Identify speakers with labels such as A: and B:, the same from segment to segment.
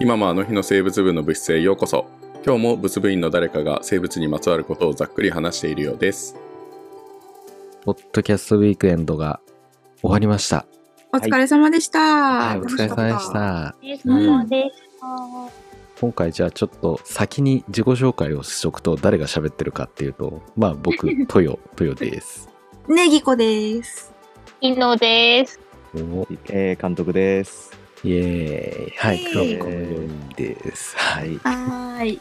A: 今もあの日の生物部の物質へようこそ今日も物部員の誰かが生物にまつわることをざっくり話しているようです
B: ポッドキャストウィークエンドが終わりました。
C: お疲れ様でした。
B: はい、お疲れ様で
C: 楽
B: し。
C: かった
D: えそうですか。
B: 今回じゃあちょっと先に自己紹介をしとくと誰が喋ってるかっていうと、まあ僕、 トヨ、トヨです。
C: た。ねぎこです。
D: イノです。
B: お
E: えー、監督です。
B: イエーイ。はい、
C: イエ
B: 黒
C: ーイ
B: 子の4人です。はい。
C: はーい。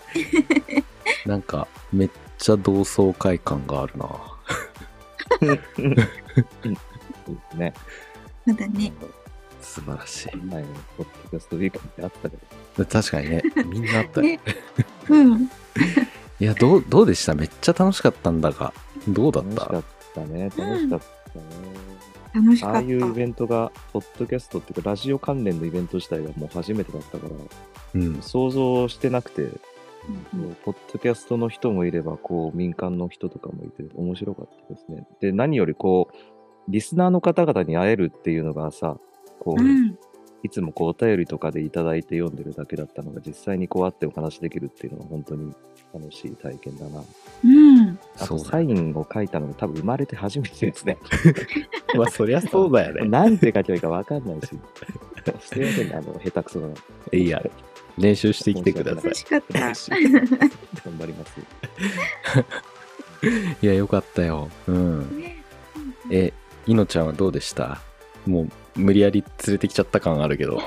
B: なんかめっちゃ同窓会感があるな。
E: そうですね。
C: まだね。
B: 素晴らしい。
E: 前のポッドキャストウィークってあったけど、
B: 確かにね、みんなあったね
C: ね。うん。
B: いや、どう、どうでしためっちゃ楽しかったんだが、どうだっ
E: 楽したかったね。楽しかったね。
C: 楽しかっ
E: あ
C: た。
E: あいうイベントが、ポッドキャストっていうか、ラジオ関連のイベント自体がもう初めてだったから、
B: うん。
E: 想像してなくて、
C: うんう
E: も
C: ん
E: うポッドキャストの人もいれば、こう、民間の人とかもいて、面白かったですね。で、何よりこう、リスナーの方々に会えるっていうのがさ、こう、
C: うん。
E: いつもこうお便りとかでいただいて読んでるだけだったのが実際にこう会ってお話できるっていうのは本当に楽しい体験だな。
C: うん。
E: あ
B: そ
E: と
B: う
E: サ
B: だ
E: イ
B: ね。
E: ンを書いたのが多分生まれて初めてですね。
B: まあそりゃそうだよね。
E: なんて書けばいいかわかんない し。すいませんね、あの、下手くそだな。
B: いや練習してきてください
C: 楽。しかった。
E: 頑張ります。
B: いや、よかったよ。うん。
C: ね
B: え、いのちゃんはどうでしたもう、無理やり連れてきちゃった感あるけど。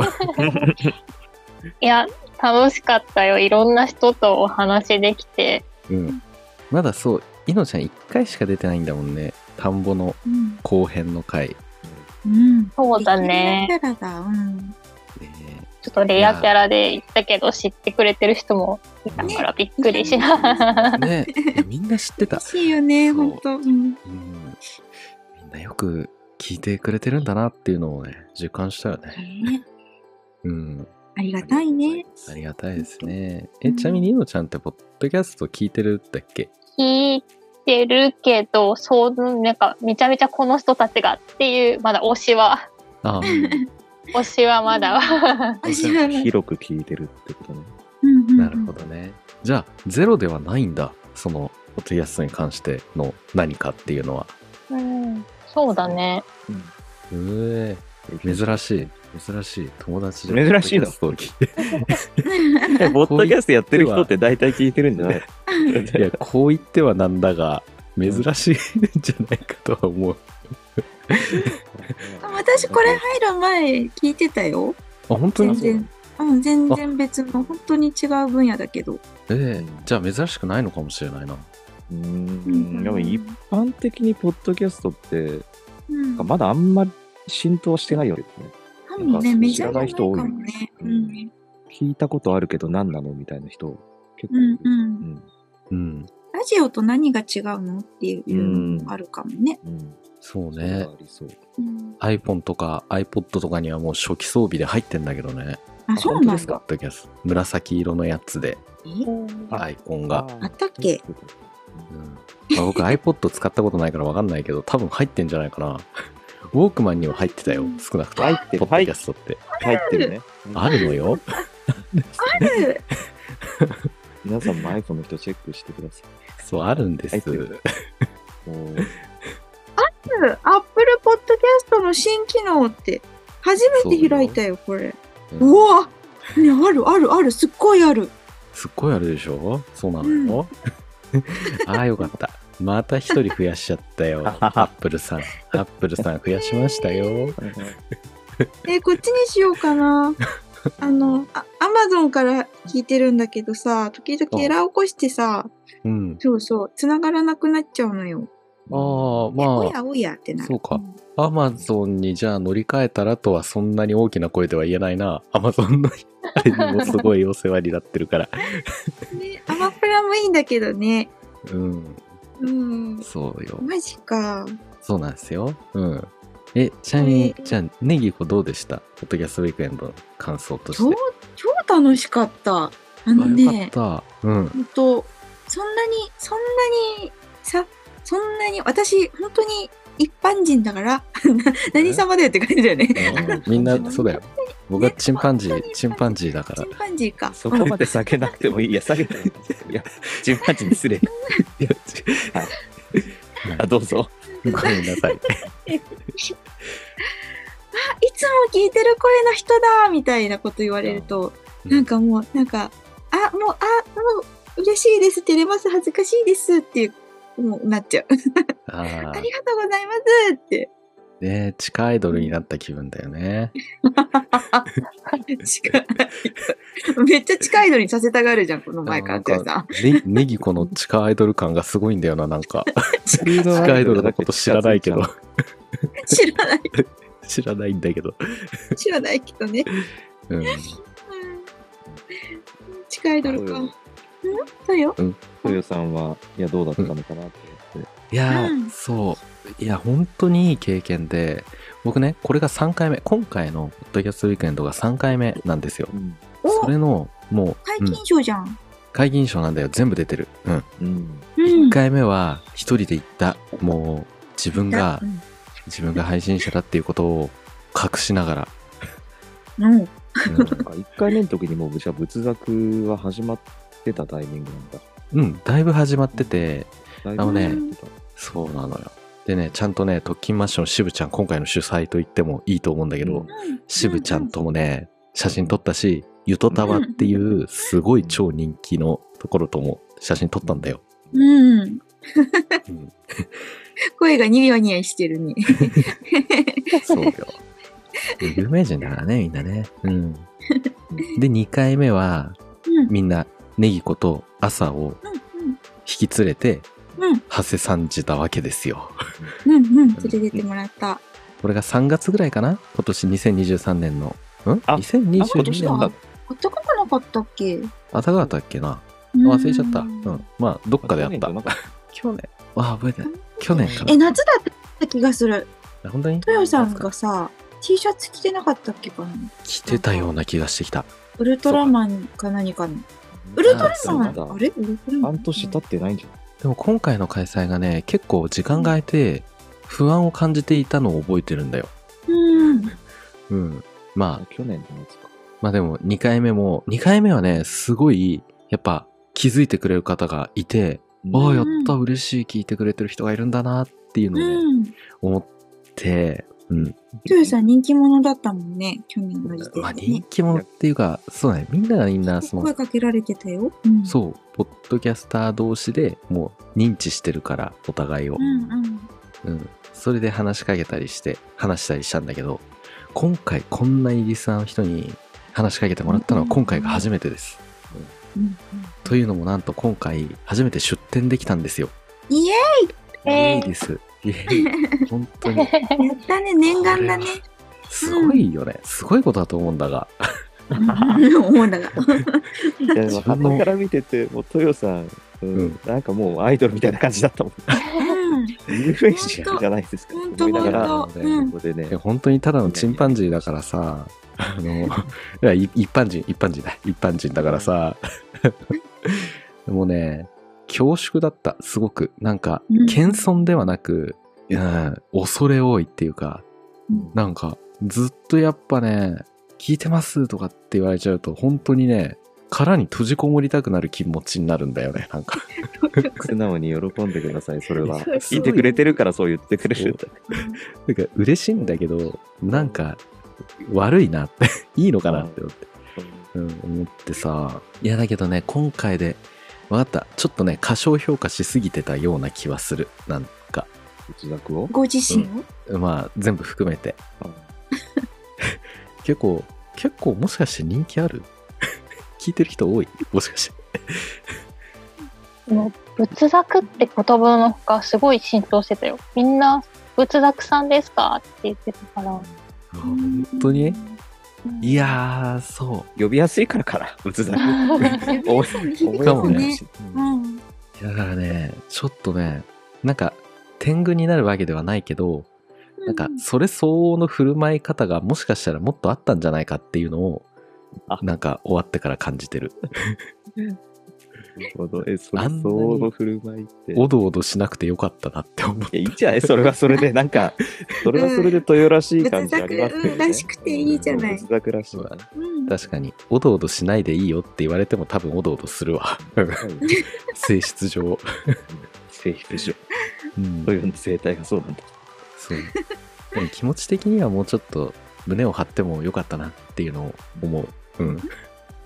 D: いや、楽しかったよ。いろんな人とお話できて。
B: うん。まだそう、いのちゃん1回しか出てないんだもんね。田んぼの
C: うん。
B: 後編の回。
C: うん。
D: そうだね
C: キャラが、うん。
B: ね
D: ちょっとレアキャラで行ったけど、知ってくれてる人もいたからびっくりし
B: え
D: た。
B: ねえいやみんな知ってた
C: 嬉。しいよね、
B: そう
C: ほんと。うん。
B: うん。みんなよく聞いてくれてるんだなっていうのをね、実感したよね。
C: ね
B: うん。
C: ありがたいね。
B: ありがたいですね。え、ちなみにいのちゃんって、ポッドキャスト聞いてるんだっけ
D: 聞いてるけど、そう、なんか、めちゃめちゃこの人たちがっていう、まだ推しは、
B: ああ、
D: 推しはまだ。
C: 私はね
E: 広く聞いてるってことね。
C: うんうん
B: なるほどね。じゃあ、ゼロではないんだ。その、お手安に関しての何かっていうのは。
D: うん、そうだね。
B: うえ、珍しい。珍しい。友達で。
E: 珍しいの
B: ポッドキャストを聞いて
E: い。ポッドキャストやってる人
B: こいつは
E: って大体聞いてるんじゃない
B: いや、こう言ってはなんだが、珍しいんじゃないかとは思う。
C: あ私これ入る前聞いてたよ。
B: あ、本当
C: 全
B: に
C: 然。うん、全然別の、本当に違う分野だけど。
B: ええじゃあ珍しくないのかもしれないな。
E: うーん。でも一般的にポッドキャストって、
C: うん。
E: まだあんまり浸透してないよね。
C: 多分ね、
E: なんか
C: メ
E: 知
C: ジャ
E: ら
C: ーじゃな
E: な
C: いいか
E: 人多い
C: もね。う
E: うん
C: ん。
E: 聞いたことあるけど何なのみたいな人結構
C: う
E: いる
C: んうん。
E: ん
B: うん。
C: ラジオと何が違うのっていうのもあるかもね。
E: うん
B: そう
E: それ
B: ね
E: は。ありそう
B: iPhone とか iPod とかにはもう初期装備で入ってんだけどね。
C: あ、そうなんだ。
B: ポッドキャスト紫色のやつで、
C: え
E: あ
B: アイコンが。
C: あったっけ
B: うんまあ、僕 iPod 使ったことないから分かんないけど多分入ってんじゃないかなウォークマンには入ってたよ少なくとも
E: 入って
B: ポ
E: る
B: ッドキャストって、
E: 入ってるね
B: あるのよ
C: ある
E: 皆さんも iPhone の人チェックしてくださ
B: そうあるんです
E: 入ってるいもう
C: アップルポッドキャストの新機能って、初めて開いたよ、これ。
B: うん
C: うわね、あるあるある、すっごいある。
B: すっごいあるでしょそうなのよ、 ああよかったまた一人増やしちゃった よアップルさんアップルさん増やしましたよ
C: え、こっちにしようかな。あの、あアマゾンから聞いてるんだけどさ、時々エラー起こしてさ、
B: うん
C: そうそう、繋がらなくなっちゃうのよ。
B: ああ
C: お
B: ま
C: やおやってなる。
B: そうか
C: ん
B: あアマゾンにじゃあ乗り換えたらとはそんなに大きな声では言えないなアマゾンのあれにもすごいお世話になってるから
C: ね、アマプラもいいんだけどね。
B: うん
C: うん。
B: そうよ
C: マジか。
B: そうなんですよ。うん。え、ちなみに、
C: えー
B: じゃあ、ネギ子どうでしたポッドキャストウィークエンドの感想として。
C: 超、超楽しかった。あの
B: あよ
C: ね、
B: かった。うん。
C: 本当そんなに、そんなに、さ、そんなに、私、本当 に一般人だから、何様だよって感じだよね。
B: みんな、そうだよ。僕はチンパンジ
C: ね
B: ー、チンパンジーだから
C: チ。ンパンジーか。
E: そこまで下げなくてもいい。いや、下げてもいい。いや、チンパンジー に失礼。いやちはいあ、どうぞ。
B: ごめんなさい。
C: あいつも聞いてる声の人だみたいなこと言われると、
B: うん
C: なんかもう、なんか、あ、もう、あ、もう、嬉しいです。照れます。恥ずかしいです。っていう、もう、なっちゃう。
B: ああ
C: あ、りがとうございますって。
B: ね地下アイドルになった気分だよね。
C: 近い。めっちゃ近いのにさせたがるじゃん、この前から、て
B: なんか。
C: さ
B: ね、ネギコの地下アイドル感がすごいんだよな、なんか。
E: 地下
B: 下アイドルのこと知らないけど。
C: 知らない、
B: 知らないんだけど。
C: 知らないけどね。
B: うん。
C: うん近いドルか。
E: うん
C: んだよ。
E: 豊さんは、いや、どうだったのかなって思って。
B: いやー、
C: うん
B: そう。いや、本当にいい経験で、僕ね、これが3回目、今回のポッドキャストウィークエンドが3回目なんですよ。
E: うん。
C: お
B: それの、も
C: 解
B: う、うん
C: 禁賞じゃん。
B: 皆勤賞なんだよ。全部出てる。うん。
E: うん。
C: うん
B: 1回目は、一人で行った。もう、自分が
C: う、ん
B: 自分が配信者だっていうことを隠しながら。
C: うん。
B: うん
E: あ、1回目の時にもう、じゃあ仏作は始まってたタイミングなんだ。
B: うん、だいぶ始まってて、
E: あ
B: の
C: ね
B: そうなのよ。でね、ちゃんとね、特勤マッションしぶちゃん、今回の主催と言ってもいいと思うんだけど、しぶちゃんともね、写真撮ったし、ゆとたわっていうすごい超人気のところとも写真撮ったんだよ。
C: うん。
B: うん
C: 声がニヤニヤしてるね。
B: そうよ。有名人だからね、みんなね。うん。で、2回目は、
C: うん。
B: みんな、ネギ子と朝を引き連れて、
C: うん。
B: 長谷さんじたわけですよ。
C: うん。うん。うん。連れてってもらった。
B: これが3月ぐらいかな今年2023年の。ん
E: あ
B: ?2022
E: あ今年なん
B: 年
E: だ
B: だ。
C: あったかくなかったっけ
B: あたかかったっけな忘
C: 忘
B: れちゃった。うん。まあ、どっかであった。
E: 去年となんか
B: 去年あ、覚えてない。去年か
C: え、
B: な。
C: 夏だった気がする。
B: あ本当に
C: トヨさんがさ、T シャツ着てなかったっけかな
B: 来てたような気がしてきた。
C: ウルトラマンか何かの。ウルトラマ
E: あそう
C: ン
E: だ
C: あれウルトラマン
E: 半年経ってないんじゃない
B: でも今回の開催がね、結構時間が空いて、不安を感じていたのを覚えてるんだよ。
C: うん。
B: うん。まあ、
E: 去年のやつか。
B: まあでも2回目も、2回目はね、すごい、やっぱ気づいてくれる方がいて、ああ、やった、嬉しい、聞いてくれてる人がいるんだなっていうのをね、
C: うん。
B: 思って、うん。
C: トヨさん人気者だったもんね、去年の時点
B: まあ
C: で、ね
B: 人。気者っていうか、そうだね、みんながみんな、その
C: 声、かけられてたよ。うん、う。
B: そう、ポッドキャスター同士でもう認知してるから、お互いを。
C: うんうん。
B: うん。それで話しかけたりして、話したりしたんだけど、今回こんなにリスナーの人に話しかけてもらったのは今回が初めてです。
C: うん
B: というのもなんと今回初めて出店できたんですよ。
C: うん、イエ
D: え
B: いい
D: ー
B: です。イエーイ本当に。
C: ーイやったね、念願だね。
B: すごいよね。すごいことだと思うんだが。
C: うん思うんだが。
E: いや、でも
B: 自分の
E: 鼻から見てて、もう豊さん、うん
B: うん
E: なんかもうアイドルみたいな感じだったもん。
C: うん
E: 有名人じゃないですか。
C: ほん
E: と
C: と
E: 思いながら、
B: ほ
E: こ
C: ほん
B: んと
C: と。う
E: こでね
B: いや、本当にただのチンパンジーだからさ、あの、いや、い一般人、一般人だ。一般人だからさ、もうね、恐縮だった。すごく。なんか、
C: うん
B: 謙遜ではなく、うん、恐れ多いっていうか、
C: うん
B: なんか、ずっとやっぱね、聞いてますとかって言われちゃうと、本当にね、殻に閉じこもりたくなる気持ちになるんだよね。なんか、
E: 素直に喜んでください、それは。
C: そうそう
E: 聞いてくれてるからそう言ってくれるんだ。
B: なんか嬉しいんだけど、なんか、悪いなって、いいのかなって思って。うん、思ってさ。いや、だけどね、今回で、わかった。ちょっとね、過小評価しすぎてたような気はする。なんか、
E: 仏作を。
C: ご自身を、
B: まあ、全部含めて。結構、結構、もしかして人気ある 聞いてる人多いもしかして。
D: もう仏作って言葉のほかすごい浸透してたよ。みんな仏作さんですかって言ってたから。
B: 本当にいやー、そ
E: 呼びやすいからから、仏作。
C: 皆さんに響くよ
B: かも
C: ね。う
E: うん
C: ん。
B: う。いやだからね、ちょっとね、なんか、天狗になるわけではないけど、なんか、それ相応の振る舞い方がもしかしたらもっとあったんじゃないかっていうのを
E: あ、
B: なんか終わってから感じてる。
E: るほど。え、それ
B: あんなに
E: 相応の振る舞いって。
B: おどおどしなくてよかったなって思う
E: いや、いいじゃないそれはそれで、な んか、それはそれで豊らしい感じありますよね。
C: うんらしくていいじゃない
E: うん仏作らしいね。
C: うん。
B: 確かに、おどおどしないでいいよって言われても多分おどおどするわ。 性質上。
E: 性質上。
B: うん
E: そういう生態がそうなんだ。
B: そう。でも気持ち的にはもうちょっと胸を張ってもよかったなっていうのを思う。うん。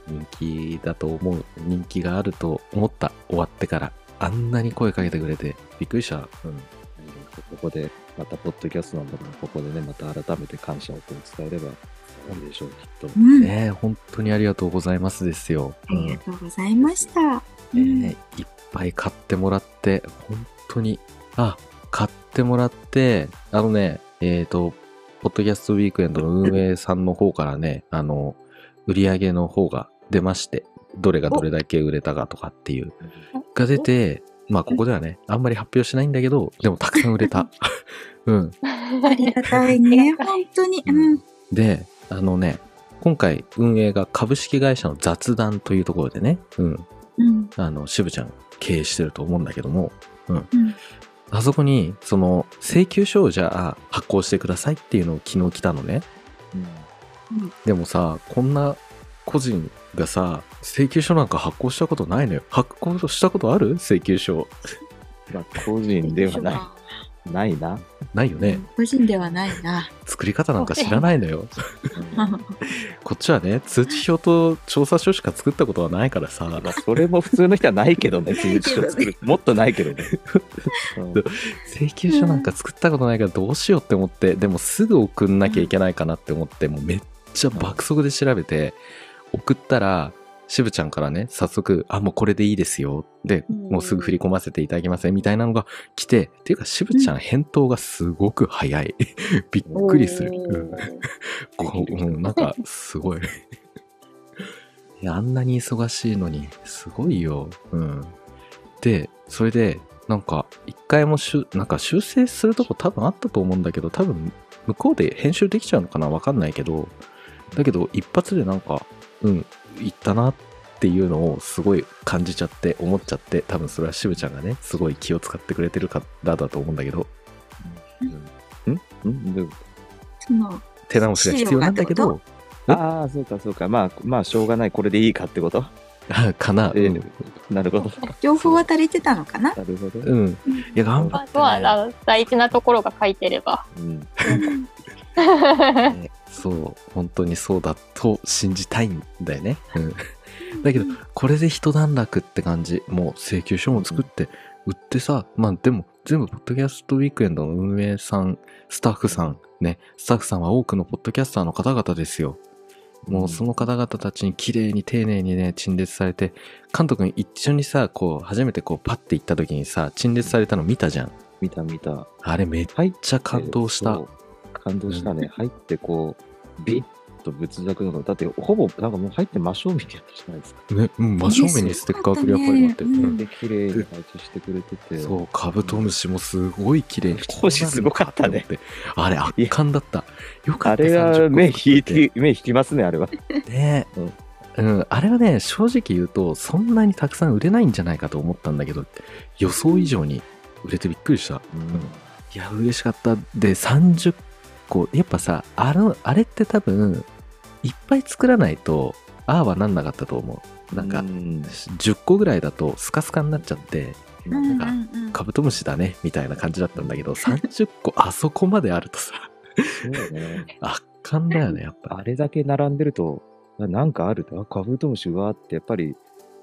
B: 人気だと思う。人気があると思った。終わってから。あんなに声かけてくれて、びっくりした。うん。
E: ここで、また、ポッドキャストなんだから、ここでね、また改めて感謝をこう伝えれば、いいでしょう、きっ と。
C: うん。
B: ねえ、本当にありがとうございますですよ。
C: ありがとうございました。うん
B: ねえ、いっぱい買ってもらって、本当に、あ、買ってもらって、あのね、えっ、と、ポッドキャストウィークエンドの運営さんの方からね、あの、売り上げの方が出まして、どれがどれだけ売れたかとかっていう、が出て、まあ、ここではね、あんまり発表しないんだけど、でもたくさん売れ た。うん。
C: ありがたいね、本当に。うん。
B: で、あのね、今回運営が株式会社の雑談というところでね、うん、
C: うん。
B: あの、渋ちゃん経営してると思うんだけども、うん。
C: うん
B: あそこに、その、請求書をじゃあ発行してくださいっていうのを昨日来たのね。でもさ、こんな個人がさ、請求書なんか発行したことないのよ。発行したことある請求書。
E: まあ、個人ではな
C: そ
E: い。ないな。
B: ないよ
C: うか
B: ね。
C: 個人ではない な。
B: 作り方なんか知らないのよ。
E: うん
B: こっちはね、通知表と調査書しか作ったことはないからさ、
E: まあ、それも普通の人はないけどね、通知書
C: ないけどね
E: 作る。もっとないけどね。うん
B: 請求書なんか作ったことないからどうしようって思って、でもすぐ送んなきゃいけないかなって思って、もうめっちゃ爆速で調べて、送ったら、渋ちゃんからね、早速、あ、もうこれでいいですよ。で、
C: うん
B: もうすぐ振り込ませていただきますね、みたいなのが来て、っていうか渋ちゃん返答がすごく早い。 びっくりする。うんこううん、なんかすごい。いやあんなに忙しいのに、すごいよ。うん。で、それで、なんか、一回もしゅ、なんか修正するとこ多分あったと思うんだけど、多分、向こうで編集できちゃうのかなわかんないけど、だけど、一発でなんか、うん、いったなっていうのをすごい感じちゃって、思っちゃって、多分それは渋ちゃんがね、すごい気を使ってくれてるからだと思うんだけど、
E: うんでも
C: その、
B: 手直しが必要なんだけど、
E: ああ、そうか、そうか。まあ、まあ、しょうがない。これでいいかってこと。
B: あ かな、
E: え
B: うん
E: ーなるほど。
C: 情報は足りてたのかな
E: なるほど。
B: うん。いや、頑張
D: ま
B: っ
D: あ、まあ
B: て、ね。
D: あの大事なところが書いてれば。
E: うん
B: ね そう、本当にそうだと信じたいんだよね。うん、だけど、これで一段落って感じ。もう請求書も作って、売ってさ、まあでも、全部、ポッドキャストウィークエンドの運営さん、スタッフさん、ね、スタッフさんは多くのポッドキャスターの方々ですよ。もうその方々たちに綺麗に丁寧にね、陳列されて、監督に一緒にさ、こう、初めてこう、パッて行った時にさ、陳列されたの見たじゃん。
E: 見た見た。
B: あれめっ
E: 入っ
B: ちゃ感動した。
E: そう。感動したね。入ってこう、ビッと仏作なの。だって、ほぼ、なんかもう入って真正面にやったじゃないですか。
B: ね、うん、真正面にステッカークリアファイルあって、
C: いやすごかったねうん
B: うん
E: で、綺麗に配置してくれてて。
B: そう、カブトムシもすごい綺麗に。
E: 当時すごかったね
B: こうなるのかって思って。あれ、圧巻だった。よか
E: あ
B: った。
E: れは
B: 30
E: 目
B: 個作
E: 引
B: って
E: き、目引きますね、あれは。
B: ねうん、あれはね、正直言うと、そんなにたくさん売れないんじゃないかと思ったんだけど、予想以上に売れてびっくりした。いや、嬉しかった。で、30個。やっぱさ、あの、あれって多分、いっぱい作らないと、ああはなんなかったと思う。なんか、
E: うん
B: 10個ぐらいだとスカスカになっちゃって、
C: うん
B: か
C: うんうん
B: カブトムシだねみたいな感じだったんだけど30個あそこまであるとさ
E: そうね。
B: 圧巻だよねやっぱ
E: あれだけ並んでると、あなんかあるって、あ、カブトムシうわーって、やっぱり、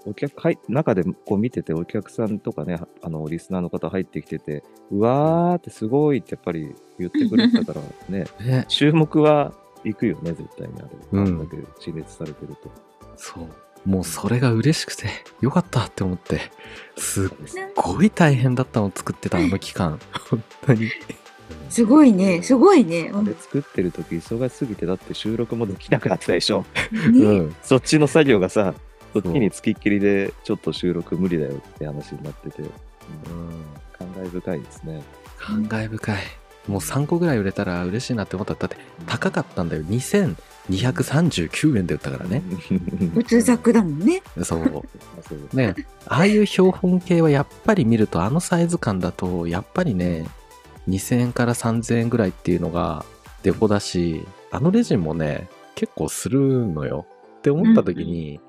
E: お客、はい、中でこう見てて、お客さんとかね、あの、リスナーの方入ってきてて、うわーってすごいってやっぱり言ってくれてたからね、
B: ね
E: 注目は行くよね、絶対にあれ。
B: うん
E: あんだけ陳列されてると。
B: そうもうそれが嬉しくてよかったって思ってすっごい大変だったの作ってたあの期間本当に
C: すごいね、すごいね。う
E: あ
C: ん
E: れ作ってる時忙しすぎて、だって収録もできなくなってたでしょ。
B: う
C: ね
B: ん
E: そっちの作業がさ、そっち
B: そう
E: に付きっきりで、ちょっと収録無理だよって話になってて、うん感慨深いですね。
B: 感慨深いもう3個ぐらい売れたら嬉しいなって思っただって高かったんだよ2000 239円で売ったからね。
C: 普通 ザックだもんね。
B: そう。
E: あそう
B: ね、ああいう標本系はやっぱり見ると、あのサイズ感だと、やっぱりね、2000円から3000円ぐらいっていうのがデフォだし、あのレジンもね、結構するのよ。って思った時に、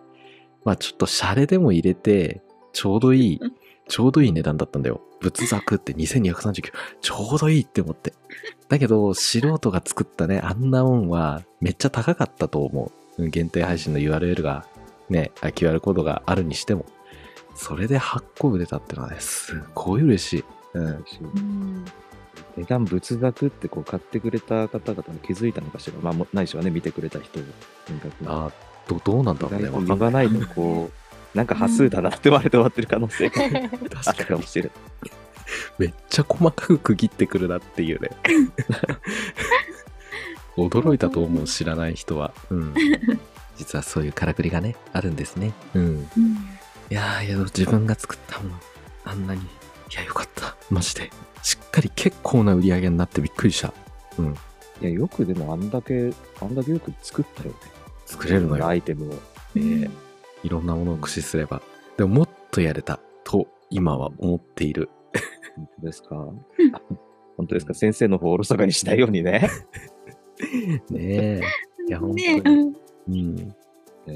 B: まあちょっとシャレでも入れて、ちょうどいい、ちょうどいい値段だったんだよ。仏作って2239、ちょうどいいって思って。だけど、素人が作ったね、あんなもんは、めっちゃ高かったと思ううん。限定配信の URL がね、あ QR コードがあるにしても、それで8個売れたってのはね、すっごい嬉しい。うん。
C: うん
E: 値段仏額ってこう買ってくれた方々に気づいたのかしら、まあ、もないしはね、見てくれた人の感覚
B: あーど、どうなんだろうね。わか
E: 言
B: んな
E: わ
B: い。
E: ないと、こう、なんか端数だなって言われて終わってる可能性があっ
B: 確
E: た
B: か
E: かも
B: に。
E: しれない。
B: めっちゃ細かく区切ってくるなっていうね。驚いたと思う、知らない人は。うん。実はそういうからくりがね、あるんですね。うん。いやー、いや、自分が作ったもの、あんなに。いや、よかった。マジで。しっかり結構な売り上げになってびっくりした。
E: いや、よくでもあんだけ、あんだけよく作ったよね。
B: 作れるのよ。
E: アイテムを。
C: うん
B: いろんなものを駆使すれば。でももっとやれたと今は思っている。
E: 本当ですか 本当ですか先生の方をおろそかにしないようにね。
B: ねえ。いや本当に
C: ねうん
B: うん。
E: ね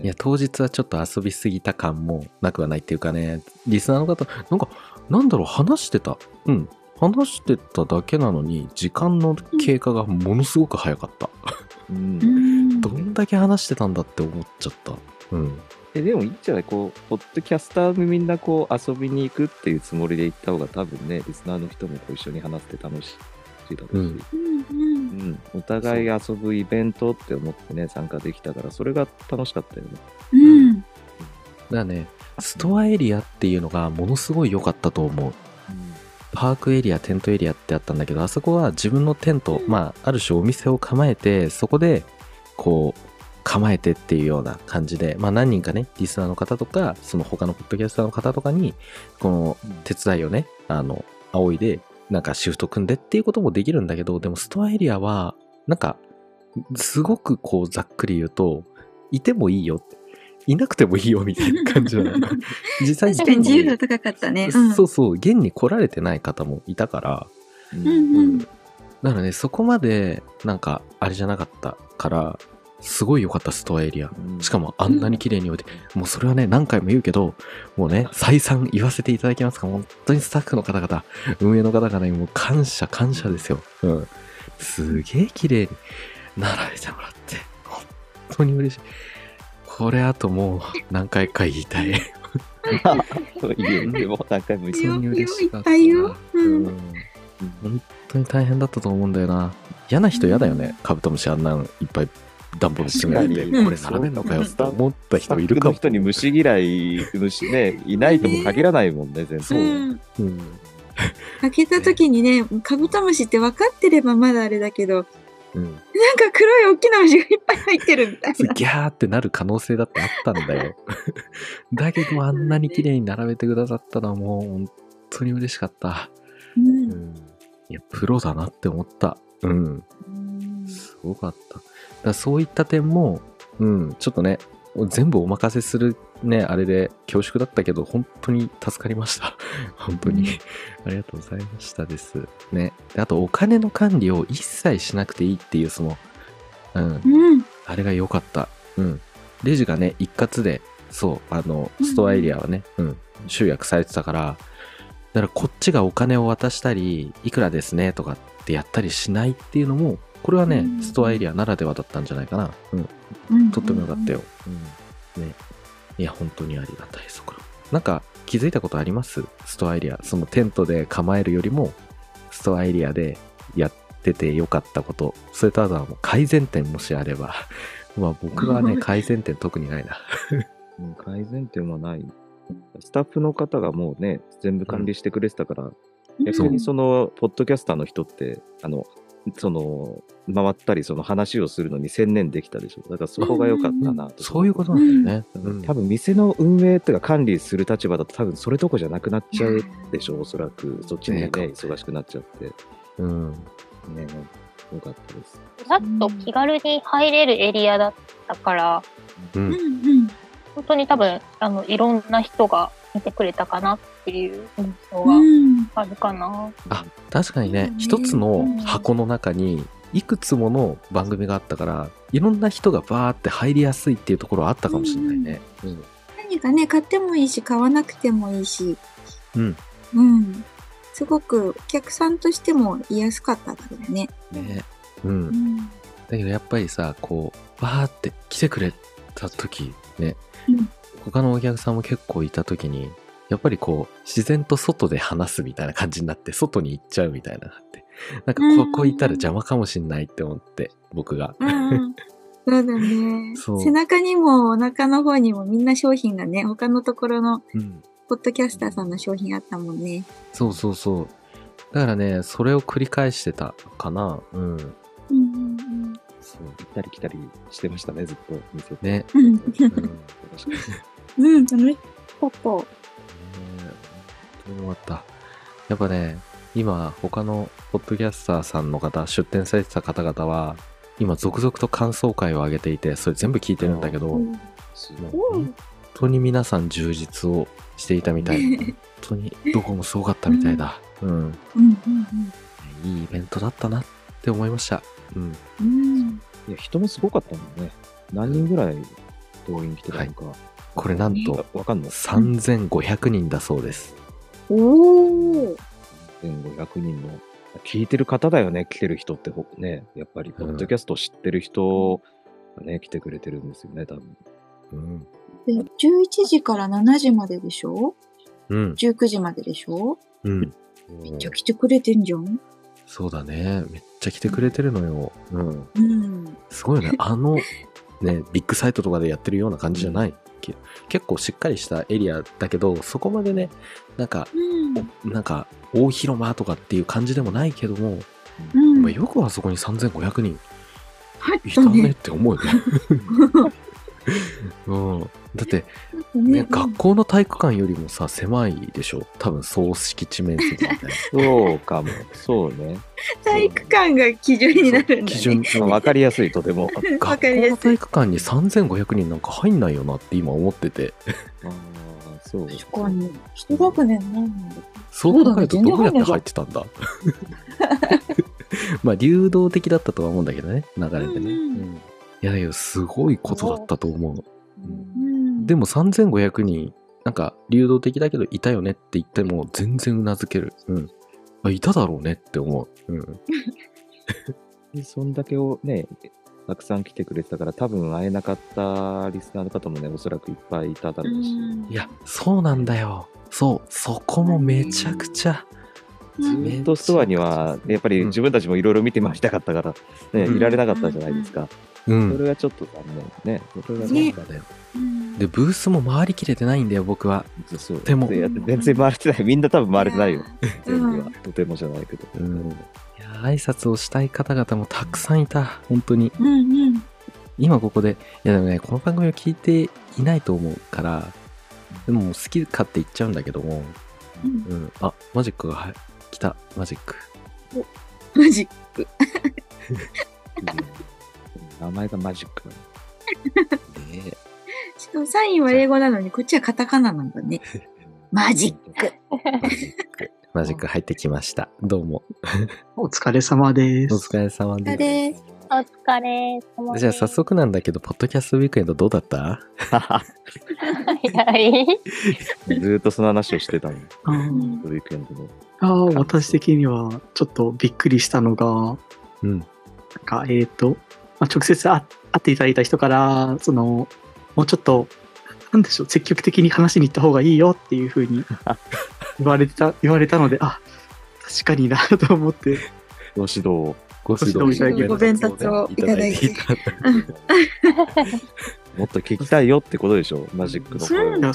B: いや、当日はちょっと遊びすぎた感もなくはないっていうかね、リスナーの方、なんか、なんだろう、話してた。うん。話してただけなのに、時間の経過がものすごく早かった。
E: うん
C: うん
B: どんだけ話してたんだって思っちゃった。うん。
E: えでもいいんじゃないこう、ポッドキャスターもみんなこう遊びに行くっていうつもりで行った方が多分ね、リスナーの人もこう一緒に話して楽しいだろうし、
B: うん
C: うん
E: うんお互い遊ぶイベントって思ってね、参加できたから、それが楽しかったよね。
C: うん
B: だからね、ストアエリアっていうのがものすごい良かったと思う。パークエリアテントエリアってあったんだけどあそこは自分のテント、
C: うん
B: まあある種お店を構えてそこでこう構えてっていうような感じでまあ何人かねリスナーの方とかその他のポッドキャスターの方とかにこの
E: うん
B: 手伝いをねあの仰いでなんかシフト組んでっていうこともできるんだけどでもストアエリアはなんかすごくこうざっくり言うといてもいいよっていなくてもいいよみたいな感じな の実際
C: 確かに自由度高かったね。うん
B: そうそう、現に来られてない方もいたから、
E: う。
C: うんんうん
B: だからね、そこまで、なんか、あれじゃなかったから、すごい良かった、ストアエリア。しか
E: も、
B: も、あんなに綺麗に置いて、もうそれはね、何回も言うけど、もうね、再三言わせていただきますが、本当にスタッフの方々、運営の方々にもう感謝、感謝ですよ。うん。すげえ綺麗に並べてもらって、本当に嬉しい。これあともう何回か言いたい。
E: いいよ、でも何回も
B: 本
E: 言って
B: 当
E: も
B: に嬉しかった
C: いっぱいよ
B: う
C: うんん
B: 本当に大変だったと思うんだよな嫌な人嫌だよね、カブトムシあんなんいっぱい段ボール詰められて
E: 確かに
B: これ並べんのかよって思った
E: スタ
B: 人い
E: ッ
B: る
E: フ
B: か
E: の
B: も
E: 人に虫嫌い、虫ね、いないとも限らないもんね、全然。
C: うん
B: うん
C: 開けた時にね、カブトムシって分かってればまだあれだけど、
B: うん
C: なんか黒い大きな虫がいっぱい入ってるみたいな。
B: ギャーってなる可能性だってあったんだよ だけどあんなに綺麗に並べてくださったのはもう本当に嬉しかった、
C: うん
B: うんいやプロだなって思ったうんすごかった。だからそういった点も、うん、ちょっとね、全部お任せするね、あれで恐縮だったけど、本当に助かりました。 本当に。ありがとうございましたです。ね。であと、お金の管理を一切しなくていいっていう、その、うん、
C: うん。
B: あれが良かった。うん。レジがね、一括で、そう、あの、ストアエリアはね、うん、集約されてたから、だからこっちがお金を渡したり、いくらですねとかってやったりしないっていうのも、これはね、
C: うん
B: ストアエリアならではだったんじゃないかな。うん、
C: うん
B: とっても良かったよ。うん。ね。いや、本当にありがたい、そこら。なんか、気づいたことありますストアエリア。そのテントで構えるよりも、ストアエリアでやってて良かったこと。それとあとはもう改善点もしあれば。 まあ僕はね、改善点特にないな。
E: うん改善点はない。スタッフの方がもうね、全部管理してくれてたから、逆にその、ポッドキャスターの人って、あの、その、回ったり、その話をするのに専念できたでしょ。だからそこが良かったな と、
B: そういうことなんだよね。うん
E: 多分店の運営とか管理する立場だと多分それどころじゃなくなっちゃうでしょう、おそらく。そっちにね、
B: ねえ
E: 忙しくなっちゃって。
B: うん。
E: ね良かったです。
D: さっと気軽に入れるエリアだったから、
B: うん
C: うんうん。
D: 本当に多分、あの、いろんな人が見てくれたかなっていう印象
C: う
D: が
C: ん。
D: あるかな。
B: あ確かにね
C: うん
B: 一つの箱の中にいくつもの番組があったからいろんな人がバーって入りやすいっていうところはあったかもしれないね、うん
C: 何かね、買ってもいいし、買わなくてもいいし。
B: うん。
C: うん。すごくお客さんとしても言いやすかっただろうね。
B: ねうん
C: う、ん。
B: だけどやっぱりさこうわーって来てくれた時ね、
C: うん
B: 他のお客さんも結構いた時にやっぱりこう自然と外で話すみたいな感じになって外に行っちゃうみたいなのがあってなんかここいたら邪魔かもしんないって思って僕が
C: うん。そうだね。
B: そう
C: 背中にもお腹の方にもみんな商品がね、他のところの
B: うん
C: ポッドキャスターさんの商品あったもんね。
B: そうそうそうだからねそれを繰り返してたかなうん
C: うん
B: そう
E: 行ったり来たりしてましたね、ずっと見せ て。
B: ね、
C: う
B: う
C: んうん。
B: ん、ね
C: うん、うん、楽しい。
D: そうそう。
B: 本当によかったやっぱね今他のポッドキャスターさんの方出展されてた方々は今続々と感想会を上げていてそれ全部聞いてるんだけど、もう
E: す
B: 本当に皆さん充実をしていたみたい 本当にどこもすごかったみたいだうん
C: うん
B: いいイベントだったなって思いましたうん
C: うんうん。
E: いや人もすごかったもんね。何人ぐらい動員来てたのか。
B: これなんと
E: わかんの
B: 3500人だそうです
C: おお。
E: ?1500 人の。聞いてる方だよね、来てる人ってほね。やっぱり、ポッドキャストを知ってる人がね、来てくれてるんですよね、多分。
B: うん、
C: で、11時から7時まででしょ
B: うん、
C: ?19 時まででしょ
B: うん。
C: めっちゃ来てくれてんじゃん
B: そうだね。めっちゃ来てくれてるのよ。うん。
C: うん。
B: すごい よね。あの、ね、ビッグサイトとかでやってるような感じじゃない。け結構しっかりしたエリアだけど、そこまでね、なんか、
C: うん。
B: おなんか、大広間とかっていう感じでもないけども、
C: うん
B: まあ、よくあそこに3500人
C: 入
B: い
C: ったた
B: ねっ
C: ね。
B: て思うよ ね。うん。だって、
C: ね
B: ね、学校の体育館よりもさ、狭いでしょ。多分、総敷地面積みたいな。
E: そうかも。そうね。
C: 体育館が基準になるんだ
B: 基
C: ね。
B: 準、
E: まあわかりやすい、とても。
C: わ
B: 学
C: かり
B: 校
C: や
B: の
C: す
B: 体
C: い。
B: 育館に3500人なんか入んないよなって今思ってて
E: ああ、そう。
C: 確かに。一学年ないんだ。
B: そう
C: だね
B: 考えるとどうやって入ってたんだ まあ流動的だったとは思うんだけどね流れでね、
C: うんうん
B: いやだけどすごいことだったと思う
C: うん
B: でも3500人なんか流動的だけどいたよねって言っても全然うなずける、うん、あいただろうねって思う、うん、
E: でそんだけをね、たくさん来てくれてたから、多分会えなかったリスナーの方もね、おそらくいっぱいいただろうし、
B: いやそうなんだよそうそこもめちゃくちゃ
E: ずーっとストアには、やっぱり自分たちもいろいろ見てましたかったから、ね、
B: うん
E: いられなかったじゃないですか。
B: う
E: そ
B: ん
E: れはちょっと残念ね。それは
B: そう
E: ね
C: ね
B: だね
C: うん
B: でブースも回りきれてないんだよ僕は
E: そう
B: でも
E: いや全然回れてない。みんな多分回れてないよ。全部
C: う
E: は。とてもじゃないけど。
B: うんいや挨拶をしたい方々もたくさんいた本当に
C: うんうん。
B: 今ここでいやでもねこの番組を聞いていないと思うからでももう好きかって言っちゃうんだけども、
C: うん
B: うん、あマジックがはい来たマジック
C: マジ。
E: 名前がマジックだね。
B: ね
C: しかもサインは英語なのに、こっちはカタカナなんだね。マジック。
B: マジックマジック入ってきましたどうも
F: お疲れ様で
B: お
F: す。
B: 疲れ様
C: あ
B: です
C: れ、
D: お疲れ様です。
B: じゃあ早。速なんだけどポッドキャストウィークエンドどうだった
D: はいはい。
E: ずーっとその話をしてたの。
F: あー
E: ウィークエンドの。
F: あー私的にはちょっとびっくりしたのが、なん
B: うん
F: か、えっ、と、まあ、直接あ会っていただいた人から、その、もうちょっと、なんでしょう、積極的に話しに行った方がいいよっていうふ うに言われてた、言われたので、あ、確かになと思って、
E: ご指導を。
B: ご指
F: ご指導いただき
B: 導
F: ご
C: 鞭撻をいただいて
B: いただいて
E: もっと聞きたいよってことでしょ、マジックの声を
F: いや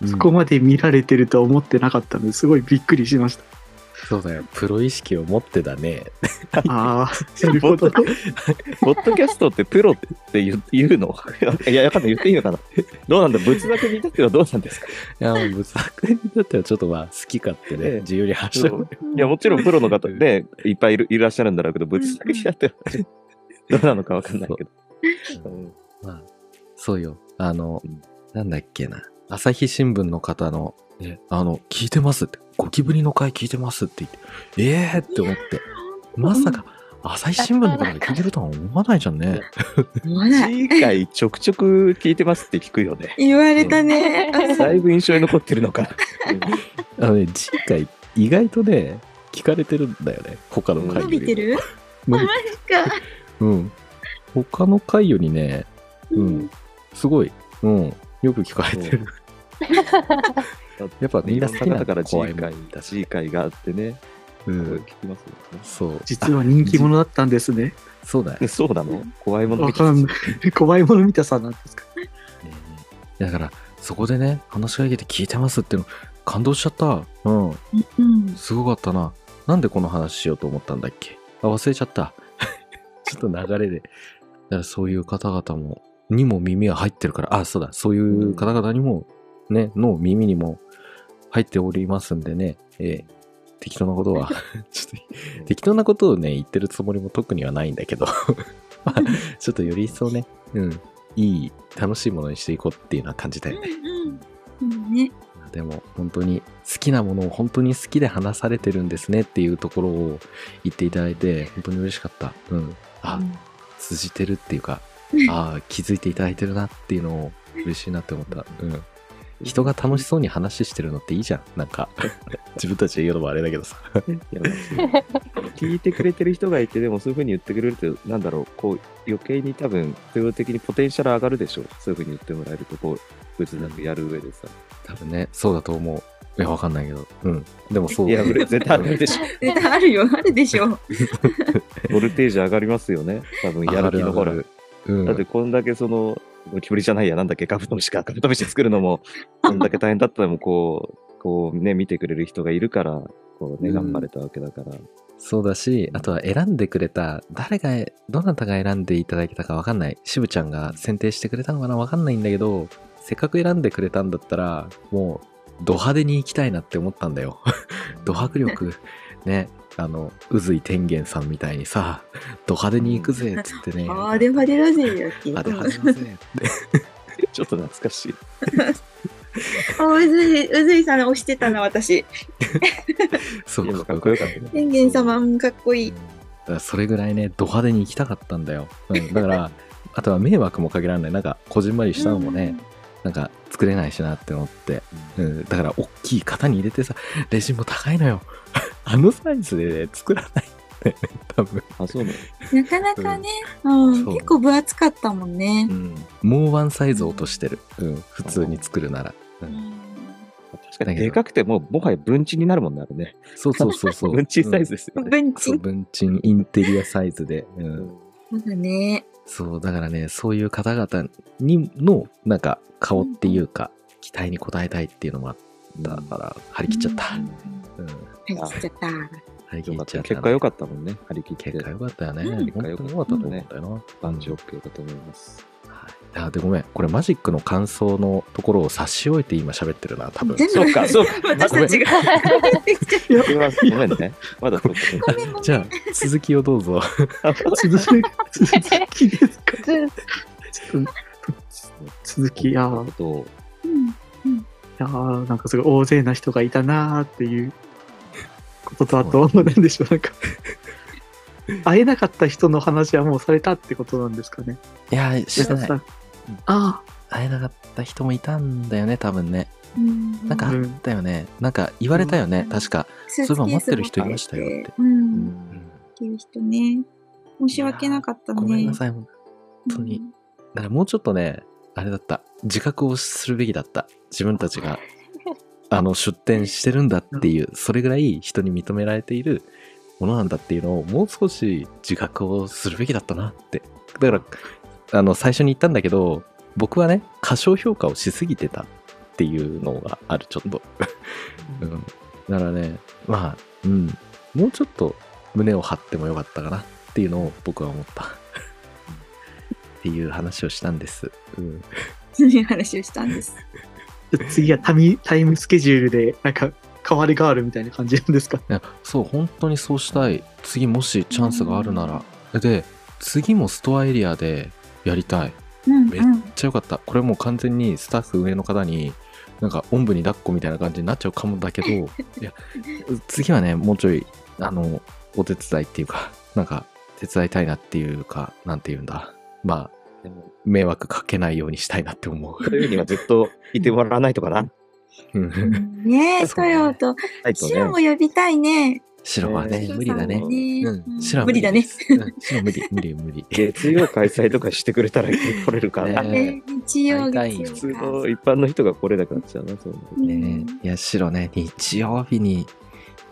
C: うん。
F: そこまで見られてるとは思ってなかったので、すごいびっくりしました。
B: そうだよ。プロ意識を持ってだね。
F: ああ、なるほど。
E: ポッドキャストってプロって言う言うの いや、わかんない、言っていいのかなどうなんだ、仏壇に至ってはどうなんですか
B: いや、もう、作品にとってはちょっとまあ、好き勝手
E: ええ
B: で、自由に発射。
E: いや、もちろんプロの方でいっぱいいるいらっしゃるんだろうけど、仏壇に至ってはどうなのかわかんないけど。うん
B: まあ、そうよ。あの
E: うん、
B: なんだっけな。朝日新聞の方の、あの、聞いてますって、ゴキブリの会聞いてますって言って、ええー、って思って、まさか、朝日新聞の方で聞いてるとは思わないじゃんね。
C: 思わない。
E: 次回ちょくちょく聞いてますって聞くよね。
C: 言われたね。あ
E: だいぶ印象に残ってるのか。
B: あのね、次回、意外とね、聞かれてるんだよね。他の
E: うん
B: 回
C: 伸び
B: よ
C: て
B: り
C: る
B: も。
C: か。
B: うん。他の回よりね、うん。すごい。うん。よく聞かれてる。やっぱみんな好きなんだ
E: だから次
B: 怖い
E: 回
B: もんだ、し
E: 次回があってね、
B: う
E: 聞
B: ん。
E: きますよね。
B: そう。
F: 実は人気者だったんです ね。
B: あそうだよ
E: え。そうなの怖いもの
F: わかんない。怖いもの見たさなんですか。
B: ねえだからそこでね話し会議で聞いてますっていうの感動しちゃったうん
C: うん。
B: すごかったななんでこの話しようと思ったんだっけあ忘れちゃった ちょっと流れでだからそういう方々もにも耳が入ってるからあそうだそういう方々にもねの耳にも入っておりますんでねええ適当なことはちょっと適当なことをね言ってるつもりも特にはないんだけどまあちょっとより一層ねうんいい楽しいものにしていこうっていうような感じだよね
C: うんうん。ね。
B: でも本当に好きなものを本当に好きで話されてるんですねっていうところを言っていただいて本当に嬉しかった。うん。あ、通じてるっていうか、ああ、気づいていただいてるなっていうのを嬉しいなって思った。うん。人が楽しそうに話してるのっていいじゃん。なんか、 自分たちで言うのもあれだけどさ。
E: い や聞いてくれてる人がいて、でもそういうふうに言ってくれると、なんだろう、こう、余計に多分、自動的にポテンシャル上がるでしょう。そういうふうに言ってもらえると、こう、別になんかやる上でさ。
B: 多分ね、そうだと思う。いや、わかんないけど。うん。でもそう。
E: いや、俺 絶対上がるでしょ。
C: 絶対あるよ。あるでしょ。
E: ボルテージ上がりますよね。多分、やる気のほら。
B: 上がる上がる
E: だっ
B: う
E: て、
B: ん。
E: こんだけその、ゴキブリじゃないや、なんだっけ、カブトムシか、カブトムシ作る のも、こんだけ大変だったのも、こう、こうね、見てくれる人がいるから、こうね、
B: うん
E: 頑張れたわけ だから。
B: そうだし、あとは選んでくれた、誰が、どなたが選んでいただけたかわかんない。しぶちゃんが選定してくれたのかなわかんないんだけど、せっかく選んでくれたんだったら、もう、ド派手に行きたいなって思ったんだよ。ド迫力。ね。あの、渦井天元さんみたいにさ、ド派手に行くぜっつってね。
C: あー、ではでらぜよって。
B: 派手
C: う
B: 派手だぜって。
E: ちょっと懐かしい。
C: あ、うずい、うずいさん押してたな、私。
B: そ
E: いや
B: う、
E: かっこよかったね。
C: 天元様、うんかっこいい
B: だ。からそれぐらいねド派手に行きたかったんだよ、うん、だからあとは迷惑もかけられないなんかこじんまりしたのもね、なんか作れないしなって思って、うん、だから大きい型に入れてさレジンも高いのよ あのサイズで、ね、作らないんだよね多分、
E: あ、そうなの
C: なかなかね、うん、
B: そう
C: 結構分厚かったもんね
B: う。ん、もうワンサイズ落としてる、うん、普通に作るなら
E: 確かにでかくても、もはや文鎮になるもんね、あれね。
B: そうそうそうそう
E: 文鎮サイズですよね。
C: 文
B: うんそ
C: 鎮
B: う文鎮インテリアサイズで、うん、
C: そうだね。
B: そう、だからね、そういう方々にの、なんか、顔っていうか、期待に応えたいっていうのもあったから、張り切っちゃった。うん、
C: はい、来ちゃった。
B: 張り切
E: よか
B: っ
E: っ
B: ちゃ
E: た
B: ったね。
E: 結果良かったもんね、張り切って。
B: 結果良かったよね。
C: うん
B: 本当に良かったと思うんだよな。
E: 万丈 OK だと思います。
B: はい、あでごめん、これマジックの感想のところを差し置いて今喋ってるな、多分。
C: 全部
E: そうか、そうか。
C: 私たちが。
E: それはごめんね。まだそうか。
C: ごめんごめん
B: じゃあ、続きをどうぞ。
F: 続きですか
D: ず
F: ちょっと続き、あー
E: あと、
C: うん
F: いやーなんかすごい大勢な人がいたなーっていうことと、あと、何でしょう、なんか。会えなかった人の話はもうされたってことなんですかね。
B: いや、して
F: なん
B: な
F: か
B: い。
F: さあ
B: 会えなかった人もいたんだよね、多分ね。
C: うん
B: なんかあったよね。なんか言われたよね、確か。
C: スー
B: そういえば
C: ツケ
B: 持っ
C: ース
B: てる人いましたよって
C: 持てう
B: う
C: ん。持
B: ん
C: ってる人ね。申し訳なかったね。
B: ごめんなさい、本当に。だからもうちょっとね、あれだった。自覚をするべきだった。自分たちが、あの、出店してるんだっていう、それぐらい人に認められているものなんだっていうのを、もう少し自覚をするべきだったなって。だから、あの、最初に言ったんだけど、僕はね、過小評価をしすぎてたっていうのがある、ちょっと。うん。だからね、まあ、うん、もうちょっと胸を張ってもよかったかなっていうのを僕は思った。っていう話をしたんです。うん、
C: そういう話をしたんです。
F: 次はタミタイムスケジュールで、なんか、変わりがあるみたいな感じなんですか。
B: いやそう、本当にそうしたい。次もしチャンスがあるなら。で、次もストアエリアでやりたい。
C: うん、
B: め
C: う
B: っ
C: ん。
B: ちゃよかった。これもう完全にスタッフ上の方に、なんか、おんぶに抱っこみたいな感じになっちゃうかもだ けど、いや、次はね、もうちょい、あの、お手伝いっていうか、なんか、手伝いたいなっていうか、なんて言うんだ。まあ、
E: でも
B: 迷惑かけないようにしたいなって思う。
E: そういうにはずっといてもらわないとかな。
B: うん
C: ねえ、
B: そう
C: ト
B: ね
C: ヨと、
E: ないと
C: 白も
E: ね。
C: 呼びたいね。
B: 白はね、
E: えー
B: 無理だね
C: 白さんも。
B: うん、
C: ね
B: 白は
C: 無理だね
B: で。すうん白無理、無理、無理。
E: 月曜開催とかしてくれたら来れるかな。
B: ね
C: ね日曜
B: 会
C: 月
B: 員
C: 曜
E: 普通
C: か
E: の一般の人が来れなくなっちゃうな、そうなると
C: うん
B: ねいや、白ね、日曜日に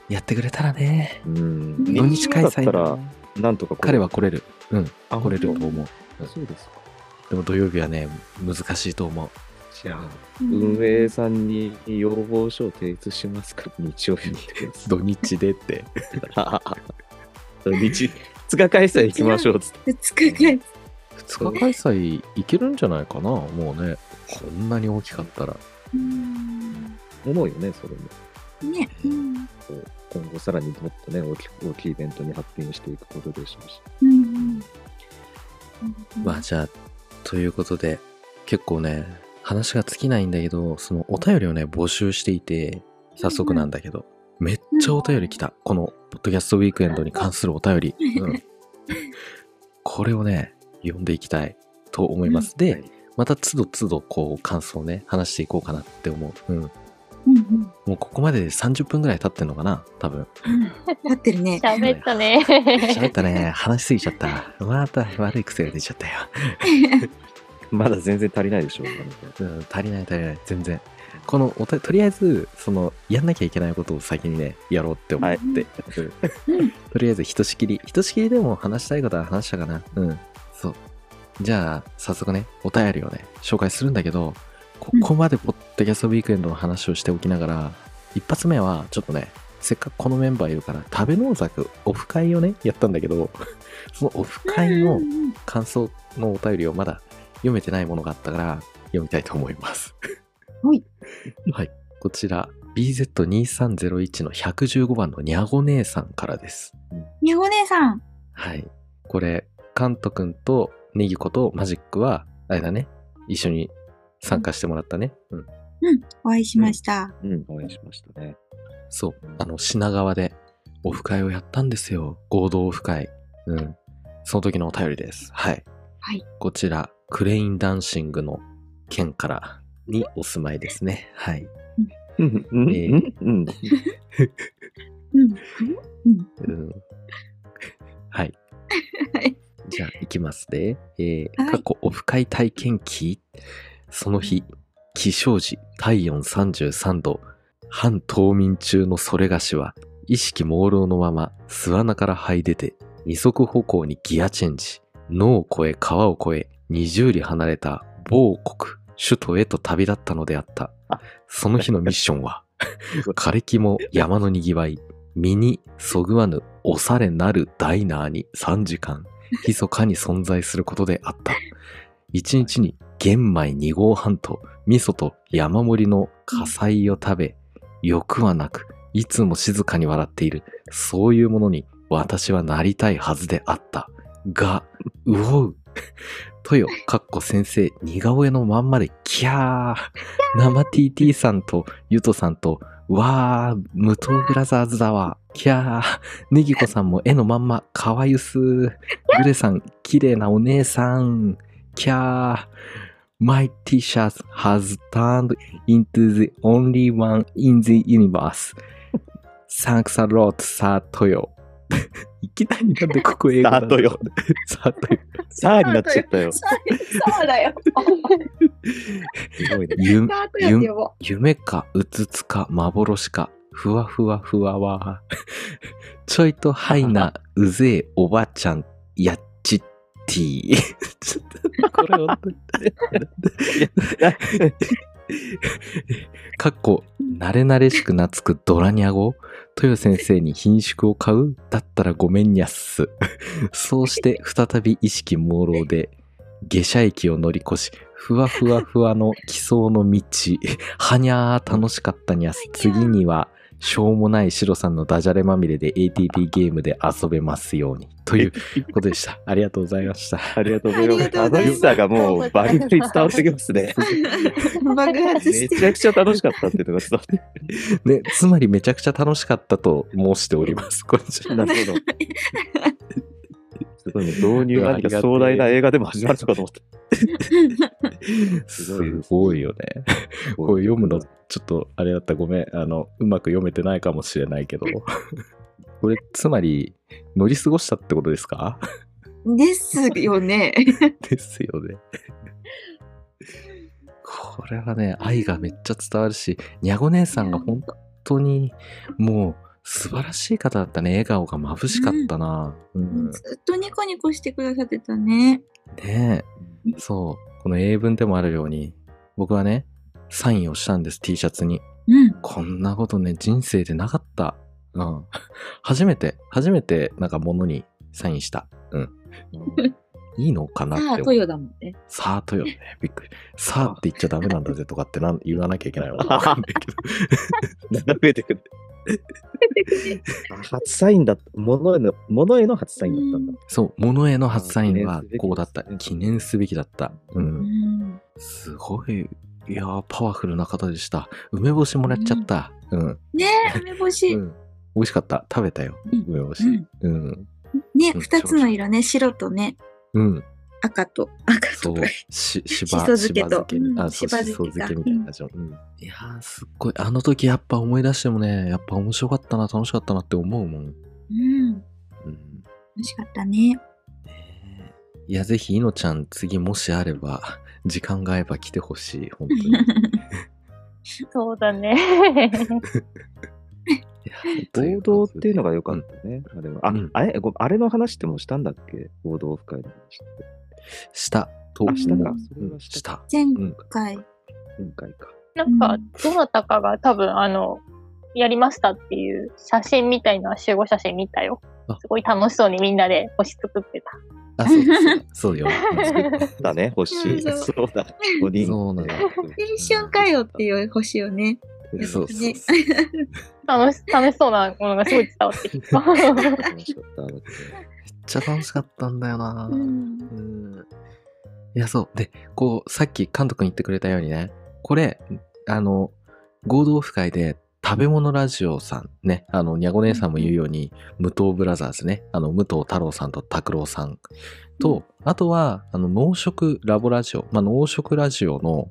B: やってくれたらね、
E: うん。
C: 土
B: 土日開催
E: だ
B: だ
E: った
B: な
E: ら、なんとか
B: 彼
E: は
B: は来れる。うん、来れると
E: 思
B: 思う。
E: う。そうですか。
B: でも土曜日はね、難しいと思う。
E: じゃあ、
C: うん
E: 運営さんに要望書を提出しますか日曜日に。
B: 土日で って。
E: 土 日、2日開催行きましょうっつって。
C: 二日くらい。
B: 2日開催いけるんじゃないかな、もうね。こんなに大きかったら。
C: うん
E: 思うよね、それも。
C: ね、うん
E: こう今後さらにもっとね、大き大きいイベントに発展していくことでしょうし。
C: うんうんうん
B: まあじゃあ、ということで、結構ね、話が尽きないんだけど、そのお便りをね、募集していて、早速なんだけど、めっちゃお便り来た。この、ポッドキャストウィークエンドに関するお便り。うん、これをね、読んでいきたいと思います。で、またつどつど、こう、感想をね、話していこうかなって思う。うん。
C: うんうん
B: もうここまでで30分ぐらい経ってんのかな多分。
C: 立ってるね。
D: 喋ったね。
B: 喋ったね。話しすぎちゃった。また悪い癖が出ちゃったよ。
E: まだ全然足りないでしょう、
B: うん、足りない足りない。全然。このおた、とりあえず、その、やんなきゃいけないことを先にね、やろうって思って。うんとりあえず、ひとしきり。ひとしきりでも話したいことは話したかな。うん。そう。じゃあ、早速ね、お便りをね、紹介するんだけど、ここまでポッドキャストウィークエンドの話をしておきながら、一発目は、ちょっとね、せっかくこのメンバーいるから、食べ農作、オフ会をね、やったんだけど、そのオフ会の
C: うんうん
B: 感想のお便りをまだ読めてないものがあったから読みたいと思います。
C: はい。
B: はい。こちら BZ2301 の115番のにゃご姉さんからです。
C: にゃお姉さん。
B: はい。これ、カント君とネギ子とマジックは、あれだね。一緒に参加してもらったね。うん。
C: うん、お会いしました。
E: うん、応援しましたね。
B: そう。あの、品川でオフ会をやったんですよ。合同オフ会。うん。その時のお便りです。はい。
C: はい。
B: こちら、クレインダンシングの県からにお住まいですね。はい。
E: うん、うん、うん。
C: うん。
B: うん。はい
C: はい。
B: じゃあ、いきますね。えー
C: はい
B: 過去オフ会体験記。その日、起床時、体温33度。半冬眠中のそれがしは、意識朦朧のまま巣穴から這い出て、二足歩行にギアチェンジ。脳を越え、川を越え、二十里離れた某国、首都へと旅立ったのであった
E: あ。
B: その日のミッションは、
E: すごい
B: 枯れ木も山のにぎわい、身にそぐわぬおされなるダイナーに3時間、密かに存在することであった。一日に玄米2合半と味噌と山盛りの火菜を食べ、欲はなく、いつも静かに笑っている、そういうものに私はなりたいはずであった。が、うおう。とよ、かっこ先生、似顔絵のまんまで、キャー。生 TT さんと、ゆとさんと、わー、無糖ブラザーズだわ。キャー。ねぎこさんも絵のまんま、かわゆす。グレさん、綺麗なお姉さん。キャー。My T-shirt has turned into the only one in the universe. Thanks a lot, サートよ。 いきなりなんでここ英語なんだろう
E: サートよ。
B: サートよ。
E: さあになっちゃった よ。す
D: そうだよ。
E: ごいね。
B: ゆ
C: あとやって呼ぼ
B: 夢か、うつつか、幻か、ふわふわふわわ。 ちょいとハイな、うぜえおばちゃん、やっちってぃ。ちょっと、これ本当に。かっこ、慣れ慣れしく懐くドラニャゴ豊先生に品種を買うだったらごめんにゃっす。そうして再び意識朦朧で、下車駅を乗り越し、ふわふわふわの奇想の道。はにゃー楽しかったにゃっす。次には、しょうもないシロさんのダジャレまみれで ATP ゲームで遊べますように。ということでした。ありがとうございました。
E: ありがとうございま
C: あり
E: す。
C: がとうご
E: 楽
C: ざいます
E: しさがもうバリバリ伝わってきます ね。
C: 爆発し
E: め
C: て
E: ちゃくちゃ楽しかったっていうのが伝わって
B: ね、つまりめちゃくちゃ楽しかったと申しております。これじゃ
E: なるほど。すごいね、導入何か壮大な映画でも始まるのか と思った。
B: す
E: ごいです
B: ごいよね。これ読む の
E: す
B: ちょっとあれだったごめんあのうまく読めてないかもしれない けどこれつまり乗り過ごしたってことですか
C: ですよね。
B: ですよねこれはね愛がめっちゃ伝わるしにゃご姉さんが本当にもう素晴らしい方だったね笑顔が眩しかったな、うん
C: ずっとニコニコしてくださってたね。
B: ねえそうこの英文でもあるように僕はねサインをしたんです T シャツに
C: うん。
B: こんなことね、人生でなかった。うん。 初めて、初めてなんか物にサインした。うん。いいのかなって
C: さあ、
B: 思
C: ト
B: う。
C: ヨだもんね。
B: さあとよね。びっくり。さあって言っちゃダメなんだぜとかってなん言わなきゃいけないの わかんないけど。
E: 眺めてくれ。あ初サインだった。物への、物への初サインだったんだ。
B: そう、物への初サインは
E: 記念すべきです
B: こうだった。記念すべきだった。う。
C: うんん。
B: すごい、いやー、パワフルな方でした。梅干しもらっちゃった。うん。
C: ねえ、梅干
B: う
C: し。
B: ん美味しかった。食べたよ。
C: うん
B: 梅干し
C: う。ん。
B: うん。
C: ね、
B: うん
C: 二つの色ね、白とね、
B: うん。
C: 赤と、赤
B: そ
C: と
B: う、し、し
C: し
B: ば、
C: そ漬け
B: し
C: と
B: ば漬け
C: うん
B: あ、そう、し
C: しば
B: そ
C: 漬け
B: 漬
C: か
B: けみたいな感じの。うんいやー、すっごい。あの時やっぱ思い出してもね、やっぱ面白かったな、楽しかったなって思うもん。
C: う
B: う
C: ん。
B: ん。
C: 美味しかっ たね。
B: ねえいや、ぜひ、いのちゃん、次もしあれば、 時間が合えば来てほしい、本当 に。い
D: そうだね。
B: や本当に
E: 暴動ってい うのが良かったね。あれは。あ、
B: うん
E: あれごあれの話ってもうしたんだっけ暴動深いの話って。
B: したと思う。
E: あ、したか
C: うん。
E: それ
B: うん
E: は
B: し
E: した。
B: た。
C: 前回、
E: 今回か。
D: なん
C: う
D: か
C: ん、
D: どなたかが多分、あの、やりましたっていう写真みたいな集合写真見たよ
B: あ。
D: すごい楽しそうにみんなで星作ってた。
B: あ、そう そうそうよ。
E: だね、欲しい。
C: そう
E: そうだ。五人。
B: そうなんだ
C: 青春かよっていう星をね。
B: そうそうそう
C: ね。
D: 楽し、 楽しそうなものがすごい伝わってきた。
E: 楽しかったあの時
B: めっちゃ楽しかったんだよな。
C: うん
B: うんいや、そう。で、こう、さっき監督に言ってくれたようにね、これ、あの、合同オフ会で、食べ物ラジオさんね、あの、にゃご姉さんも言うように、武藤ブラザーズね、あの、武藤太郎さんと拓郎さんと、あとは、あの、農食ラボラジオ、まあ、農食ラジオの、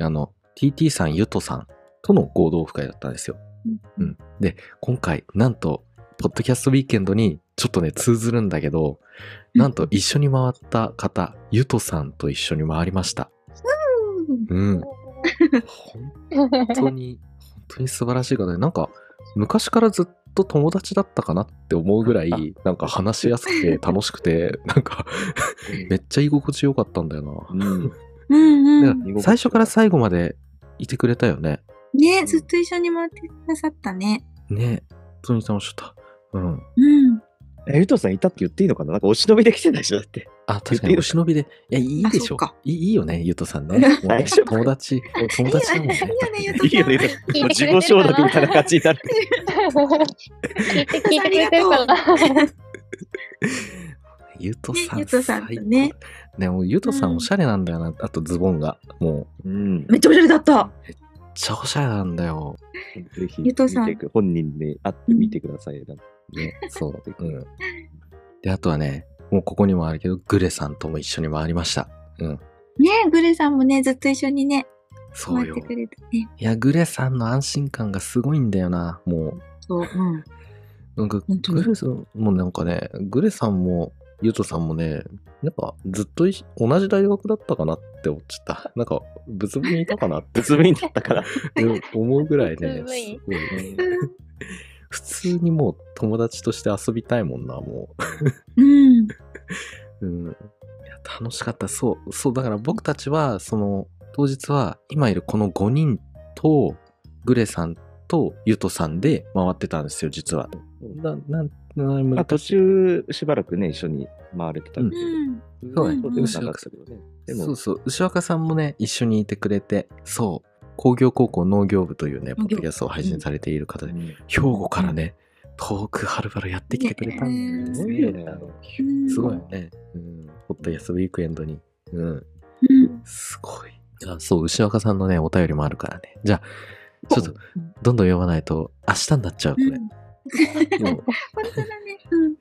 B: あの、TT さん、ゆとさんとの合同オフ会だったんですよ。うん。で、今回、なんと、ポッドキャストウィーケンドに、ちょっとね、通ずるんだけど、なんと一緒に回った方、ゆとさんと一緒に回りました。
C: うん
B: うん。本当に、本当に素晴らしい方で、なんか、昔からずっと友達だったかなって思うぐらい、なんか話しやすく て楽しくて、なんか、めっちゃ居心地よかったんだよ
E: うん。
C: うん
B: な。だ
C: うん。
B: から最初から最後までいてくれたよね。
C: ね、ずっと一緒に回ってくださったね。
B: ね本当に楽しかった。うん。
C: うん。
E: え、ゆとさんいたって言っていいのかななんかお忍びで来てないでしょだって。
B: あ、確かにお忍びで。いや、いいでし
C: あそ
B: ょ
C: っか。
B: いいいいよね、ゆとさんね。もうね
E: 大丈夫
B: 友達、友達だもんね。
C: いいよねゆと
E: いいよね。もう自己承諾みたいな感じになる。
D: 聞いて、聞いてくれてるかな。
B: ゆとさん、
C: ねゆとさんとね
B: 最高。でも、ゆとさ
C: うんん
B: おしゃれなんだよな。あと、ズボンが。もう、
E: うん。
C: めっちゃおしゃれだった。
B: めっちゃおしゃれなんだよ。
E: ぜひ
C: ゆとさん
E: 見てく本人に会ってみてください。
B: ね、そう。 うん。で、あとはね、もうここにもあるけど、グレさんとも一緒に回りました。うん。
C: ね、グレさんもね、ずっと一緒にね、
B: そう
C: 回っ
B: よ
C: て。くれたね。
B: いや、グレさんの安心感がすごいんだよな。も
C: そう、うん。
B: う、なんか、
C: 本当
B: グ
C: に
B: レさんもなんかね、グレさんも、ゆとさんもね、なんか、ずっとい同じ大学だったかなって思っちゃった。なんか、物部にいたかな って
E: 物理になったから。
B: で思うぐらいね、
D: 普
B: す
D: 通に
B: ごいね。普通にもう友達として遊びたいもんな、も
C: うん。
B: う。うん。いや、楽しかった。そう、そう、だから僕たちは、その、当日は、今いるこの5人と、グレさんとゆとさんで回ってたんですよ、実は。な、なん、なん
E: まあ、途中しばらくね、一緒に回れてたけ
C: う
E: ど、
C: ん。
B: そう
C: ね
E: そうでもなかったけどね。で
B: そ
E: も
B: う、そう、牛若さんもね、一緒にいてくれて、そう、工業高校農業部というね、ポッドキャストを配信されている方で、兵庫からね、遠くはるばるやってきてくれたんですす
E: ご
B: ね。
E: いよね。
C: うん
B: すごいよね。うん。ホットヤスウィークエンドに。うん。
C: うん
B: すごい。あそう、牛若さんのね、お便りもあるからね。じゃあ、ちょっと、どんどん読まないと、明日になっちゃう、こ
C: う ん
B: れ。も
C: 本当だね。うん。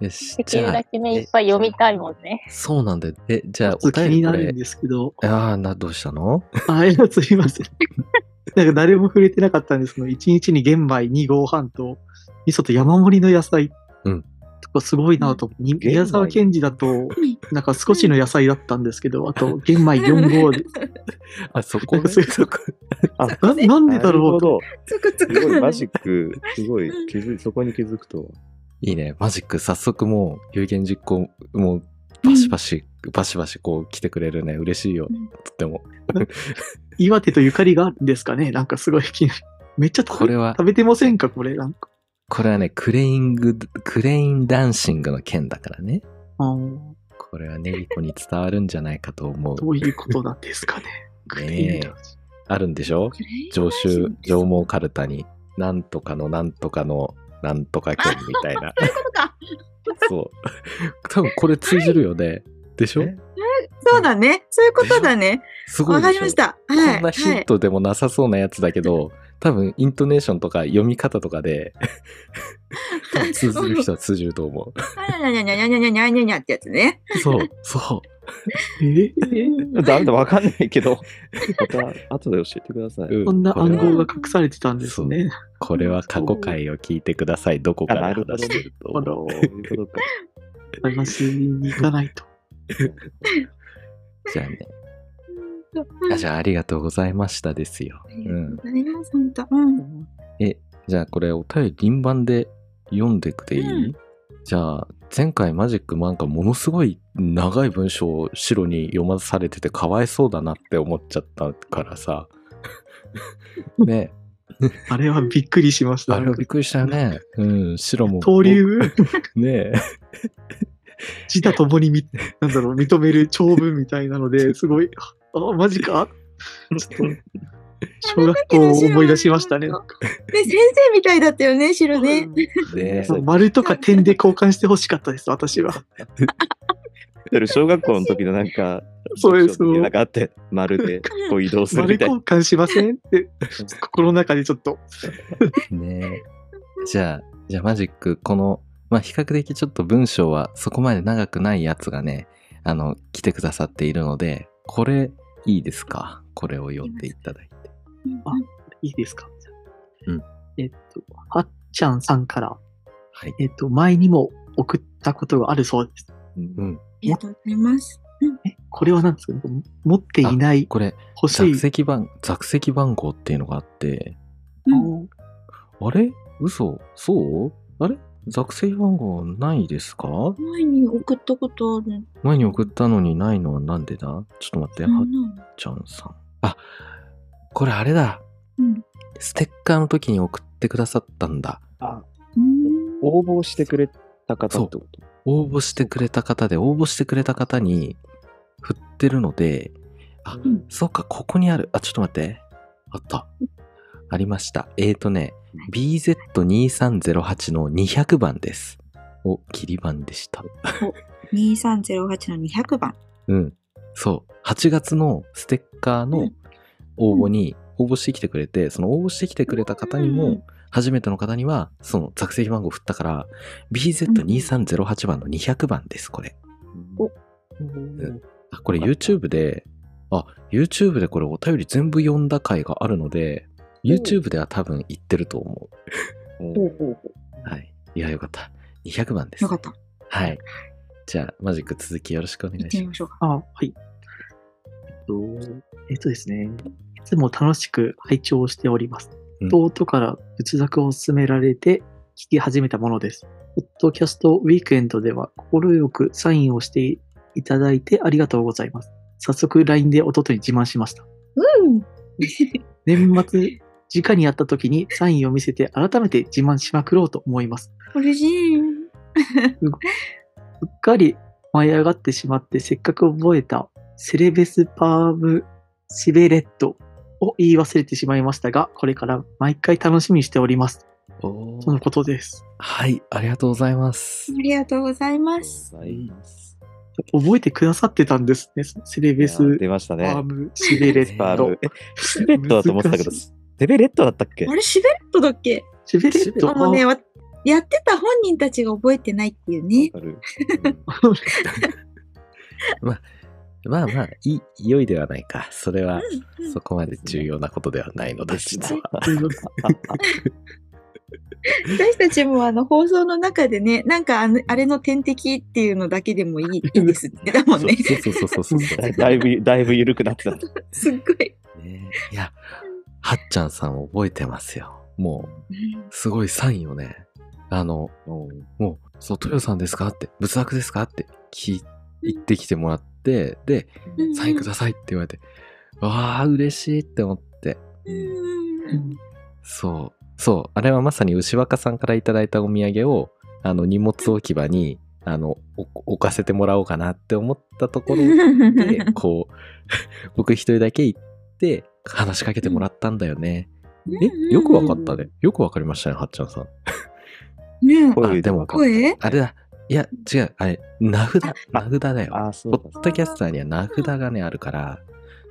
B: うよし、
D: でき
B: じ
D: る
B: ゃ
D: だ
B: あ、
D: けね、いっぱい読みたいもんね。
B: そうなんだよ。え、じゃあ、
F: ちょ
B: お
F: っと気
B: 便
F: に
B: り
F: な
B: こ
F: る
B: れ
F: ん。ですけど、
B: ああ、な、どうしたの
F: あ、いや、すいません。 なんか誰も触れてなかったんですけど、1日に玄米2合半と、味噌と山盛りの野菜
B: うん
F: とかすごいなと、に
E: 玄米
F: 宮沢賢治だと、なんか少しの野菜だったんですけど、あと玄米4合で、
B: あ、そ
F: こね
B: そこ。
E: あ、
F: ななんで
E: な
F: だ
E: る
F: ろ
E: ほ
F: うと。
E: ど。
C: つくつ
E: すご
C: く。
E: いマジック、すごい気づい、そこに気づくと。
B: いいね。マジック、早速もう、有言実行、もう、バシバシ、バシバシ、こう、来てくれるね。嬉しいよ
C: うん。
B: とっても。
F: 岩手とゆかりがあるんですかねなんかすごい気になる。めっちゃ食
B: こ
F: べ
B: れは
F: 食、べてませんかこれ、なんか。
B: これはね、クレイング、クレインダンシングの件だからね。
F: あー
B: これは ネギ子に伝わるんじゃないかと思う。
F: どういうことなんですかね。
B: ねえあるんでしょ
C: クレイ
B: 上州、上
C: そう
B: 毛カルタに、なんとかのなんとかのなんとか県みたいな。
C: いうことか。
B: そう。多分これ通じるよね。でしょ
E: え
C: そうだね。そういうことだね。
B: すごい
C: わ
B: でしょ
C: かりました。
B: こ
C: はい。
B: んなヒントでもなさそうなやつだけど、多分イントネーションとか読み方とかで多分通じる人は通じると思
C: はい。あらにゃにゃにゃにゃにゃにゃにゃにゃってやつね。
B: う。そう、そう。
F: え ー
E: だめだ、わかんないけど。また、後で教えてください。
B: う
F: こんな
B: れ
F: 暗
B: は
F: 号が隠されてたんですね。
B: これは過去回を聞いてください。どこから
E: あなるほど
B: 話してると
F: ほ
B: 思う。
F: ら、
E: そういうことか。
F: 探しに行かないと。
B: じゃあね。
C: うん
B: あじゃあありがとうございましたですよ。
C: あ
B: う。
C: りがとうんございます。本当。うん。
B: え、じゃあこれお便り輪番で読んでくでいい、
C: う
B: じゃあ前回マジックもなんかものすごい長い文章を白に読まされててかわいそうだなって思っちゃったからさ。ね
F: あれはびっくりしました。
B: あれはびっくりしたよね。うん、白も。
F: 登竜、
B: ね
F: 自他とも にみ、なんだろう、認める長文みたいなので、すごい、あ、マ ジかちょっと、小学校を思い出しましたね。
C: ね、先生みたいだったよね、白ね。
B: え。ね
E: そう
F: 丸とか点で交換してほしかったです、私は。
E: 小学校の時のなんか、
F: そうです
E: なんかあって、丸 でこう移動する
F: 丸
E: みたいな
F: 交。換しませ んって、心の中でちょっと、
B: ねじゃあ、じゃあマジック、この、まあ比較的ちょっと文章はそこまで長くないやつがね、あの、来てくださっているので、これいいですかこれを読んでいただいて。
F: いいですか
B: うん。
F: えっと、はっちゃんさんから、
B: はい。
F: えっと、前にも送ったことがあるそうです。
B: うん。
C: ありがとうございます。
F: え、これは何ですかね持っていない、
B: これ、
F: 欲し
B: 座
F: い。
B: 席番、座席番号っていうのがあって、
F: うん
B: あれ嘘そうあれ座席番号ないですか
C: 前に送ったことある。
B: 前に送ったのにないのはなんでだちょっと待って、はっちゃんさん。あ、これあれだ。
C: うん
B: ステッカーの時に送ってくださったんだ。
C: うん
E: 応募してくれた方ってこと
B: 応募してくれた方で、応募してくれた方に振ってるので、あ、
C: ん
B: そうか、ここにある。あ、ちょっと待って。あった。ありました。えーとね、BZ2308 の200番です。お、切り番でした。
C: 2308の200番。
B: うん。そう。8月のステッカー
C: う
B: の
C: ん
B: 応募に応募してきてくれて、その応募してきてくれた方にも、
C: うん
B: 初めての方には、その作成番号振ったから、BZ2308 番の200番です、これ。あ、これ YouTube で、あ、YouTube でこれお便り全部読んだ回があるので、YouTube では多分言ってると思
E: お
B: う。はい。いや、よかった。200番です
C: よか。った。
B: はい。じゃあ、マジック続きよろしくお願
C: 行っ
B: い
C: て
B: し
C: み
B: ま。
C: ますしょうか。
F: あ、はい。えっと、えっとですね、いつも楽しく拝聴しております。
B: うん
F: 弟から仏作を勧められて聞き始めたものです。ポッドキャストウィークエンドでは心よくサインをしていただいてありがとうございます。早速 LINE で弟に自慢しました。
C: うん。
F: 年末直にやった時にサインを見せて改めて自慢しまくろうと思います。
C: 嬉しい。
F: うっかり舞い上がってしまってせっかく覚えたセレベスパームシベレットを言い忘れてしまいましたが、これから毎回楽しみにしております。
B: お
F: とのことです。
B: はい、ありがとうございます
C: あ。りがとうございます。
E: ございます。
F: 覚えてくださってたんですね。セレベス
E: いや出ました
F: パー
E: ね。
F: ムシベレッ
E: パー
F: ト
E: ム。。えシベレットだと思ってたけど、セベレットだったっけ
C: あれ、シベレットだっけ
F: シベレッ
C: あ
F: ト。
C: のね、わやってた本人たちが覚えてないっていうね。
E: わかる
B: まあまあ、いい、良いではないか。それは、
C: うんうん
B: そこまで重要なことではないので、 実は。
C: 私たちもあの放送の中でね、なんかあのあれの天敵っていうのだけでもいいいいですって言ってたもんね。
B: そうそうそうそうそう。
E: だいだいぶ、だいぶ緩くなってた。
C: すっごい。
B: ねいや、はっちゃんさん覚えてますよ。もう、すごいサインをね、あの、もう、そう、豊さんですかって、仏作ですかって聞い言ってきてもらって、で、
C: うん
B: サインくださいって言われて、わあ、嬉しいって思って。
C: うん
B: そう。そう。あれはまさに牛若さんからいただいたお土産を、あの、荷物置き場に、あの、お置かせてもらおうかなって思ったところで、 こう、 僕一人だけ行って、話しかけてもらったんだよね。え
C: うんうんうん
B: よくわかったね。よくわかりましたね、はっちゃんさん。
C: ねえ
E: 声
B: あ、でも、
C: 声
B: あれだ。いや、違う。あれ、名札
C: あ。
B: 名札だよ。
E: ああ、そ
B: ポ
E: うだ
B: ッドキャスターには名札がね、あるから、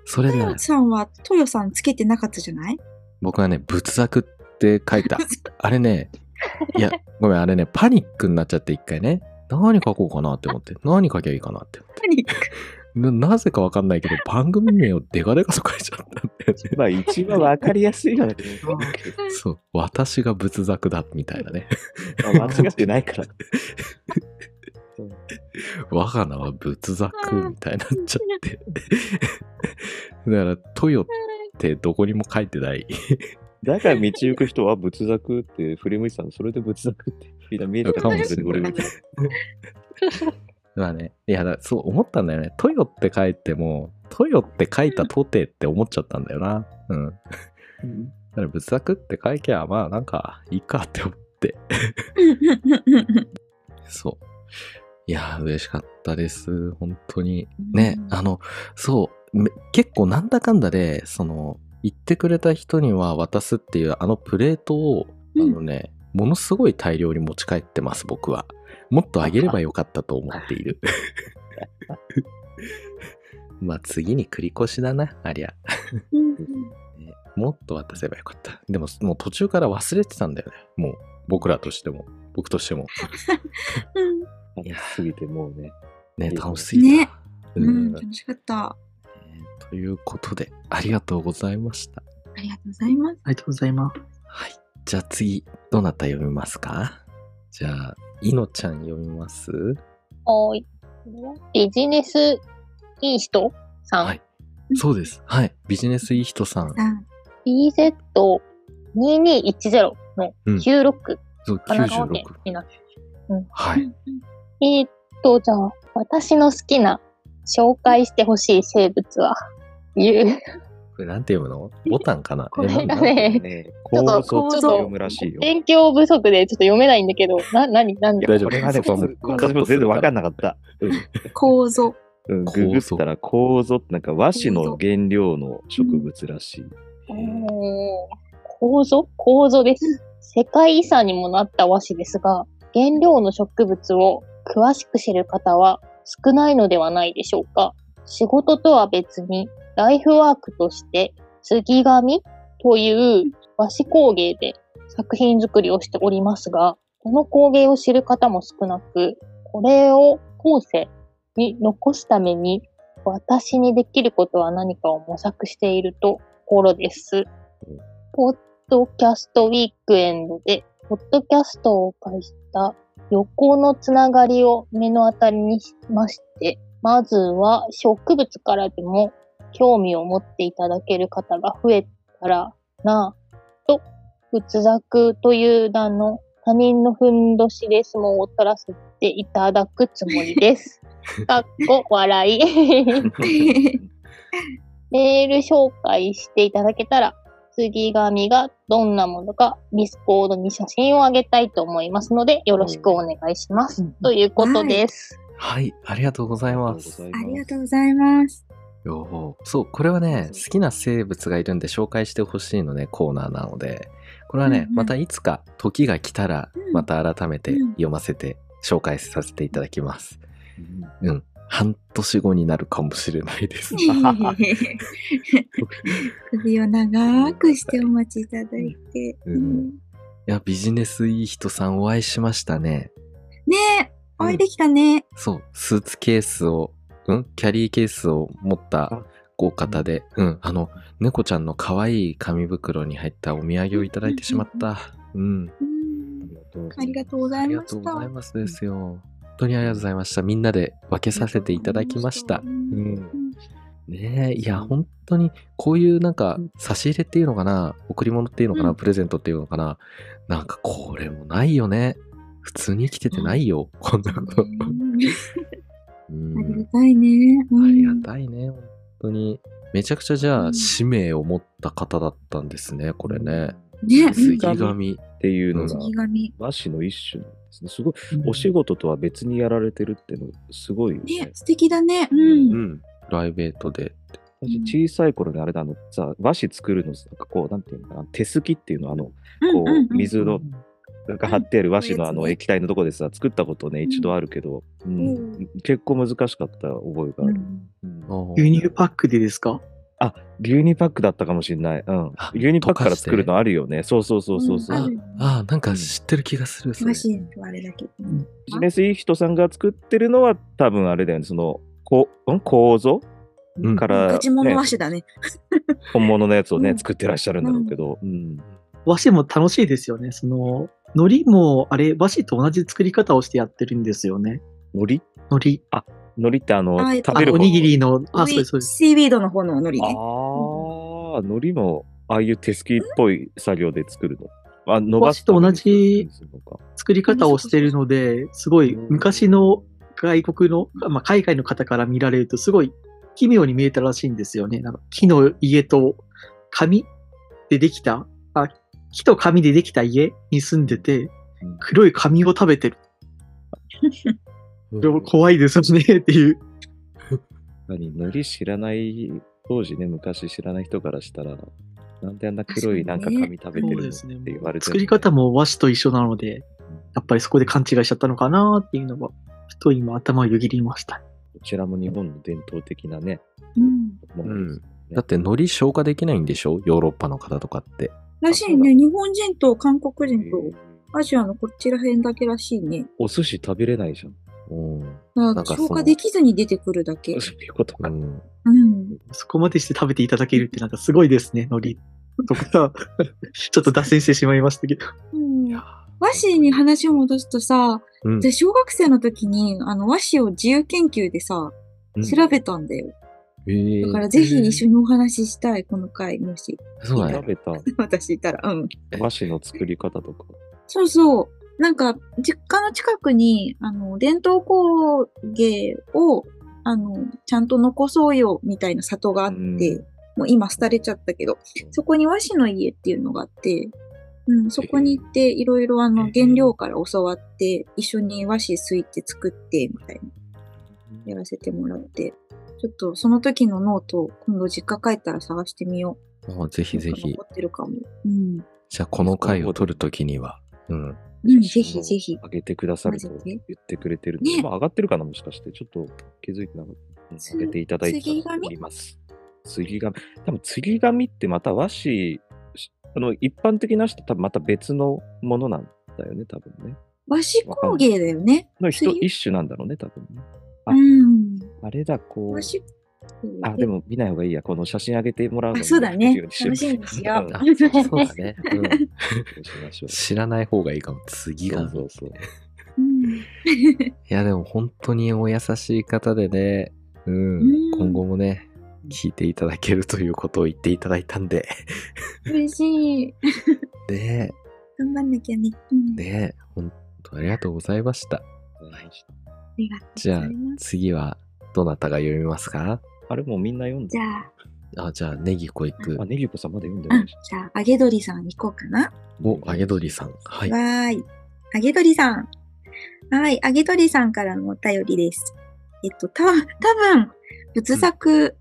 B: それでね、
C: さんは、トヨさんつけてなかったじゃない
B: 僕はね、仏作って書いた。あれね、いや、ごめん、あれね、パニックになっちゃって一回ね、何書こうかなって思って、何書きゃいいかなって思って。
C: パニック
B: ななぜかわかんないけど、番組名をデカデカと書いちゃったんだよね。
E: まあ、一番わかりやすいよね。
B: そう、私が仏作だ、みたい なね。
E: まあ間違ってないから。
B: 我が名は仏作、みたいになっちゃって。だから、トヨってどこにも書いてない。
E: だから道行く人は仏作って振り向いてたの、それで仏作って。みんな見えて
B: かも
E: る
B: しれない
E: 俺みたいな
B: まあね、いやだ、そう思ったんだよね。トヨって書いても、トヨって書いたとてって思っちゃったんだよな。うん。だから仏作って書いきゃ、まあなんか、いいかって思って。そう。いやー、嬉しかったです。本当に。ね、あの、そう、め結構なんだかんだで、その、言ってくれた人には渡すっていうあのプレートを、あ
C: うん
B: のね、ものすごい大量に持ち帰ってます、僕は。もっとあげればよかったと思っている。 まあ次に繰り越しだな、ありゃ。
C: うん
B: ねもっと渡せばよかった。でも、もう途中から忘れてたんだよね。もう、僕らとしても、僕としても。
E: 楽しすぎてもうね。
B: ね、楽しすぎた。
C: うんう
B: うん
C: ん、楽しかった。
B: ねということで、ありがとうございました。
C: ありがとうございます。
F: ありがとうございます。
B: はい。じゃあ次、どなた読みますかじゃあ、いのちゃん読みます
D: おい。ビジネスいい人さん。
B: はい。そうです。はい。ビジネスいい人さん。
C: さ
D: BZ2210 の96、神
B: そう、
D: 奈川県
B: 96。
D: になって
B: は
C: あ
B: い。
D: えーっと、じゃあ、私の好きな紹介してほしい生物は、言う。
B: これなんて読むのボタンかな
D: これ
B: えな
D: がね
E: ね、
D: ちょっと構
E: 構造って
D: 造
E: 読むらしいよ。
D: 勉強不足でちょっと読めないんだけど、な、なに、なんで
B: 大丈夫
E: これはね、
B: そこは
E: 普通私も全然わかんなかった。
C: 構造。
E: うん、
B: 構
E: グ
B: 造
E: グったら構造ってなんか和紙の原料の植物らしい。
D: えー構造構造です。世界遺産にもなった和紙ですが、原料の植物を詳しく知る方は少ないのではないでしょうか。仕事とは別に、ライフワークとして、杉紙という和紙工芸で作品作りをしておりますが、この工芸を知る方も少なく、これを後世に残すために、私にできることは何かを模索しているとところです。ポッドキャストウィークエンドで、ポッドキャストを介した横のつながりを目の当たりにしまして、まずは植物からでも興味を持っていただける方が増えたらなぁと、仏作という名の他人のふんどしで相撲を取らせていただくつもりです。かっこ笑 い。メール紹介していただけたら杉紙がどんなものか、ディスコードに写真をあげたいと思いますので、よろしくお願いします。ということです。
B: はい、ありがとうございます。
C: ありがとうございます。
B: よーそう、これはね、好きな生物がいるんで紹介してほしいのね、コーナーなので、これはね
C: う、んうん
B: またいつか時が来たら
C: う、ん
B: また改めて読ませて、紹介させていただきます。うん、半年後になるかもしれないです。
C: 首を長くしてお待ちいただいて。
B: うんいや、ビジネスいい人さんお会いしましたね。
C: ねえ、お会いできたね。
B: そう、スーツケースを、うんキャリーケースを持った
E: あ
B: 豪方で、うん、あの、猫ちゃんの可愛い紙袋に入ったお土産をいただいてしまった。うん、
C: うんありがとうござ
B: あ
C: い
B: りが
C: ま
B: とう
C: し
B: ござい
C: た。
B: ますですよ。本当にありがとうございました。みんなで分けさせていただきました
C: う。
B: んねえ、いや、本当に、こういうなんか、差し入れっていうのかな、贈り物っていうのか
C: う
B: な、
C: ん
B: プレゼントっていうのかな、なんかこれもないよね。普通に生きててないよ、こんなこと。う
C: あり
B: ん、
C: がたいね。うん
B: ありがたいね、本当に。めちゃくちゃじゃ
C: う
B: あ、
C: ん
B: 使命を持った方だったんですね、これね。
C: ね、
B: 杉
E: 紙
B: 紙。
E: っていうのが
C: 次紙。
E: 和紙の一種なんですね。すごい、お仕事とは別にやられてるっていうのすごいよ
C: ね
E: ね、。
C: 素敵だね。う。
B: うんん。プライベートで。
E: 私小さい頃にあれだあのさ和紙作るのなんかこうなんていうのかな手すきっていうのあのこ
C: うんうん
E: う水のなんか貼ってある和紙のあ
C: こう
E: の
C: いうやつね
E: 液体のとこでさ作ったことね一度あるけど、うん
C: うん
E: 結構難しかった覚えがある、うん
B: おー
F: 牛乳パックでですか
E: あ牛乳パックだったかもしれない、うん
B: あ、
E: 牛乳パック
B: 溶
E: か
B: からして
E: 作るのあるよねそうそうそうそうそう、
C: うんある
B: ああ、なんか知ってる気がする、それ
C: 詳しいとあれだけど。
E: ビジネスいい人さんが作ってるのは多分あれだよねそのこん構造
B: うん
E: から、
C: 昔物
E: ね
C: 和紙だね。
E: 本物のやつをね、
C: うん
E: 作ってらっしゃるんだろうけど、うん
F: 和紙も楽しいですよね。その、海苔も、あれ、和紙と同じ作り方をしてやってるんですよね。
E: 海苔
F: 海苔。
E: 海苔ってあの
C: あ
E: 食
F: あ
E: べる
F: お
E: 方
F: にぎりの、あ、そう
C: シ
F: です、そうです。
C: ーウィードの方の海苔ね。
E: ああ、海苔も、ああいう手すきっぽい作業で作るの。あ伸ば
F: 和
E: す
F: 紙と同じ
E: ために作るのか
F: 作り方をしてるので、すごい、昔の外国の、まあ、海外の方から見られると、すごい奇妙に見えたらしいんですよね。なんか木の家と紙でできた、あ、木と紙でできた家に住んでて、
E: うん
F: 黒い紙を食べてる。でも怖いですよね、っ ていう。
E: 何海苔知らない、当時ね、昔知らない人からしたら、なんであんな黒いなんか紙食べてるのって言われて、
F: 作り方
E: も。
F: も和紙と一緒なので、やっぱりそこで勘違いしちゃったのかなっていうのは、ふと今頭をよぎりました。
E: こちらも日本の伝統的なね、
C: うん
E: ものですよね
B: だって海苔消化できないんでしょヨーロッパの方とかって。
C: らしいね。日本人と韓国人とアジアのこちら辺だけらしいね。
E: お寿司食べれないじゃん。
B: うん。な
C: だか
B: ん
C: ら
B: かその
C: 消化できずに出てくるだけ。
E: そういうこと
B: う
E: か。
B: ん、
C: うん。
F: そこまでして食べていただけるってなんかすごいですね、海苔とか。 ちょっと脱線してしまいましたけど。
C: うん和紙に話を戻すとさ、
B: うん
C: 私小学生の時にあの和紙を自由研究でさ、
E: うん
C: 調べたんだよ。
B: えー
C: だからぜひ一緒にお話ししたい、この回、もし、
B: そうだ
E: 食
B: ね。
E: べた
C: 私いたら。うん。
E: 和紙の作り方とか。
C: そうそう。なんか、実家の近くに、あの、伝統工芸を、あの、ちゃんと残そうよ、みたいな里があって、
E: うん
C: もう今廃れちゃったけど、そこに和紙の家っていうのがあって、うん、そこに行って、いろいろあの、原料から教わって、一緒に和紙すいて作って、みたいな、やらせてもらって、ちょっとその時のノートを今度実家帰ったら探してみよ
B: あぜひ
C: う。
B: ぜひ
C: 残。ってるかも。うん。
B: じゃあこの回を撮るときには。うん。
C: うん、ぜひぜひ。
E: 上げてくださると言ってくれてるんで、
C: ね
E: まあ上がってるかな、もしかして。ちょっと気づいてなかった。
C: す
E: 上げていただいて
C: 杉紙
E: おります。杉紙多分杉紙ってまた和紙、しあの一般的な人多分また別のものなんだよね、多分ね。
C: 和紙工芸だよね。
E: の人
C: 杉
E: 一種なんだろうね、多分ね。あ
C: うん。
E: あれだ、こ
C: 和
E: う。
C: 紙
E: あ、でも見ない方がいいや。この写真上げてもらうの
C: あそうだね
E: 見るようによう
C: 楽しみにしよう
E: うん
B: あ
E: そ
B: そうだね。うん
E: うし ましょう。
B: 知らない方がいいかも。次が。
E: そうそうそう
C: うん
B: いやでも本当にお優しい方でね。うん。
C: うん
B: 今後もね、聞いていただけるということを言っていただいたんで。
C: 嬉しい。
B: ね
C: 頑張んなきゃね。うん
B: え。ねえ。本当ありがとうございました。
C: ありがとうご
B: じ
C: ざ
B: ゃ
C: い
B: あ
C: ます。
B: 次はどなたが読みますか
E: あれもうみんな読んで
C: じゃあ、
B: あ、じゃあ、ネギ子行く
E: あ、。ネギ子さんまだ読んで
C: あ
E: ないし。、
C: じゃあ、揚げ鳥さん行こうかな。
B: お、揚げ鳥さん。はい。
C: わーい。揚げ鳥さん。はい、揚げ鳥さんからのお便りです。えっと、た、多分仏作、ん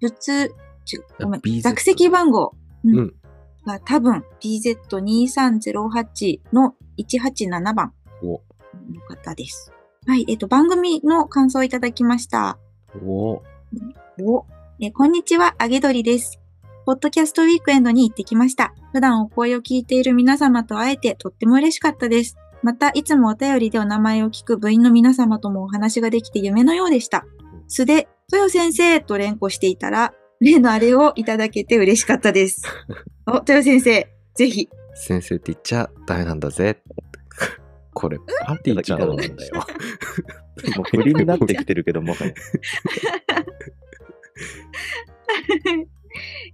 C: 仏、ちょごめん
B: BZ、
C: 座席番号。うん
B: うん
C: が多分 BZ2308 の187番
B: お、
C: の方です。はい、えっと、番組の感想をいただきました。
B: お、
C: おえーこんにちは、あげどりです。ポッドキャストウィークエンドに行ってきました。普段お声を聞いている皆様と会えてとっても嬉しかったです。また、いつもお便りでお名前を聞く部員の皆様ともお話ができて夢のようでした。素で、豊先生と連呼していたら、例のあれをいただけて嬉しかったです。お、豊先生、ぜひ。
B: 先生って言っちゃダメなんだぜ。 これ、パティちゃんなんだよ。
E: もう振りになってきてるけど、もはや。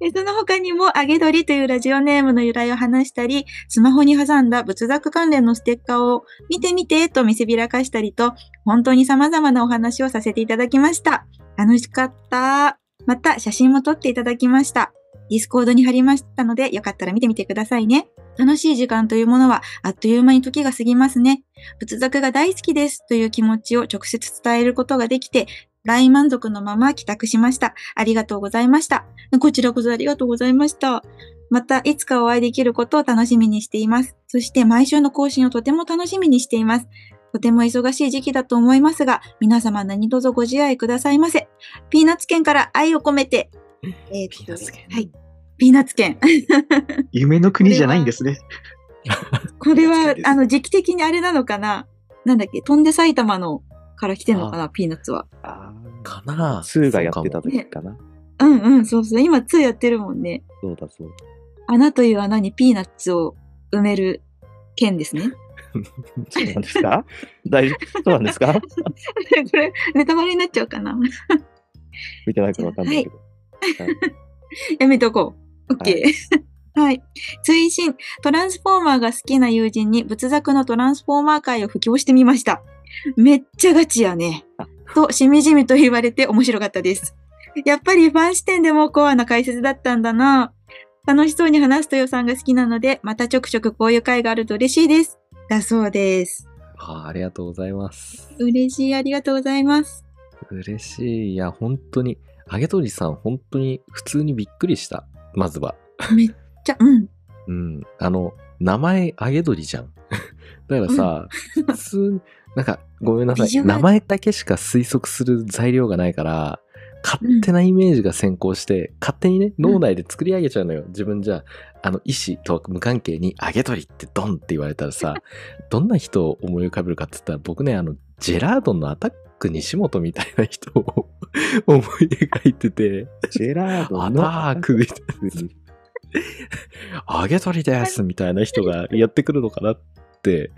C: えその他にも、あげどりというラジオネームの由来を話したり、スマホに挟んだ仏作関連のステッカーを見てみてと見せびらかしたりと、本当に様々なお話をさせていただきました。楽しかった。また、写真も撮っていただきました。ディスコードに貼りましたので、よかったら見てみてくださいね。楽しい時間というものは、あっという間に時が過ぎますね。仏作が大好きですという気持ちを直接伝えることができて、大満足のまま帰宅しました。ありがとうございました。こちらこそありがとうございました。また、いつかお会いできることを楽しみにしています。そして、毎週の更新をとても楽しみにしています。とても忙しい時期だと思いますが、皆様何卒ご自愛くださいませ。ピーナッツ券から愛を込めて。えー
B: ピー
C: と
B: ナッツ券
C: はい。ピーナッツ券。
F: 夢の国じゃないんですね。
C: これは
E: ピーナッツ券で、す
C: あの、時期的にあれなのかななんだっけ飛んで埼玉のから来てんのかなピーナッツは。
E: あ
B: かな
E: スーがやってた
C: そう
E: 時
C: か
E: かな。
C: うんうん、そうそう。今、2やってるもんね。
E: そうだそうだ。
C: 穴という穴にピーナッツを埋める券ですね。
E: そうなんですか大丈夫そうなんです か
C: これ、ネタバレになっちゃうかな
E: 見てないからわかんないけど。はい
C: やめとこう。OK。はい。 追伸、トランスフォーマーが好きな友人に仏作のトランスフォーマー会を布教してみました。めっちゃガチやね。と、しみじみと言われて面白かったです。やっぱりファン視点でもコアな解説だったんだな。楽しそうに話すとよさんが好きなので、またちょくちょくこういう会があると嬉しいです。だそうです。
B: あーありがとうございます。
C: 嬉しい。ありがとうございます。
B: 嬉しい。いや、本当に、揚げ鳥さん、本当に普通にびっくりした。まずは。
C: めっちゃ、 うん。
B: うん。あの、名前、揚げ鳥じゃん。だからさ、普通に、なんか、ごめんなさ
C: ビジュ
B: い。
C: アル
B: 名前だけしか推測する材料がないから、勝手なイメージが先行して、勝手にね、脳内で作り上げちゃうのよ。自分じゃ、あの、医師とは無関係に、揚げ鳥ってドンって言われたらさ、どんな人を思い浮かべるかって言ったら、僕ね、あの、ジェラードンのアタック西本みたいな人を 思い描いてて、
E: ジェラード
B: アタ
E: の
B: ックみたいな。揚げ鳥ですみたいな人がやってくるのかなって、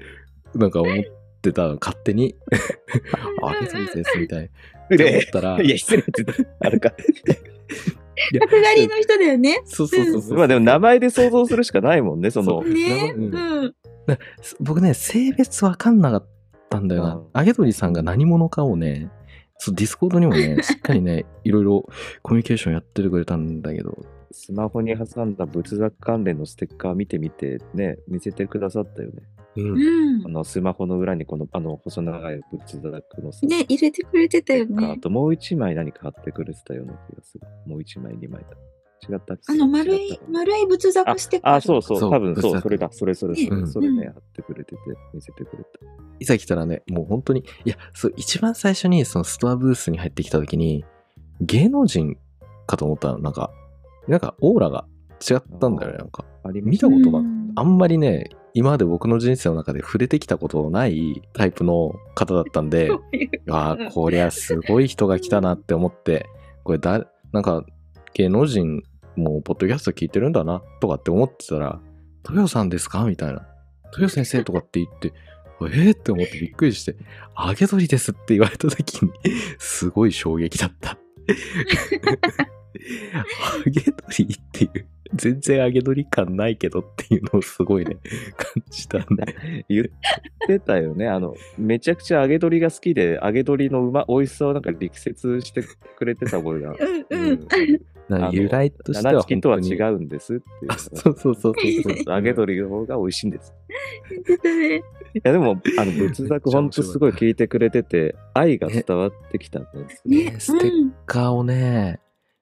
B: なんか思ってたの、勝手に。揚げ鳥ですみたい
E: い
B: な。思
E: や
B: ったら、
E: いや、失礼って言ったあれか。
C: 角刈りの人だよね。
B: そうそうそうそう。
E: まあでも名前で想像するしかないもんね、そ
B: そ
E: の。
C: ね。
B: うん
C: うん。
B: 僕ね、性別わかんなかったんだよな。揚げ鳥さんが何者かをね、そうディスコードにもね、しっかりね、いろいろコミュニケーションやっててくれたんだけど、
E: スマホに挟んだ仏作関連のステッカー見てみて、ね、見せてくださったよね。
B: うん、
C: うん
E: あ。の、スマホの裏にこの、あの、細長い仏作のさ
C: ね、入れてくれてたよ
E: ステッカ
C: ね
E: ー。ともう一枚何か貼ってくれてたような気がする。もう一枚、二枚だ。違ったっけ
C: あの、丸
E: 違っ
C: い
E: たか、な
C: 丸い仏作して
E: あ、そうそう、
B: そう
E: 多分
B: 仏
E: そう、
B: 作
E: それだ、それそれそれ、
B: うん
E: それね、
C: う
E: 貼ってくれてて、見せてくれた。
B: いざ来たらね、もう本当に、いや、そう、一番最初にそのストアブースに入ってきた時に、芸能人かと思ったの、なんか、なんかオーラが違ったんだよね、なんか。
E: ありま
B: 見
E: した
B: たことが
C: うん
B: あんまりね、今まで僕の人生の中で触れてきたことのないタイプの方だったんで、あ
C: うん
B: あ、こりゃすごい人が来たなって思って、これだ、なんか芸能人もポッドキャスト聞いてるんだなとかって思ってたら、豊さんですかみたいな。豊先生とかって言って、えーって思ってびっくりして、揚げ鳥ですって言われた時に、すごい衝撃だった。揚げ鳥っていう、全然揚げ鳥感ないけどっていうのをすごいね、感じたん だ。
E: 言ってたよね。あの、めちゃくちゃ揚げ鳥が好き で、揚げ鳥のうま、美味しさをなんか力説してくれてた覚えが。
C: うんう。
E: うんん
B: だから
E: あの
B: 由来として
E: 七
B: は
E: チキとは
B: 本当
E: 違
B: に
E: うんですっていう
B: あそうそうそうそうそう
E: 揚げ鶏の方が美味しいんです。
C: ね
E: いやでも、あの仏
B: めっちゃ面白
E: 作
B: い
E: ほんとすごい聞いてくれてて、愛が伝わってきたんですね。
B: ねステッカーをね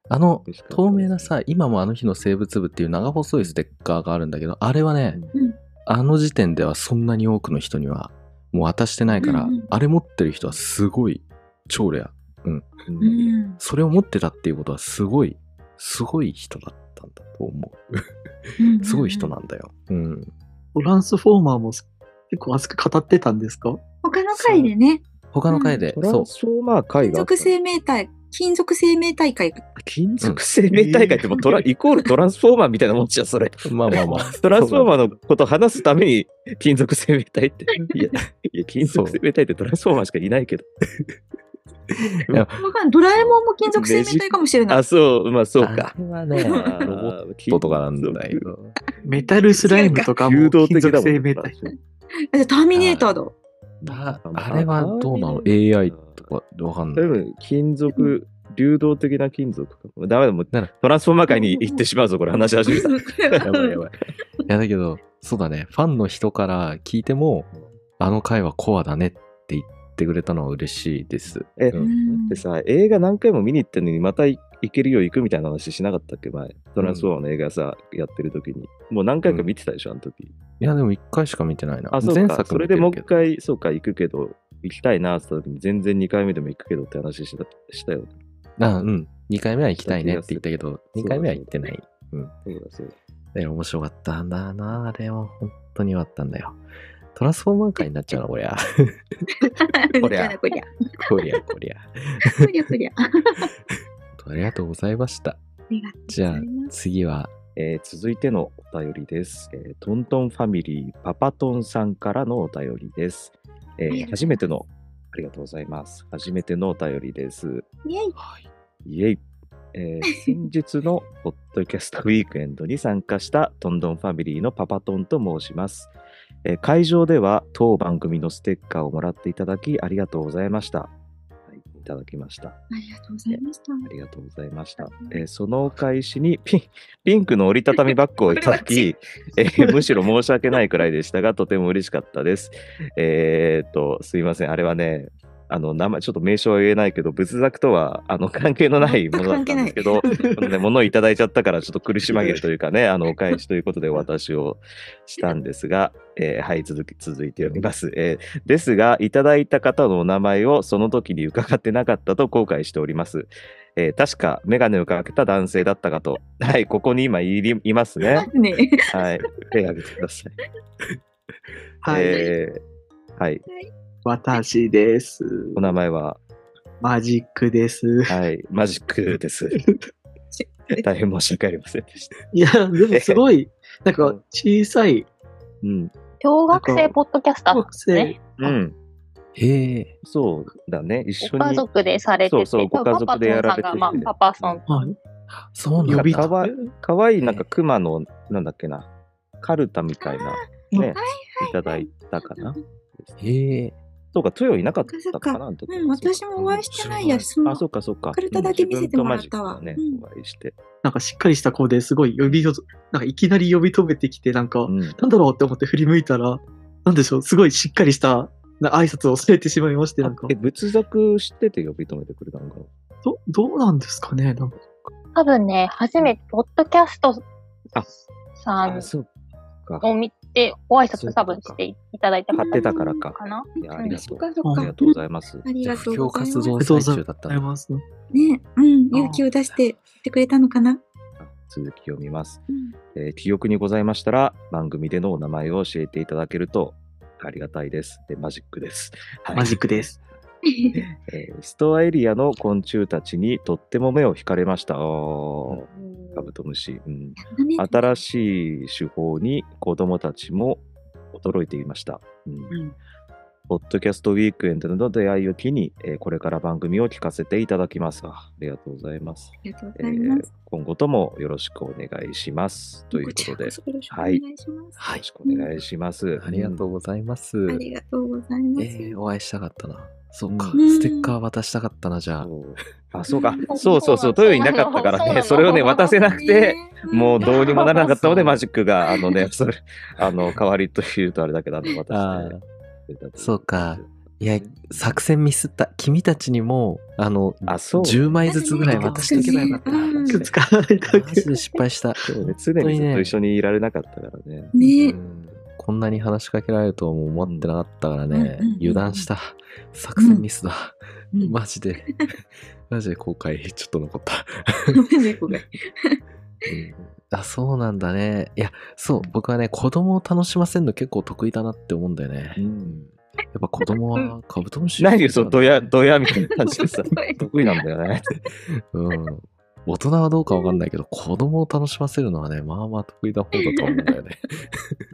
B: あの
E: 美味しかったです
B: 透明なさ今もあの日の生物部っていう長細いステッカーがあるんだけどあれはね、
C: うん
B: あの時点ではそんなに多くの人にはもう渡してないから、
C: うんうん
B: あれ持ってる人はすごい超レア
E: う
C: うんん。
B: それを持ってたっていうことはすごいすごい人だったんだと思
C: うん。
B: うすごい人
C: な。
B: なんだよ、うん、
F: トランスフォーマーも結構熱く語ってたんですか
C: 他の回でね、
B: 他の回で、
E: トラ
B: そう
E: ンスフォーマー会
C: 金
E: があった
C: 属生命体、金属生命大会が。
E: 金属生命大会ってもうトラ、
F: うん
E: イコールトランスフォーマーみたいなもんじゃん、それ。
B: まあまあまあ
E: トランスフォーマーのこと話すために金属生命体って。いや、いや金属生命体ってトランスフォーマーしかいないけど。
C: わかんないドラえもんも金属生命体かもしれない
E: あ、。そう、まあそう
B: あ
E: か。
B: れはね
E: ロ
B: ロボットとかなんだよ
F: メタルスライムとかも
E: 流動
F: 金
E: 的だ
F: 属
E: もん
F: 生命体。
C: あじゃあターミネーターだ。
B: ああれはどうなの ?AI とかわかんな
E: 多
B: い。
E: 分、金属、流動的な金属かも。ダメだ、もう
B: なる
E: トランスフォーマー界に行ってしまうぞ、これ話し始めた。
B: やばいやばい。いやだけど、そうだね。ファンの人から聞いても、あの回はコアだねって言ってくれたのは嬉しいです。
E: え
B: う
C: うんん
E: でさ、映画何回も見に行ってんのに、また行けるよ、行くみたいな話しなかったっけ、前。トランスフォーマーの映画さ、やってる時に。もう何回か見てたでしょ、あの時。
B: いや、でも一回しか見てないな。
E: あ、そう
B: 前
E: か。
B: 作
E: そ
B: 見
E: れ
B: て
E: でも
B: るけ
E: う一
B: ど。
E: 回、そうか、行くけど、行きたいなって言った時に、全然2回目でも行くけどって話してたしたよ。
B: あうん。2回目は行きたいねって言ったけど、
E: そうだそうだ
B: 2回目は行ってない。
E: そうだそうだ。
B: ね面白かったんだな。あれは本当によかったんだよ。トランスフォーマー回になっちゃうな、こりゃ。
C: こりゃこりゃ。
B: こりゃ、こりゃ。
C: こりゃこりゃ。あ
B: ありがとうございました。
C: りがとうご
B: じ
C: ざ
B: ゃあ
C: います。
B: 次は、
E: えー続いてのお便りです、えートントンファミリーパパトンさんからのお便りです。えー
C: ありがとうございます
E: 初めての、ありがとうございます。初めてのお便りです。
C: イェイ
E: イェイ。えー先日のポッドキャストウィークエンドに参加したトントンファミリーのパパトンと申します。えー会場では当番組のステッカーをもらっていただきありがとうございました。はい、いただきました。
C: ありがとうございました。
E: ありがとうございました。えーそのお返しにピンピンクの折りたたみバッグをいただき、えーむしろ申し訳ないくらいでしたが、とても嬉しかったです。えーっと、すいません、あれはね、あの名前ちょっと名称は言えないけど、仏作とはあの関係のないものだったんですけ ど、このね、物をいただいちゃったから、ちょっと苦し紛れというかね、あのお返しということでお渡しをしたんですが、えーはい、続き、続いております。えーですが、いただいた方のお名前をその時に伺ってなかったと後悔しております。えー確か、メガネをかけた男性だったか と。はい、ここに今いりいますね。
C: ね
E: はい、手を挙げてください。
F: はい、
E: えーはい、
F: 私です。
E: お名前は、
F: マジックです。
E: はい、マジック です。大変申し訳ありませんでした。
F: いや、でもすごい、なんか小さい
E: うん。
D: 小学生ポッドキャスターなん
F: 学
D: ですね。
F: 生、
E: うん。
B: へえ。
E: そうだね、一
D: ご
E: 緒に。
D: 家族でされてて、
E: そうそうご家族でやられてて
D: パパトンさんがまあ、パパさん
F: はい、
B: そう
E: な
B: なんん
E: か
F: び
B: だ。
E: かわ
F: 呼び
E: かわいいなんか熊のなんだっけなカルタみたいなねいただいたかな
B: へえ。
E: そうかトヨいなかったかな
C: うん、私もお会いしてないや、そ
E: あ
C: の
E: そうかそうか
C: カルタだけ見せてもらったわ
E: うん自
C: う
E: 分
C: ん
E: とマジックがねお会いして
F: なんかしっかりした子ですごい呼びよ、なんかいきなり呼び止めてきて、なんか、
E: うん
F: なんだろうって思って振り向いたら、なんでしょう、すごいしっかりしたな挨拶をされてしまいまして、なんか
E: え、仏作知ってて呼び止めてくれたのかな
F: どどうなんですかね、なんか
D: 多分ね、初めて、ポッドキャスト
E: あ
D: さん
E: あそうか
D: を見て、ご挨拶多分
E: そう
D: し
E: か
D: ていただいた
E: 買
D: か
E: ってたからか
D: な。
E: いやありがと
C: そうっかそっ
E: あ
C: か
E: りがとうございます
C: ありが
B: 布
C: とう
B: 教
C: ござい
B: 活
C: ます。
B: 動最中だった
F: あり
B: んだ。
F: ます。
C: ね、うん、勇気を出して言ってくれたのかな。
E: あ続き読みます
C: うん
E: えー記憶にございましたら番組でのお名前を教えていただけるとありがたいですでマジックですはい
F: マジックです。
E: えーストアエリアの昆虫たちにとっても目を惹かれました。おーカブトムシ、うん。新しい手法に子供たちも驚いていました。うん
F: うん
E: ポッドキャストウィークエンドの出会いを機に、えーこれから番組を聞かせていただきます。あありがとうございます、
C: ありがとうご
E: え
C: ざいます
E: ー。今後ともよろしくお願いします。ということで、よ
C: ちらこそよろしくお願いします。
B: は
E: ろ
B: い
E: し。くお願いします。
B: ありがと
E: う
B: うございます。
C: ありがとうござい
B: え
C: ます。
B: ー、お会いしたかったな。そうか、
C: うん
B: ステッカー渡したかったな、じゃあ。
E: そうあ、そうか。
D: うん
E: そうそうそう。ト
D: そう
E: イ
D: な
E: レ
D: の
E: になかったから
D: そう な
E: ね、
D: の
E: それをね、渡せなくて、もう
C: う
E: どうにもならなかったの
B: う
E: で、
B: ん
E: マジックが、あのね、それ、あの、代わりと言うとあれだけど、あの、
B: あ
E: 渡
B: ー
E: して。
B: そうか。いや、作戦ミスった。君たちにも、あの、
E: あ、そう。
B: 10枚ずつぐらい渡しておけばよかったな。
C: うん
B: マ
F: 使われ
B: ジ
F: たけど
B: で失敗 した。
E: そうね、常にずっと一緒にいられなかったからね。
B: う
C: ね
B: んこんなに話しかけられるとはもう思ってなかったから
C: うんうん
B: ね
C: うんうん、
B: 油断した。作戦ミスだ。
C: う ん
B: マジで、マジで後悔ちょっと残った。
C: 猫 が。
B: あ、そうなんだね。いや、そう、僕はね、子供を楽しませるの結構得意だなって思うんだよね。
E: う
B: や
E: ん。
B: っぱ子供はカブトムシ。
E: 何よ、そう、ドヤ、ドヤみたいな感じで さ、得意なんだよね。
B: うん。大人はどうかわかんないけど、子供を楽しませるのはね、まあまあ得意な方だと思うんだよね。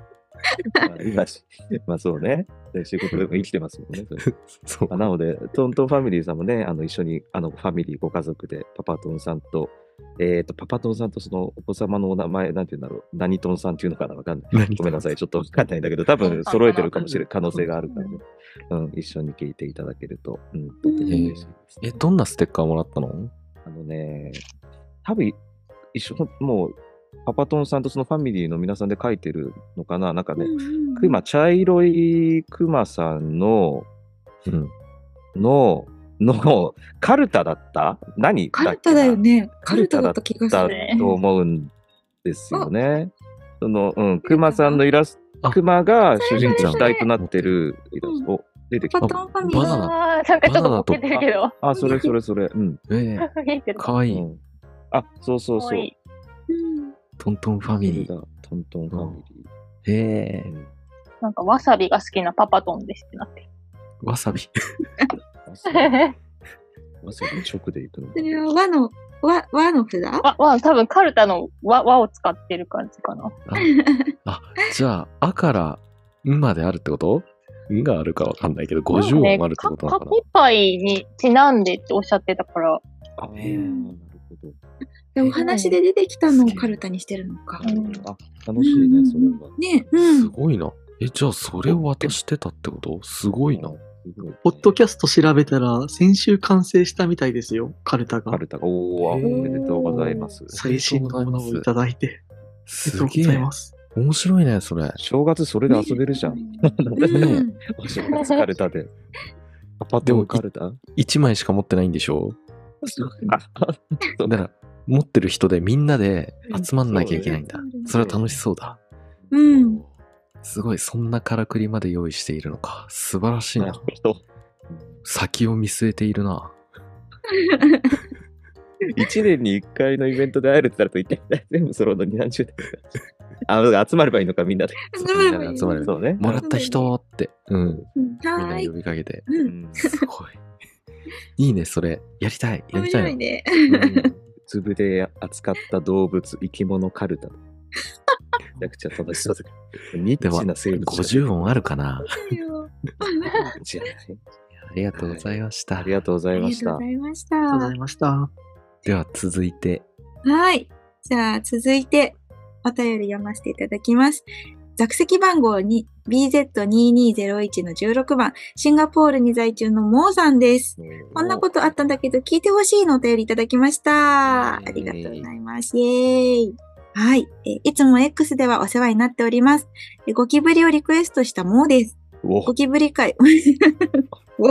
E: まあ今し、まあそうね。で仕事でも生きてますもんね。それ
B: そう
E: ま あ。なので、トントンファミリーさんもね、あの一緒にあのファミリー、ご家族で、パパトンさんと、えっ、と、パパトンさんとそのお子様のお名前、なんていうんだろう、何トンさんっていうのかなわかんない。
B: 何
E: ごめんなさい、ちょっとわかんないんだけど、多 分揃えてるかもしれない可能性があるからね。 うん、一緒に聞いていただけると、うん、とても嬉しいです、
B: え、どんなステッカーもらったの
E: あのね、多分一緒の、もう、パパトンさんとそのファミリーの皆さんで書いてるのかななんかね、クマ、茶色いクマさんの、
B: うん。
E: の、の、カルタだった何
C: カルタだよ
E: ね。
C: ね。カルタだった気がす
E: だ
C: る。
E: と思うんですよね。その、うん、クマさんのイラスト、
B: あ
E: クマが主人公主体となってるイラスト。お出てき
C: パ
E: た。
C: タンファミリ
B: バ
C: ー
B: ナナ
D: あーなんかちょっとボケてるけど。
E: あ、それそれそれ。うん。
B: え
D: ボ ケて
B: え
D: る
B: かわ
E: う
B: いい。
E: ん、あ、そうそうそう。
D: い
C: うん
B: トントンファミリー。
E: だ。トントンファミリ
B: へ
E: ー。
B: え、
E: うん
D: なんかわさびが好きなパパトンですってなって
B: わさび。
E: わさび
D: る。
E: わさび直でいくのか
C: それは和の、和、和の札
D: わ、わ、多分カルタのわ、わを使ってる感じかな。
B: ああ、じゃあ、あから、んまであるってことんがあるかわかんないけど、50音あるってことなのか
D: カキパイにちなんでっておっしゃってたから、
E: あー
B: へえ
E: なるほど。
C: でお話で出てきたのをカルタにしてるのか。
D: うん
E: あ、楽しいね、それは。
C: ね
B: な
C: う
B: す
C: ん。
B: ごいな。え、じゃあ、それを渡してたってことすごいな。
E: すごいね
F: ポッドキャスト調べたら、先週完成したみたいですよ、カルタ
E: カ
F: が。
E: ルタが、おー、お
B: へー
E: めでとうございます。
F: 最新のものをいただいて。あり
B: す
F: がとう
B: げ
F: ござい
B: え
F: ま。す。
B: 面白いね、それ。
E: 正月それで遊べるじゃん。
C: う ん。
E: お正月カルタで。パパトンカルタ
B: 1枚しか持ってないんでしょだから、持ってる人でみんなで集まんなきゃいけないんだ
C: うんそうだ。ね
B: それは楽しそうだ。
C: うん。
B: すごい、そんなからくりまで用意しているのか。素晴らしいな。先を見据えているな。
E: 1年に1回のイベントで会えるってなると、一体全部揃うのに何十年あ、だから集まればいいのか、みんなで。
B: みんなで集まれば
E: そうね。
B: もらった人って、うん、
C: うん
B: みん
C: は
B: な
C: ー
B: に
C: い
B: 呼。びかけて。
C: う。
E: うんん
B: すごい。いいね、それ。やりたい。や
C: 面
B: りた
C: 白
B: いな。
C: いね。
E: つぶで扱った動物、生き物カルタ。めちゃくちゃ楽しそうだから。ニ
B: で
E: ッ
B: は、
E: チな生物じゃ
B: 50音あるかな。
E: ないじゃない
B: ありがとうございました。
E: ありがとうござ
C: あ
E: い
C: り
E: ま
C: が
E: し
C: とう
E: た
C: ござ。いまし
F: ありがとうござ
C: た
F: い。ました。
B: では、続いて。
C: はい。じゃあ、続いて、お便り読ませていただきます。座席番号に BZ2201 の16番、シンガポールに在住のモーさんです。こんなことあったんだけど、聞いてほしいのお便りいただきました。ありがとうございます。イエーイ。はい。えーいつも X ではお世話になっております。えーゴキブリをリクエストしたモーです。
E: お
C: ゴキブリ会。お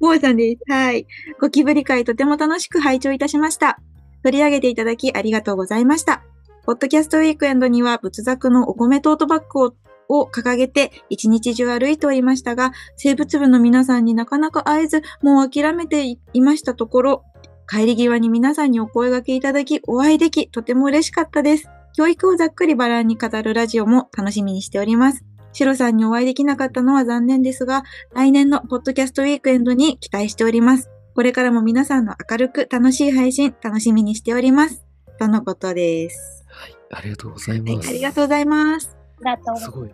C: モーさんです。はい。ゴキブリ会とても楽しく拝聴いたしました。取り上げていただきありがとうございました。ポッドキャストウィークエンドには仏作のお米トートバッグをを掲げて一日中歩いておりましたが、生物部の皆さんになかなか会えず、もう諦めていいましたところ、帰り際に皆さんにお声掛けいただき、お会いでき、とても嬉しかったです。教育をざっくりバランに語るラジオも楽しみにしております。シロさんにお会いできなかったのは残念ですが、来年のポッドキャストウィークエンドに期待しております。これからも皆さんの明るく楽しい配信楽しみにしております。とのことです。
B: はい、ありがとうござい
C: はい
B: ま、す。
C: ありがとうございます。
D: だと
B: す ごい。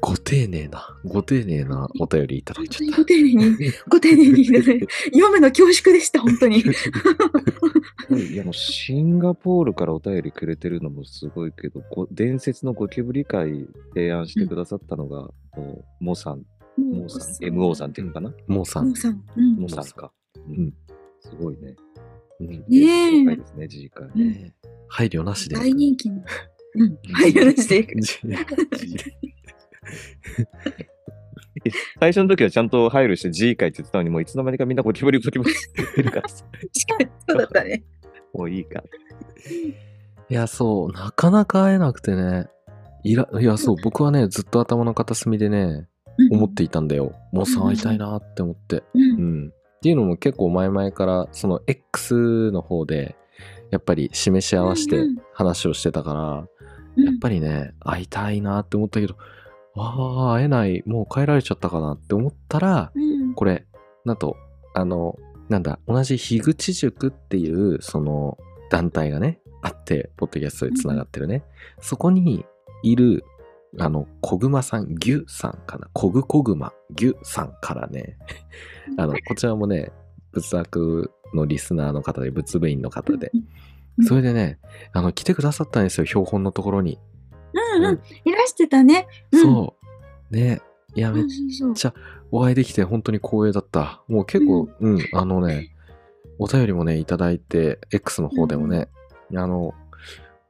B: ご丁寧な、ご丁寧なお便りいただ
C: 本
B: い
C: 当
B: ち
C: に
B: ゃ
C: ご
B: った。
C: 丁寧に、ご丁寧に、読むの恐縮でした、本当に。
E: いやもうシンガポールからお便りくれてるのもすごいけど、ご伝説のゴキブリ会提案してくださったのが、もうモさんモーさん、MO さんっていうのかな
B: モーさ
C: モ
B: ん
C: ー。さん。うん
E: モーさんか。うん。すごいね。
B: うん
C: ね
E: 高い
C: え。
E: ですね、次回。
C: うん
B: 配慮なしで。
C: 大人気の。うん。はい、よろしく。
E: 最初の時はちゃんと配慮して G 会って言ってたのに、もういつの間にかみんなゴキブリゴキブリって言ってるからさ、
C: そうだったね。
E: もういいか。
B: いや、そう、なかなか会えなくてね。いら、いや、そう、僕はね、ずっと頭の片隅でね、思っていたんだよ。もうさん会いたいなって思って。
C: うん。
B: うん。っていうのも結構前々から、その X の方で、やっぱり示し合わせて
C: うんうん
B: 話をしてたから、
C: うん
B: やっぱりね、会いたいなって思ったけど、ああ、会えない、もう帰られちゃったかなって思ったら、
C: うん。
B: これ、なんと、あの、なんだ、同じ樋口塾っていう、その、団体がね、あって、ポッドキャストでつながってるね。そこにいる、あの、小熊さん、牛さんかな。小ぐ小熊、牛さんからね、あの、こちらもね、仏作のリスナーの方で、仏部員の方で。
C: うん
B: それでね、あの、来てくださったんですよ、標本のところに。
C: うんうん。いらしてたね。うん
B: そう。ね、いや、めっ
C: そうそうそう。
B: お会いできて本当に光栄だった。もう結構、うん、あのね、お便りもね、いただいて、X の方でもね、あの、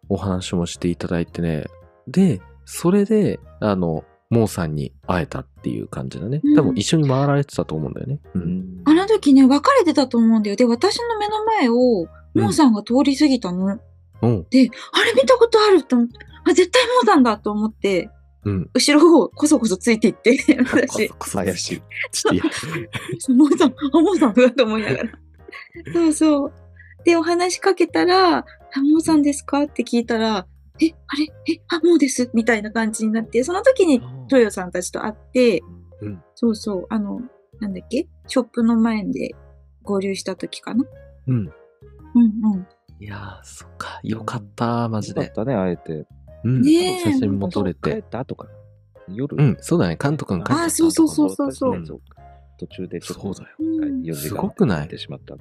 B: お話もしていただいてね、で、それで、あの、モーさんに会えたっていう感じだね
C: うん。
B: 多分一緒に回られてたと思うんだよね。う。
E: うんん
C: あの時ね、別れてたと思うんだよ。で、私の目の前を、モーさんが通り過ぎたの。
B: うん。
C: で、あれ見たことあると思って、あ、絶対モーさんだと思って、
B: うん。
C: 後ろをこそこそついて いって、私、
E: 怪しい。
B: ちょっといや、
C: モーさん、あ、モーさんだと思いながら。 そうそう。で、お話しかけたら、あ、モーさんですかって聞いたら、え、あれえ、あ、もうですみたいな感じになって、その時にトヨさんたちと会って、
B: うん
C: そうそう、あの、なんだっけショップの前で合流した時かな。
B: うん。
C: うん
B: いやー、そっか。よかった、マジ
E: よか
B: で
E: っ。たね、あえて。
B: うん。
C: ねえ
B: 写真も撮れ。
E: 帰ってた後かな。夜。
B: うん、そうだね。カント君帰っちゃったんだ
C: あそうそうそうそうそう
E: ね途中でちょ
B: そ
E: っと
B: うだよ。
C: うん。うん
E: 帰って
B: すごくない
E: てしまった。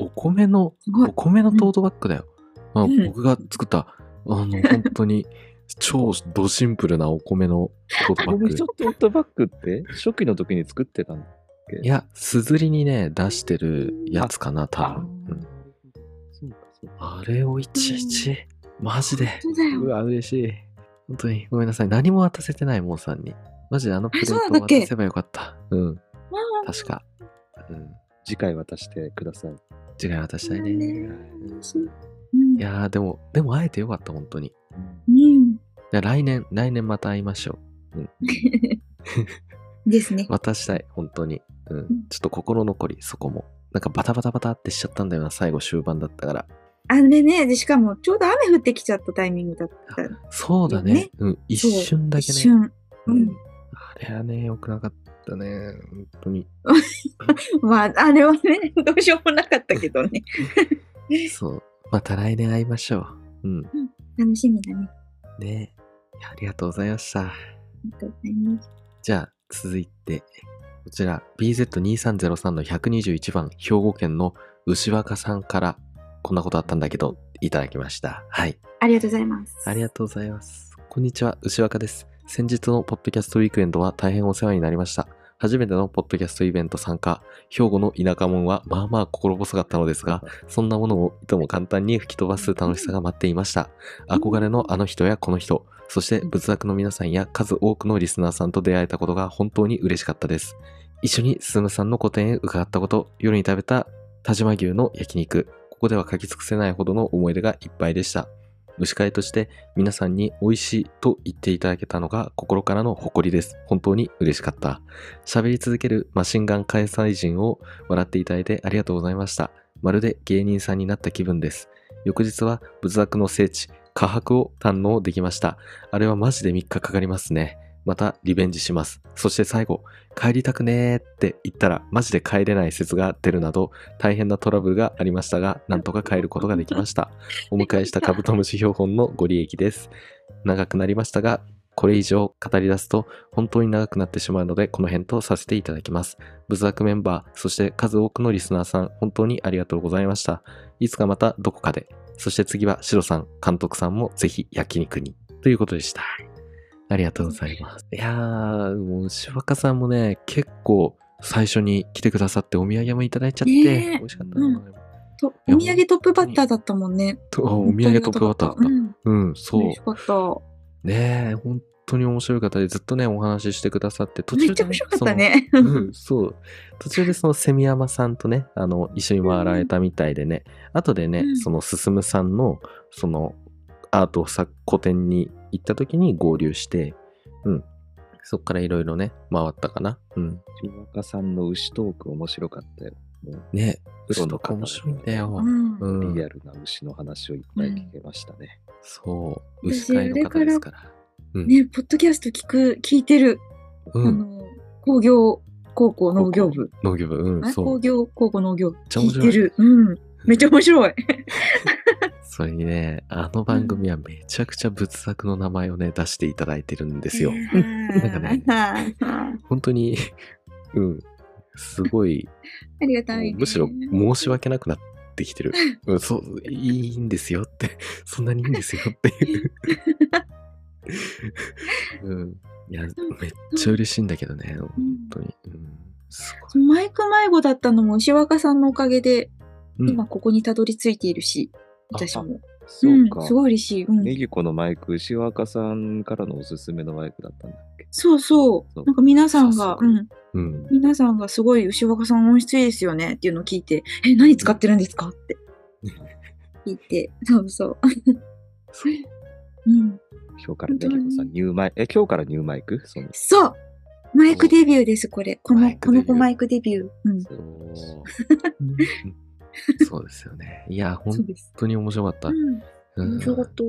B: お米の
C: すごい
B: お。米のトートバッグだよ。あ
C: うん
B: 僕が作った、あの、本当に、超ドシンプルなお米のトートバッ
E: これ
B: グ。
E: ちょっとオートバッグって初期の時に作ってたの
B: いや、すずりにね、出してるやつかな、多
E: あ
B: 分。うん
E: そうかそうか
B: あれをいちいち、マジで。
C: そうだよ
B: う。わ、嬉しい。本当に、ごめんなさい。何も渡せてない、モーさんに。マジであのプレート
C: そうなんだ
B: を
C: っけ
B: 渡せばよかった。うん、
C: わ
B: 確か。うん。
E: 次回渡してください。
B: 次回渡したい
C: そう
B: ね。
C: ねうん
B: いやー、でも、でも会えてよかった、本当に。い
C: うん。
B: や来年、来年また会いましょう。
C: ですね。
B: 渡したい、本当に。うん
C: ん。
B: ちょっと心残り、そこも。なんかバタバタバタってしちゃったんだよな、最後終盤だったから。
C: あれね、でしかもちょうど雨降ってきちゃったタイミングだった。
B: そうだね。
C: ね
B: うん。一瞬だけ
C: 一
B: ね。
C: 瞬。うん。
B: あれはね、良くなかったね。本当に。
C: まあ、あれはね、どうしようもなかったけどね。
B: そう。また来年会いましょう。うん。
C: 楽しみだね。
B: ねいやありがとうございました。
C: ありがとうございます。
B: じゃあ、続いて、こちら、BZ2303 の121番、兵庫県の牛若さんから、こんなことあったんだけど、いただきました。はい。
C: ありがとうございます。
B: ありがとうございます。こんにちは、牛若です。先日のポッドキャストウィークエンドは大変お世話になりました。初めてのポッドキャストイベント参加、兵庫の田舎門はまあまあ心細かったのですが、そんなものをいとも簡単に吹き飛ばす楽しさが待っていました。憧れのあの人やこの人、そして仏作の皆さんや数多くのリスナーさんと出会えたことが本当に嬉しかったです。一緒にスムさんの個展へ伺ったこと、夜に食べた田島牛の焼肉、ここでは書き尽くせないほどの思い出がいっぱいでした。牛飼いとして皆さんに美味しいと言っていただけたのが心からの誇りです。本当に嬉しかった。喋り続けるマシンガン開催人を笑っていただいてありがとうございました。まるで芸人さんになった気分です。翌日は仏作の聖地、下白を堪能できました。あれはマジで3日かかりますね。またリベンジします。そして最後、帰りたくねーって言ったらマジで帰れない説が出るなど大変なトラブルがありましたが、なんとか帰ることができました。 お迎えしたカブトムシ標本のご利益です。長くなりましたが、これ以上語り出すと本当に長くなってしまうので、この辺とさせていただきます。仏作メンバー、そして数多くのリスナーさん、本当にありがとうございました。いつかまたどこかで。そして次はシロさん、監督さんもぜひ焼肉に。ということでした。ありがとうございます。いやー、もう牛若さんもね、結構最初に来てくださってお土産もいただいちゃって、
C: ねえ
B: 美味しかったな、
C: うんとお土産トップバッターだったもんね。
B: とお土産トップバッターだった。
C: うん、
B: うん、そう。
C: 嬉しかった。
B: ねえ、本当に面白い方でずっとね、お話ししてくださって、途
C: め
B: 中
C: っち
B: で、
C: ゃ面白かったね。
B: その。うん、そう。途中でそのセミヤマさんとね、あの、一緒に回られたみたいでね、後でね
C: う、ん
B: そのすすむさんの、その、アート作個展に行った時に合流して、うん。そっからいろいろね、回ったかな。うん。
E: 牛若さんの牛トーク面白かったよ。
B: ね
E: そ
B: 牛
E: う
B: とか面白いんだよ
C: う。ん。
B: うん
E: リ。アルな牛の話をいっぱい聞けましたね。
B: そう。
C: 私
B: 牛飼いの方ですから。うん。
C: ね、ポッドキャスト聞く、聞いてる、
B: う
C: あ
B: ん。
C: の、工業高校農業部。
B: 農業部、うん。
C: あ
B: そ
C: 工
B: う。
C: 業高校農業部。
B: ちゃ
C: 聞
B: 面
C: い
B: 白い
C: てる。うん。めっちゃ面白い。
B: それにね、あの番組はめちゃくちゃ仏作の名前をね、出していただいてるんですよ。ん
C: なんかね。
B: 本当に、うん、すご い、
C: ありがたいね。
B: むしろ申し訳なくなってきてる。うん、そう、いいんですよって、そんなにいいんですよっていう。うん、いや、めっちゃ嬉しいんだけどね、本
C: うん。
B: 当に。うん、すごい。
C: マイク迷子だったのも牛若さんのおかげで、
B: うん
C: 今ここにたどり着いているし、
B: あ
C: 私も。
E: そうか
C: ん、。すごい嬉しい。うん。
E: ネギコのマイク、牛若さんからのおすすめのマイクだったんだっけ
C: そうそ
E: そう
C: う。なんか皆さんが
B: さ、す
C: う
B: が
C: ん。
B: うん。
C: 皆さんがすごい牛若さん音質いいですよねっていうのを聞いて、え、何使ってるんです かって。聞いて、そうそう。
B: そう
C: うん。
E: 今日からネギコさん、ニューマイク。え、今日からニューマイクそう
C: そうマイクデビューです、これ。こ
B: マ
C: の、
B: イ
C: こ
B: クデビュ
C: の
B: ー
C: 子マイクデビュー。うん。
B: そう
F: うん
B: うんそうですよね。いや、
C: そう
B: 本
C: です。
B: 当に面白かった
C: う。ん。
B: うん
C: 面白かった。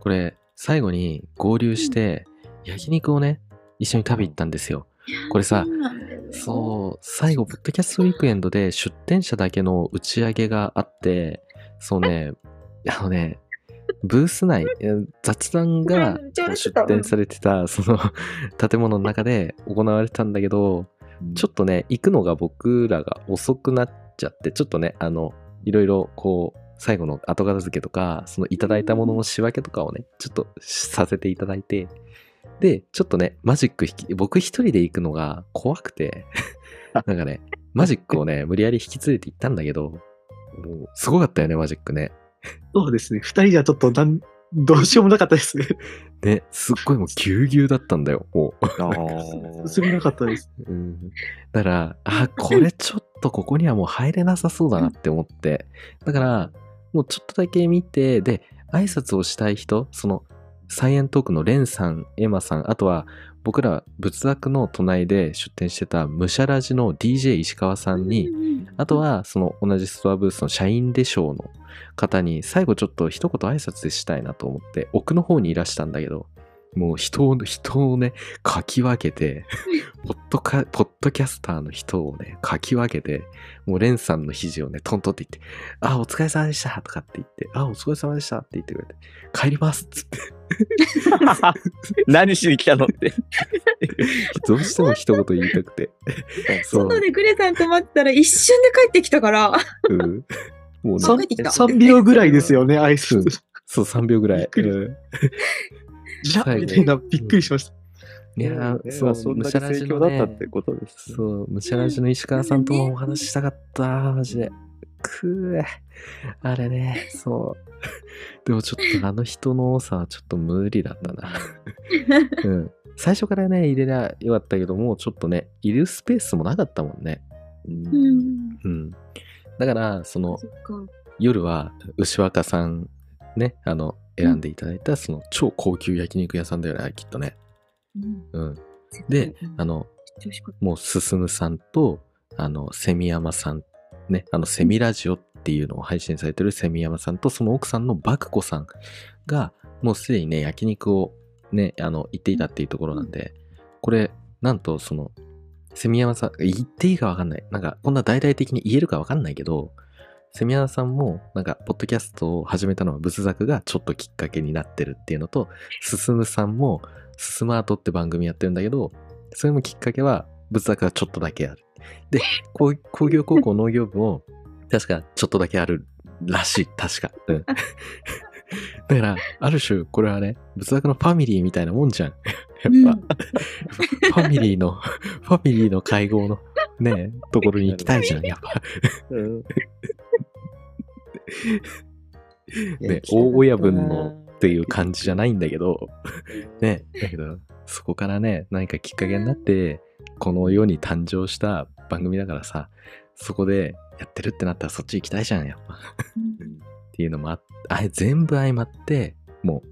B: これ最後に合流して焼肉をね一緒に食べ行ったんですよ。これさ
C: そうなんだよね
B: そう最後ポッドキャストウィークエンドで出店者だけの打ち上げがあってそう ねあのねブース内え雑談が
C: めっちゃ嬉し
B: 出
C: かった
B: 店されてたその建物の中で行われてたんだけどちょっとね、行くのが僕らが遅くなっちゃって、ちょっとね、あの、いろいろこう、最後の後片付けとか、そのいただいたものの仕分けとかをね、ちょっとさせていただいて、で、ちょっとね、マジック引き、僕一人で行くのが怖くて、なんかね、マジックをね、無理やり引き連れて行ったんだけど、もう、すごかったよね、マジックね。
F: そうですね。二人じゃちょっとなん、どうしようもなかったですね。
B: ね、すっごいもうぎゅうぎゅうだったんだよ、もう。
E: と。あ ー
F: 進めなかったです。
B: うんだから、あ、これちょっとここにはもう入れなさそうだなって思って。だから、もうちょっとだけ見て、で、挨拶をしたい人、その、サイエントークのレンさん、エマさん、あとは僕ら仏作の隣で出店してたムシャラジの DJ 石川さんに、あとはその同じストアブースの社員でしょうの方に最後ちょっと一言挨拶したいなと思って奥の方にいらしたんだけどもう人を 人をねかき分けてポッドカポッドキャスターの人をねかき分けてもうレンさんの肘をねトントンって言って「あお疲れ様でした」とかって言って「あお疲れ様でした」って言ってくれて「帰ります」っつって
E: 何しに来たの って。
B: どうしても一言言いたくてそう、
C: 外でグレさんと待ってたら一瞬で帰ってきたから、
B: うんもうね
C: そう帰ってきた
F: 3秒ぐらいですよね、アイス。
B: そう3秒ぐら
F: び
B: い
F: っくり
B: うん
F: じゃ
B: 最後
F: みたいな、びっくりしました。
B: いやー
E: ね
B: そ
E: まあ
B: う
E: そん
B: む
E: だ
B: しゃ
E: け
B: らじ
E: 盛
B: の
E: 況
B: ね
E: だったってことですね。
B: そう、むしゃらじの石川さんともお話ししたかった、マジで。くえ。あれね、そう。で もちょっとあの人の多さはちょっと無理だったな。うん。最初からね、入れりゃよかったけど、もうちょっとね、いるスペースもなかったもんね。
E: うん。
B: うん。だから、その
C: そっか。
B: 夜は牛若さんね、あの、選んでいただいた、その超高級焼肉屋さんだよね、きっとね。
C: うん
B: うん。で、あ、の、
C: 調子こ
B: もう進さんと、あの、セミヤマさん、ね、あの、セミラジオっていうのを配信されてるセミヤマさんと、その奥さんのバクコさんが、もうすでにね、焼肉をね、あの、行っていたっていうところなんで、これ、なんと、その、セミヤマさん、言っていいかわかんない。なんか、こんな大々的に言えるかわかんないけど、セミヤマさんも、なんか、ポッドキャストを始めたのは仏作がちょっときっかけになってるっていうのと、進さんも、ススマートって番組やってるんだけど、それもきっかけは仏作がちょっとだけある。で、工工業高校農業部も確かちょっとだけあるらしい。確か。うん。だから、ある種、これはね、仏壇のファミリーみたいなもんじゃん。
C: うん
B: やっぱ、ファミリーの、 ファミリーの会合のね、ところに行きたいじゃん、やっぱ。
E: うん
B: ね、大親分のっていう感じじゃないんだけど、ね、だけど、そこからね、何かきっかけになって、この世に誕生した番組だからさ、そこでやってるってなったらそっち行きたいじゃん、やっぱ。って いうのもああれ全部相まって、も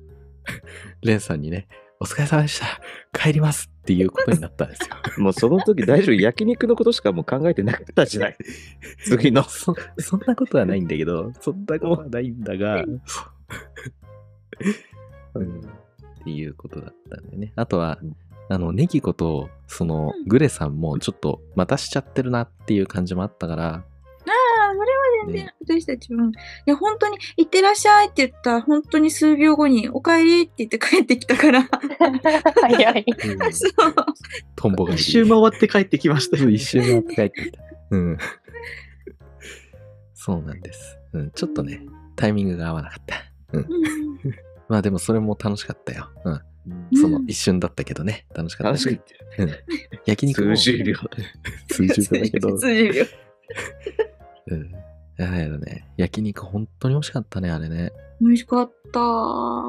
B: う、 レンさんにね、お疲れ様でした、帰りますっていうことになったんですよ。
E: もうその時大丈夫、焼肉のことしかもう考えてなかったじ ゃない。次の。
B: そそんなことはないんだけど、そんなことはないんだが、そううんっていうことだったんでね。あとは
E: うん、
B: あの、ネギ子と、その
C: うん、
B: グレさんもちょっと、またしちゃってるなっていう感じもあったから、
C: ああ、それは全然、私たちも、いや、本当に、行ってらっしゃいって言ったら、本当に数秒後に、お帰りって言って帰ってきたから、
D: 早い。
C: そう。
B: トンボがい
F: 一
B: る
F: 周回って帰ってきました
B: そう
F: よね
B: 一。周回って帰ってきた。うん。 そうなんです。うん、ちょっとね、タイミングが合わなかった。
C: うん
B: まあでもそれも楽しかったよ。うん。
C: うん
B: その一瞬だったけどね、楽しかった。
E: 楽しくて。
B: 焼肉も
E: 数十秒。
B: 数十秒だけ ど。
C: 数十秒
B: うん。だけどね、焼肉本当に美味しかったね、あれね。
C: 美味しかった。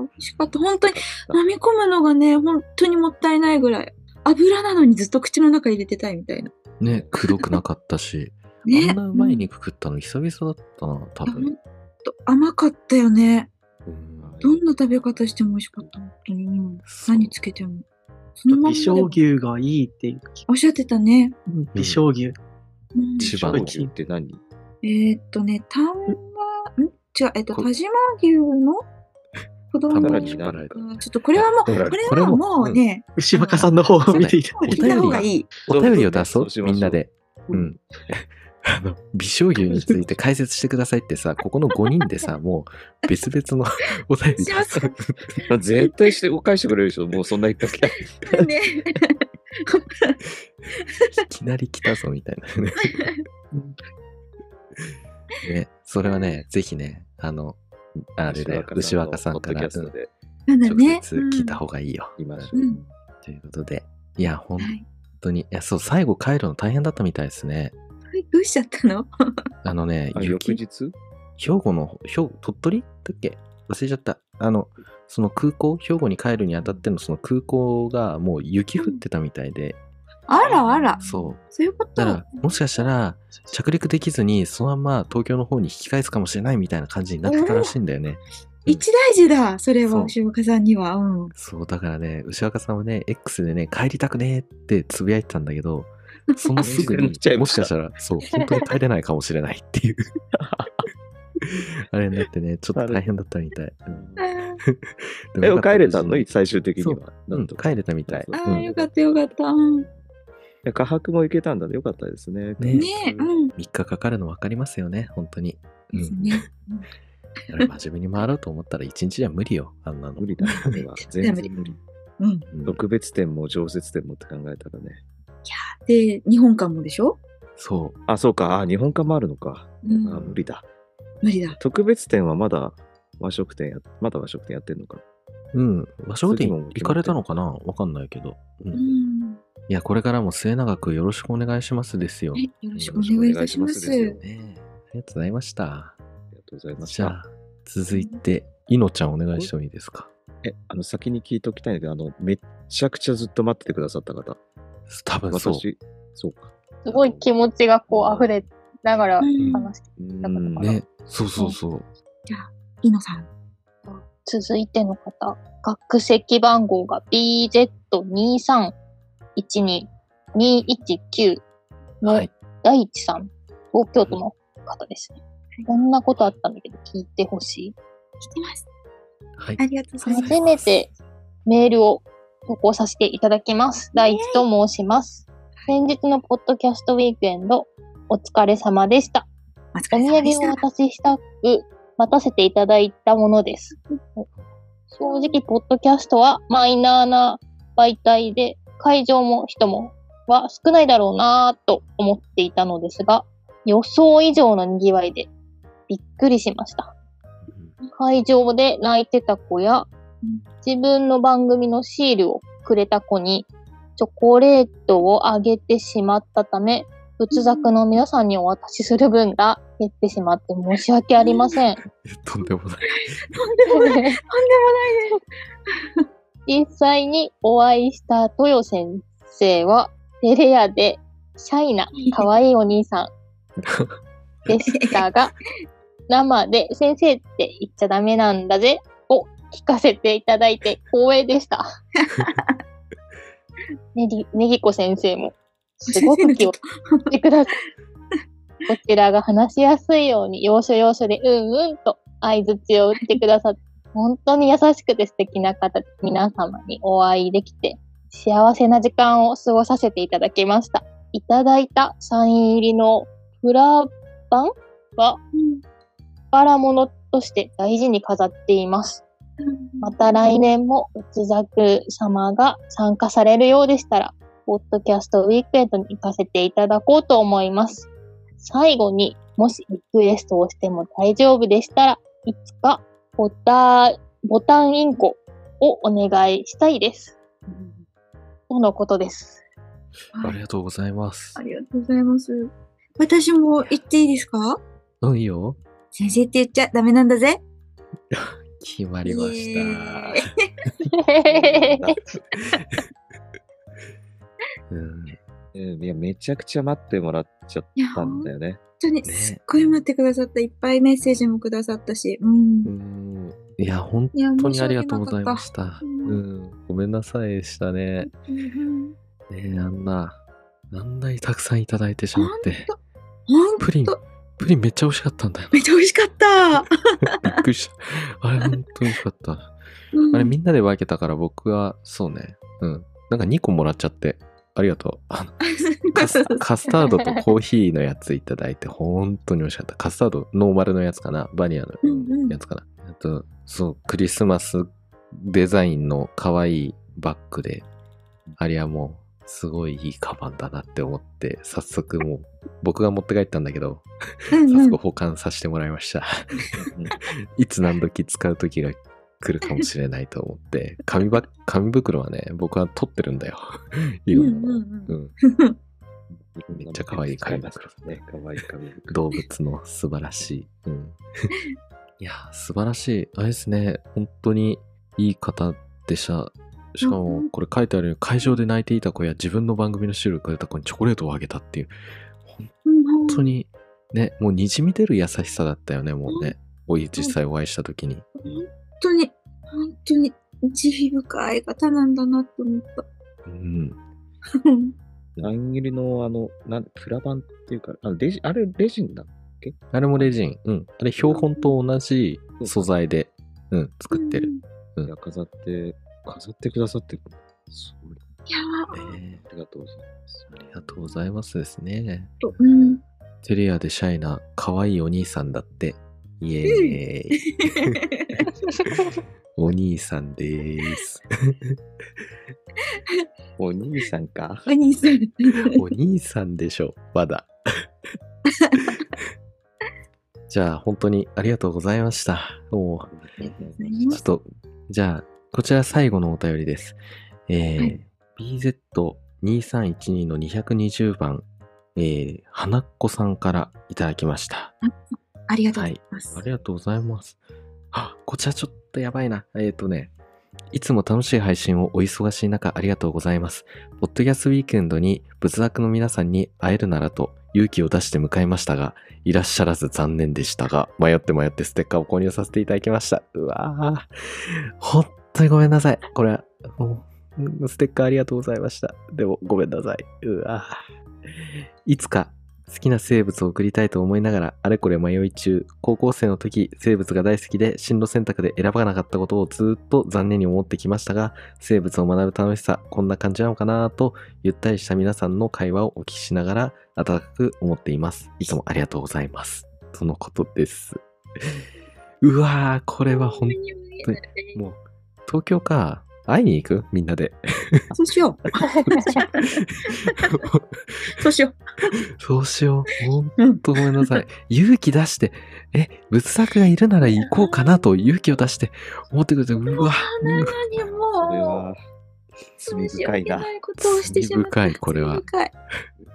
C: 美味しかった。本当に、飲み込むのがね、本当にもったいないぐらい。油なのにずっと口の中入れてたいみたいな。
B: ね、くどくなかったし、
C: ね。
B: あんなうまい肉食ったの久々だったな、多
C: うん。ほん
B: 分。
C: と甘かったよね。
B: うん
C: どんな食べ方しても美味しかった。本当に。うん
B: そう
C: 何つけても。そのまんま
F: 美
C: で
F: 少牛がいいっていう。
C: おっしゃってたね。
F: 美少牛。
C: うん
B: 千葉
E: の牛って何
C: えーっとね、丹波、ん違う、えっと、
B: こ
C: 田島牛の子供
B: 玉
E: 田
B: に引っ張
C: ちょ
E: 島牛
B: られた。
C: っとこれはもう、
E: ほら
C: これ
B: これ
C: は
B: も
C: もうね、
F: 牛若さんの方を見ていただ
B: お便
C: 行っ
F: き
B: り
C: た
B: が
C: 方がい い。
B: お便りを出そう
E: そうし、ましょう
B: みんなで。うん。あの、美少牛について解説してくださいってさ、ここの5人でさ、もう別々のお便り
C: すいま
B: 出
C: せ
B: す
C: ん。
E: 絶対して、返してくれるでしょ。も うそんな言ったっけ。
C: ね、
B: いきなり来たぞみたいなね。 ね、それはね、ぜひね、あの、あれだよ、牛若さんか
E: ポッドキ
B: ら、
E: ャス
B: う
E: ト
B: ん
E: で
C: なんだ
B: 直
C: ね。
B: 接聞いた方がいいよ。
E: 言いましょ
C: う
E: う。
C: ん。うん
B: ということで、いや、本
C: はい。
B: 当に、いや、そう、最後帰るの大変だったみたいですね。
C: はいどうしちゃったの
B: あのね、
E: あ翌
B: 雪、
E: 日
B: 兵庫の、兵鳥取だっけ忘れちゃった。あの、その空港、兵庫に帰るにあたってのその空港がもう雪降ってたみたいで、
C: あらあら、
B: そう。
C: そういうこと
B: だ。から、もしかしたら、着陸できずに、そのまま東京の方に引き返すかもしれないみたいな感じになってたらしいんだよね。
C: 一大事だ、それ
B: そう
C: は、牛岡さんには。うん。
B: そう、だからね、牛若さんはね、X でね、帰りたくねーってつぶやいてたんだけど、そのすぐ
E: 乗
B: に
E: っちゃい、
B: も
E: ま
B: し
E: した
B: かしたら、そう、本当に耐えれないかもしれないっていう。あれになってね、ちょっと大変だったみたい。 うんでも
E: え
B: よかった
E: 帰れたの
B: 無事
E: 最終的に
B: そ
E: は
B: う。うん、帰れたみたい。
C: あ
B: う
C: あ、
B: ん
C: よかったよかった。うん。
E: いや科博も行けたんだね。よかったですね。
B: ね
C: ねうん。
B: 3日かかるの分かりますよね、本当に。う
C: です
B: ん、
C: ね。
B: だから真面目に回ろうと思ったら1日じゃ無理よ、あんなの。
E: 無理だ、ね、あ れは。全然無理。
C: うん。
B: うん
E: 特別展も常設展もって考えたらね。
C: で、日本館もでしょ
B: そう。
E: あ、そうか。あ、日本館もあるのか。
C: う
E: あ
C: ん。
E: 無理だ。
C: 無理だ。
E: 特別展はまだ和食店や、まだ和食店やってんのか。
B: うん、和食店
E: 次も
B: 行かれたのかなわかんないけど。う
C: うんん。
B: いや、これからも末永くよろしくお願いしますですよ。
C: は
B: ね
C: いよろしくお願いいたしま
E: よろしくお願いしますですす。
B: えありがとうございました。
E: ありがとうございまし
B: じゃあ
E: た。、
B: 続いて、いのちゃんお願いしてもいいですか。
E: え、あの、先に聞いておきたいんだけど、あの、めっちゃくちゃずっと待っててくださった方。
B: 多分そう。
E: 私、そうか。
D: すごい気持ちがこう溢れながら
C: うん
D: 話して。
E: う
D: だから
E: ん。
D: かな
B: ね、そうそうそう。
C: イノさん。
D: 続いての方。学籍番号が
B: は
D: BZ2312-219 の
B: い。
D: 大地さん。東京都の方ですね。こんなことあったんだけど聞いてほしい。
C: 聞きます。
B: はい
C: あ。りがとうございます。
D: 初めてメールを投稿させていただきます。大地と申します。先日のポッドキャストウィークエンド、お疲れ様でした。
C: お
D: お
C: 疲れ様
D: 土
C: で
D: 産
C: し
D: を
C: た
D: お。渡ししたく、待たせていただいたものです。正直、ポッドキャストはマイナーな媒体で、会場も人もは少ないだろうなぁと思っていたのですが、予想以上の賑わいでびっくりしました。会場で泣いてた子や
C: うん、
D: 自分の番組のシールをくれた子に、チョコレートをあげてしまったため、仏作の皆さんにお渡しする分が減ってしまって申し訳ありません。
B: とんでもない。
C: とんでもない、とんでも ないです。
D: 実際にお会いした豊先生は、テレアでシャイな可愛いお兄さんでしたが、生で先生って言っちゃダメなんだぜを聞かせていただいて光栄でした。ねぎ、ねぎこ先生も、すごく気をつけてください。こちらが話しやすいように、要所要所でうんうんと合図を打ってくださって本当に優しくて素敵な方、皆様にお会いできて、幸せな時間を過ごさせていただきました。いただいたサイン入りのプラ板は、宝物として大事に飾っています。また来年も、うつざく様が参加されるようでしたら、ポッドキャストウィークエンドに行かせていただこうと思います。最後にもしリクエストをしても大丈夫でしたら、いつかボタン、ボタンインコをお願いしたいです。とのことです。
B: ありがとうございます
C: あ。りがとうございます。私も言っていいですか
B: うん、いいよ。
C: 先生って言っちゃダメなんだぜ。
B: 決まりまし
C: イ
B: た
C: エ。
B: うん、
E: うんいや、めちゃくちゃ待ってもらっちゃったんだよね。
C: 本当に
B: ね
C: すっごい待ってくださった。いっぱいメッセージもくださったし。うん
B: う。んいや、本
C: いや、
B: 当
C: 本
B: にありがとうございました。う、
C: うん
B: ごめんなさいでしたね。
C: 本
B: ねえあんな、あんなにたくさんいただいてしまって。
C: 当本
B: プリン
C: 当、
B: プリンめっちゃ美味しかったん だよ。
C: めっちゃ美味しかった。
B: びっくりした。あれ、本当に美味しかった。
C: うん
B: あれみんなで分けたから僕は、そうね。うん。なんか2個もらっちゃって、ありがとう。あのカスカスタードとコーヒーのやついただいて、本当に美味しかった。カスタード、ノーマルのやつかな。バニラ
C: うんう
B: の
C: ん
B: やつかな。あと、そう、クリスマスデザインの可愛いバッグで、あれはもう、すごいいいカバンだなって思って、早速もう、僕が持って帰ったんだけど、
C: うん
B: 早
C: う
B: 速
C: ん
B: 保管させてもらいま した。
E: うん
B: いつ何時使う時が来るかもしれないと思って、紙ば紙袋はね、僕は取ってるんだよ。いろんなの。
C: うんうん
B: うんめっちゃ可愛い
E: 買
B: 紙
E: いまし
B: 袋
E: たね。可愛い紙袋。
B: 動物の素晴らしい。うん、 いや、素晴らしい。あれですね、本当にいい方でした。しか
C: う
B: も
C: ん、
B: これ書いてあるように、会場で泣いていた子や自分の番組のシールをくれた子にチョコレートをあげたっていう、本
C: うん
B: 当にね、もうにじみ出る優しさだったよね、もうね。おい実際お会いした時に。
C: 本当に、本当に、慈悲深い方なんだなって思った。
B: うん
E: ライン入りの、あの、なんプラ板っていうか、あのレジあれ、レジンだ。
B: あれもレジン。うん。あれ標本と同じ素材で、うん、作ってる。。うん
E: いや飾って、飾ってくださってる。すご
C: い
E: い。
C: やー、
B: ねえ
E: ありがとうございます。
B: ありがとうございますですね。
C: とうん。
B: テレアでシャイな可愛いお兄さんだって。イエーイ。 お兄さんでーす。
E: お兄さんか。
C: お兄さん。
B: お兄さんでしょ、まだ。 じゃあ、本当にありがとうございました。もう、ちょっと、じゃあ、こちら最後のお便りです。えー
C: は
B: BZ2312 の220番、えー、花っ子さんからいただきました。
C: ありがとうございます。
B: ありがとうございます。あ、こちらちょっとやばいな。えっ、とね、いつも楽しい配信をお忙しい中ありがとうございます。ポッドキャストウィークエンドに仏作の皆さんに会えるならと勇気を出して迎えましたが、いらっしゃらず残念でしたが、迷って迷ってステッカーを購入させていただきました。うわぁ。本当にごめんなさい。これは、もうステッカーありがとうございました。でもごめんなさい。うわぁ。いつか好きな生物を送りたいと思いながらあれこれ迷い中高校生の時生物が大好きで進路選択で選ばなかったことをずっと残念に思ってきましたが生物を学ぶ楽しさこんな感じなのかなとゆったりした皆さんの会話をお聞きしながら温かく思っていますいつもありがとうございますとのことですうわーこれは本当にもう東京か会いに行くみんなで。
C: そうしよう。そうしよ
B: そうしよう。ほん
C: うん
B: とごめんなさい。 勇気出して、え、仏作がいるなら行こうかなと勇気を出して思ってくれて、うわ、
C: う。なのに
E: それ
C: もう
E: は、罪深い
C: どうしようも
E: な。
C: ないことをしてしまった
B: 罪深いこれは
C: 罪深い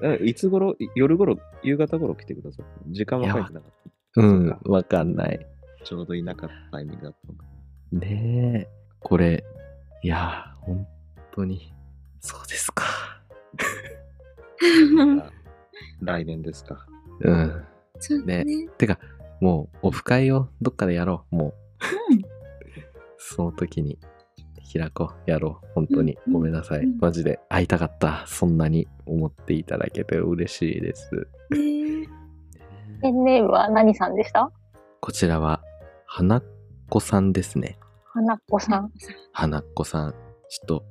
E: えいつ頃、い夜頃、夕方頃来てください。時間は書いてなかっ
B: う
E: た。そ
B: ん
E: っ、か
B: わかんない。
E: ちょうどいなかったタイミングだったのか。
B: ねえ。これ、いやー、本当に、そうですか。
E: 来年ですか。
B: うん。
C: そうだね。
B: てか、もう、オフ会をどっかでやろう。もう。その時に、開こう。やろう。本当に。
C: うん
B: ごめんなさい
C: うん。
B: マジで。会いたかった。そんなに思っていただけて嬉しいです。
C: ね
D: ペンネームは何さんでした
B: こちらは、花子さんですね。
D: 花子さん。
B: 花子さん。ちょっと、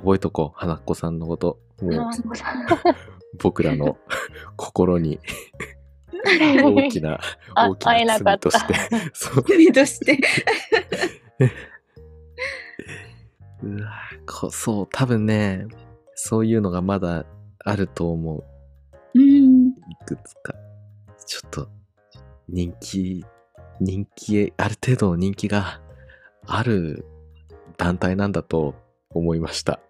B: 覚えとこう。花子さんのこと。もう、
D: 花子さん。
B: 僕ら の心に大きな、
D: あ
B: 大き
D: 会え
B: な
D: なか
B: 罪
D: った
B: として。 そう。
C: 国として。
B: うわこそう、多分ね、そういうのがまだあると思う。
C: うん。
B: いくつか。ちょっと、人気、人気へ、ある程度の人気がある団体なんだと思いました。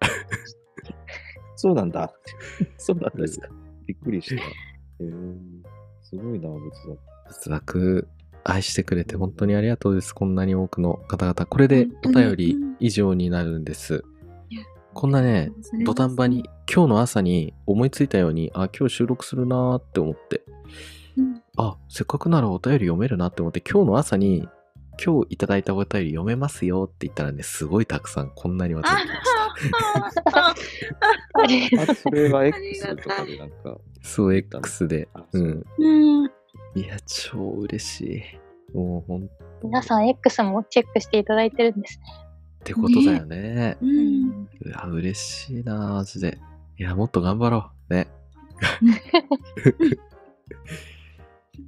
E: そうなんだ。 そうなんですか。びっくりした。へえすごいな、仏像。
B: 仏楽愛してくれて本当にありがとうです。こんなに多くの方々。これでお
C: 本当に
B: 便り以上になるんです
C: いや。
B: こんなね、土壇場に。今日の朝に思いついたようにあ今日収録するなーって思って、
C: うん
B: あせっかくならお便り読めるなって思って今日の朝に今日いただいたお便り読めますよって言ったらねすごいたくさんこんなに渡ってきました
C: ああ
D: あれ
E: あ、それは
C: あ
E: X
C: り
E: と
C: がた
E: か
C: い
E: でなんか、
B: そう X で
E: あそううん
C: うん。
B: いや超嬉しいもうほんっ
D: 皆さん X もチェックしていただいてるんですね。
B: てことだよね
C: うん。
B: うわ嬉しいなマジでいやもっと頑張ろう ね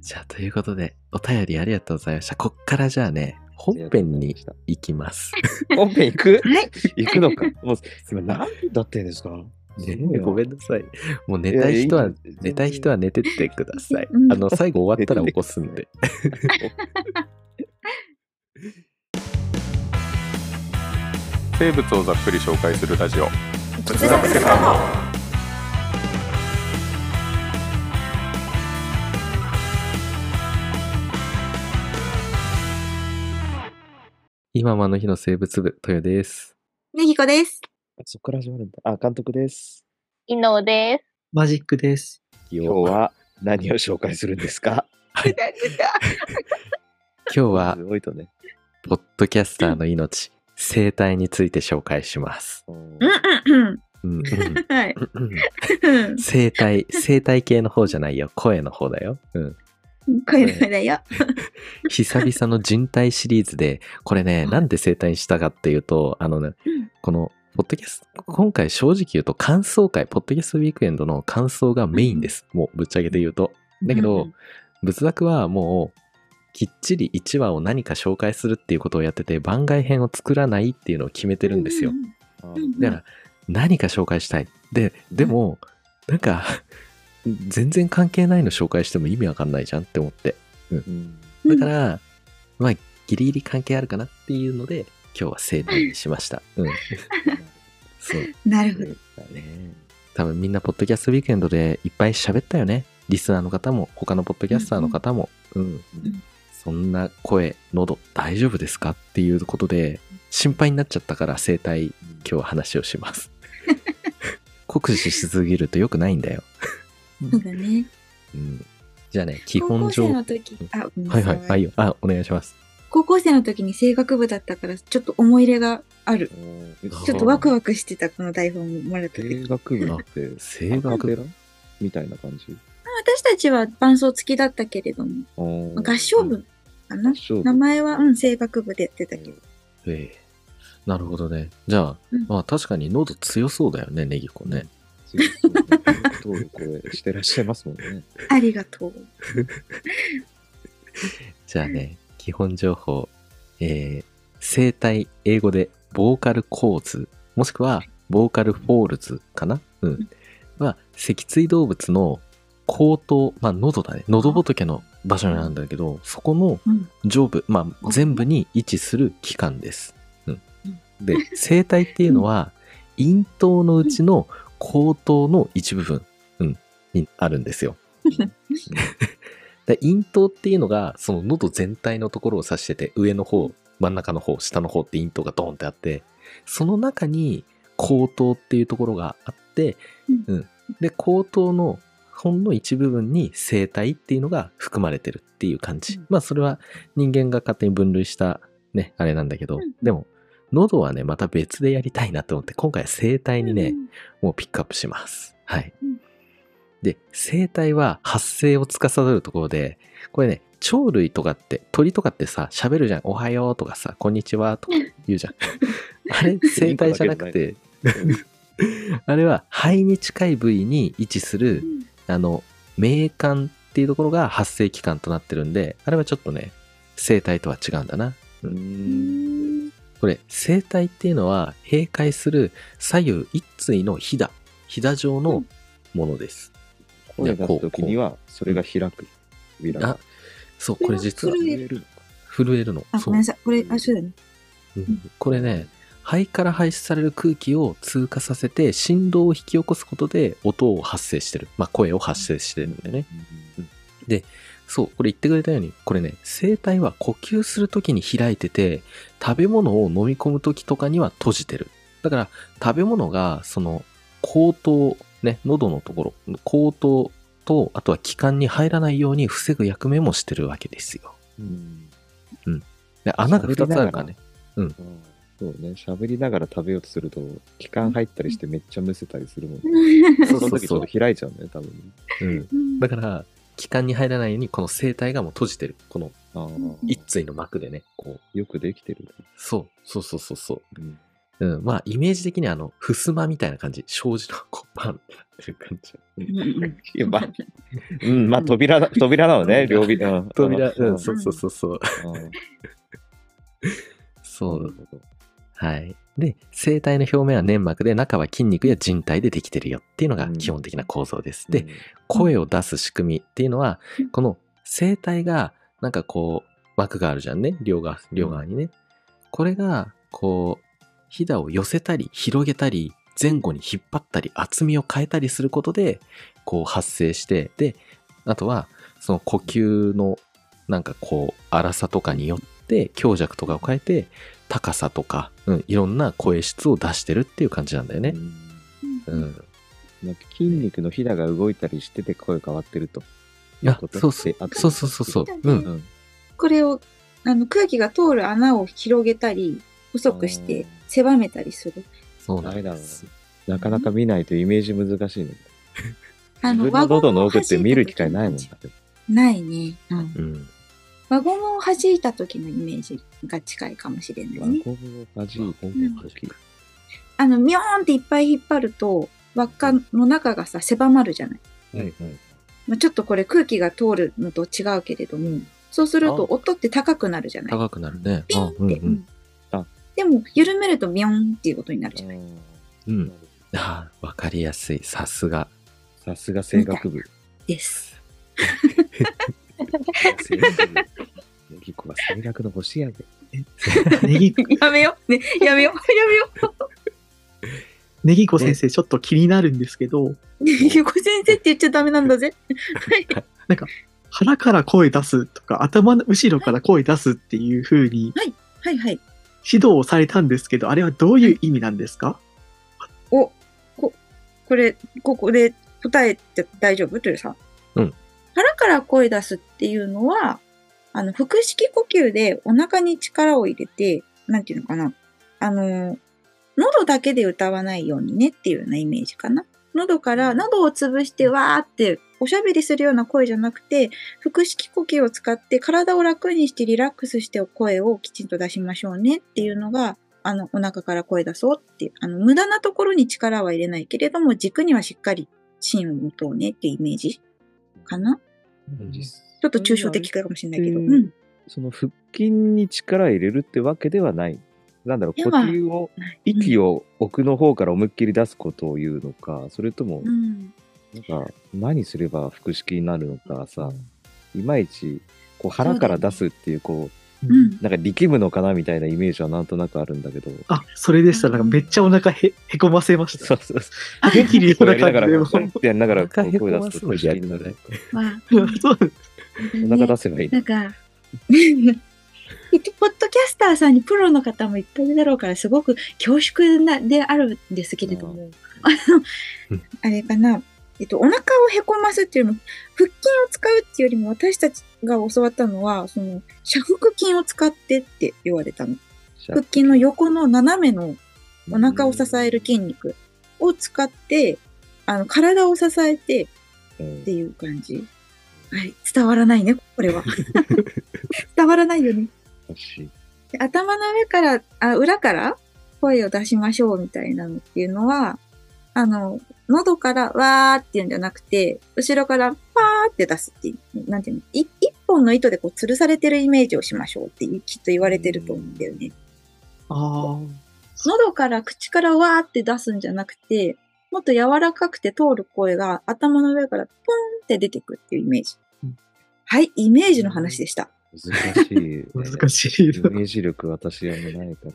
B: じゃあということでお便りありがとうございましたこっからじゃあね本編に行きます。
E: 本編行く
C: はい。
E: 行くの か。もう、 今 何だってんですかすごいな
B: ご めんなさい。もう寝たい人
E: い
B: は
E: やいい、
B: 寝たい人は寝てってください。
C: うん
B: あの、最後終わったら起こすん で。
A: 生物をざっくり紹介するラジオ
C: 仏作スカ
B: 今まの日の生物部、豊です。
C: ねぎこです。
E: そこから始まるんだ。あ、監督です。
D: 伊能です。
F: マジックです。
B: 今
E: 今日は何を紹介するんですか
C: ぐだぐだ。
B: 今日は
E: す、ごいとね。
B: ポッドキャスターの命、生態について紹介します。
E: うん
C: うんうん
B: うん うん
C: うん。はい。
B: うんうん生 態、生態系の方じゃないよ。声の方だよ。うん。
C: 声のだよ。
B: 久々の人体シリーズで、これね、なんで生態にしたかっていうと、あのね、
C: うん
B: この、ポッドキャスト、今回正直言うと感想会、ポッドキャストウィークエンドの感想がメインです。もうぶっちゃけて言うと。だけど、
C: うん
B: 仏作はもう、きっちり1話を何か紹介するっていうことをやってて、番外編を作らないっていうのを決めてるんですよ。
E: あ
B: だから、何か紹介したい。で、でも、なんか、全然関係ないの紹介しても意味わかんないじゃんって思って。
E: うん
B: だから、まあ、ギリギリ関係あるかなっていうので、今日は生態にしました。うん。 そう。
C: なるほど。
B: ね多分みんなポッドキャストウィークエンドでいっぱい喋ったよねリスナーの方も他のポッドキャスターの方もうん、
C: ん
B: そんな声喉大丈夫ですかっていうことで心配になっちゃったから声帯今日は話をします 酷使しすぎると良くないんだよ、
C: そうだね。
B: うん、じゃあね基
C: 高
B: 本
C: 校生
B: 情
C: の
B: 報
C: 時、あ、ごめん
B: は
C: ないさ
B: はいはいよあお願いします
C: 高校生の時に声楽部だったから、ちょっと思い入れがある。ちょっとワクワクしてた、この台本もらった時。
E: 定学部って、
B: 声
E: アカペ
B: 楽
E: ラみたいな感じ。
C: 私たちは伴奏付きだったけれども、合
E: 合
C: 唱部かな
E: 合唱部
C: 名前は、うん、声楽部でやってたけど。
B: ええなるほどねじゃあ、
C: うん
B: まあ確かに喉強そうだよねネギ子ね
E: 強そうねどういう声してらっしゃいますもんね。
C: ありがとう。
B: じゃあね、基本情報、えー、生体英語でボーカル構図、もしくはボーカルフォールズかなうん。は、脊椎動物の後頭、まあ喉だね。喉仏の場所なんだけど、そこの
C: うん
B: 上部、まあ全部に位置する器官です。うん。で、声帯っていうのは、咽頭のうちの後頭の一部分、うん、にあるんですよ。で咽頭っていうのがその喉全体のところを指してて上の方真ん中の方下の方って咽頭がドーンってあってその中に喉頭っていうところがあって、うんで喉頭のほんの一部分に声帯っていうのが含まれてるっていう感じ、
C: うん
B: まあそれは人間が勝手に分類したねあれなんだけど、
C: うん
B: でも喉はねまた別でやりたいなと思って今回は声帯にね、
C: うん
B: もうピックアップします。はい。
C: うん
B: で、声帯は発声を司るところで、これね、鳥類とかって、鳥とかってさ、喋るじゃん。おはようとかさ、こんにちはとか言う じゃん。あれ、声帯じゃなくて、 あれは肺に近い部位に位置する、あの、鳴管っていうところが発声器官となってるんで、あれはちょっとね、声帯とは違うんだな。
C: うん
B: これ、声帯っていうのは、閉会する左右一対のひだ、ひだ状のものです。
E: 声出すときには、それが開く。扉
B: あ
E: が、
B: そう、これ実は
C: これ
E: 見える
B: 震えるの。
C: あ、
B: そ
C: ご
B: う
C: めんなさい。これ、あ、そうだね。
B: うんこれね、肺から排出される空気を通過させて振動を引き起こすことで音を発生してる。まあ、声を発生してるんでね。そう、これ言ってくれたように、これね、声帯は呼吸するときに開いてて、食べ物を飲み込むときとかには閉じてる。だから、食べ物が、その、口頭、ね、喉のところ、口頭と、あとは気管に入らないように防ぐ役目もしてるわけですよ。
E: うん
B: で穴が2つあるからね。
E: うんそうね、喋りながら食べようとすると、気管入ったりしてめっちゃむせたりするもん。
B: そ
E: そう
B: そうそう
E: の時ちょっと開いちゃうんだよ、多分。
B: うん。だから、気管に入らないように、この声帯がもう閉じてる。この
E: あ
B: 一対の膜でね、こう。
E: あ、よくできてる。
B: そう、そうそうそうそう。
E: うん
B: うん、まあ、イメージ的にはあの、ふすまみたいな感じ。障子の こう、パンってなってる感じ。
E: いやまあ、うん、まあ扉だ、扉なのね、両扉。うん
B: 扉、
E: う
B: うんん、そうそうそうそう。
E: うん
B: そ
E: なる
B: う、
E: ほど
B: はい。で、声帯の表面は粘膜で、中は筋肉や人体でできてるよっていうのが基本的な構造です。で、、声を出す仕組みっていうのは
C: うん、
B: この声帯が、なんかこう、膜があるじゃんね。両側、両側にね。これが、こう、ひだを寄せたり、広げたり、前後に引っ張ったり、厚みを変えたりすることで、こう発生して、で、あとは、その呼吸の、なんかこう、荒さとかによって、強弱とかを変えて、高さとか、うん、いろんな声質を出してるっていう感じなんだよ
E: う
B: ね。
E: ん
B: うん。
E: なんか筋肉のひだが動いたりしてて声変わってると。
B: いや
E: いうこ、と
B: そうそう
E: であ、と
B: そうそうそうそう。うん。
E: ん。
C: これを、あの、空気が通る穴を広げたり、細くして、狭めたりする。
B: そう
E: ダ
B: な
E: メ
B: ん
E: だろ
B: で
E: う
B: す。
E: なかなか見ないとイメージ難しいね。
C: あ
E: 自分の喉の奥って見る機会ないもんだ。
C: ないね。うん。
B: うん。
C: 輪ゴムを弾いた時のイメージが近いかもしれないね。
E: 孫を弾いて
C: あの、ミョーンっていっぱい引っ張ると、輪っかの中がさ、狭まるじゃない。
B: はいはい。
C: まあ、ちょっとこれ空気が通るのと違うけれども、そうすると音って高くなるじゃない。
B: 高くなるね。
C: ピンって。
B: うんうん
E: うんあ
C: でも、緩めるとミョンっていうことになるじゃん。
B: うん。うん。ああ、わかりやすい。さすが。
E: さすが声楽部。
C: です。
E: 声楽部。ネギ子は声楽の星やで。
F: ネギ、
C: やめよ。ね、やめよ。 やめよ。
F: ネギ子先生、ちょっと気になるんですけど、
C: ゆこ先生って言っちゃダメなんだぜ。
F: 腹から声出すとか、頭の後ろから声出すっていう風に
C: はいはい。
F: 指導をされたんですけど、あれはどういう意味なんですか
C: お、こ、これ、ここで答えて大丈夫というさ。
B: うん。
C: 腹から声出すっていうのは、あの、腹式呼吸でお腹に力を入れて、なんていうのかな。あの、喉だけで歌わないようにねっていうようなイメージかな。喉から、喉を潰してわーっておしゃべりするような声じゃなくて、腹式呼吸を使って体を楽にしてリラックスして声をきちんと出しましょうねっていうのが、あの、お腹から声出そうっていう、あの、無駄なところに力は入れないけれども、軸にはしっかり芯を持とうねっていうイメージかなちょっと抽象的かもしれないけど。
E: う
C: うんん。
E: その腹筋に力入れるってわけではない。なんだろう、
C: で
E: 呼
C: は
E: 吸を、息を奥の方から思いっきり出すことを言うのか、それとも
C: う、ん。
E: なんか、何すれば腹式になるのかさ、いまいち、こう腹から出すっていう、こ
C: う
F: うん
C: ん
E: う、。なんか力むのかなみたいなイメージはなんとなくあるんだけど、
F: あ、それでした。なんかめっちゃお腹へ、へこませました。
E: そう そうそ
F: 元気によ
E: う。
F: う
E: や
F: な
E: りな
F: 感
E: が
F: じ
E: ら、
F: で
E: こう
F: も。
E: やりながら、こ
B: お腹
E: う
B: へこ
E: 声出
B: ますす
E: と
B: の
E: 腹
B: や
E: 式
B: り
E: に
B: な
E: な
B: がら
E: る。
C: まあ、
F: そう
E: お
C: ね
E: 腹 出せばいい。
C: なんか、 きっとポッドキャスターさんにプロの方もいっぱいいるだろうから、すごく恐縮なであるんですけれども、あの
B: うん、
C: あれかな、えっと、お腹をへこますっていうよりも、腹筋を使うっていうよりも、私たちが教わったのは、その、斜腹筋を使ってって言われたの。腹筋の横の斜めのお腹を支える筋肉を使って、あの、体を支えて、
E: うん
C: っていう感じ。はい、伝わらないね、これは。伝わらないよね。
E: よし
C: で頭の上から、あ、裏から声を出しましょうみたいなのっていうのは、あの、喉からわーっていうんじゃなくて、後ろからパーって出すっていう、なんていうの、い一本の糸でこう吊るされてるイメージをしましょうってきっと言われてると思うんだよね。
F: あ
C: 喉から口からわーって出すんじゃなくて、もっと柔らかくて通る声が頭の上からポンって出てくっていうイメージ
F: うん。
C: はい、イメージの話でした。
E: 難しいね。
F: あ、難しい
E: イ
F: な。
E: メージ力私はもうないから。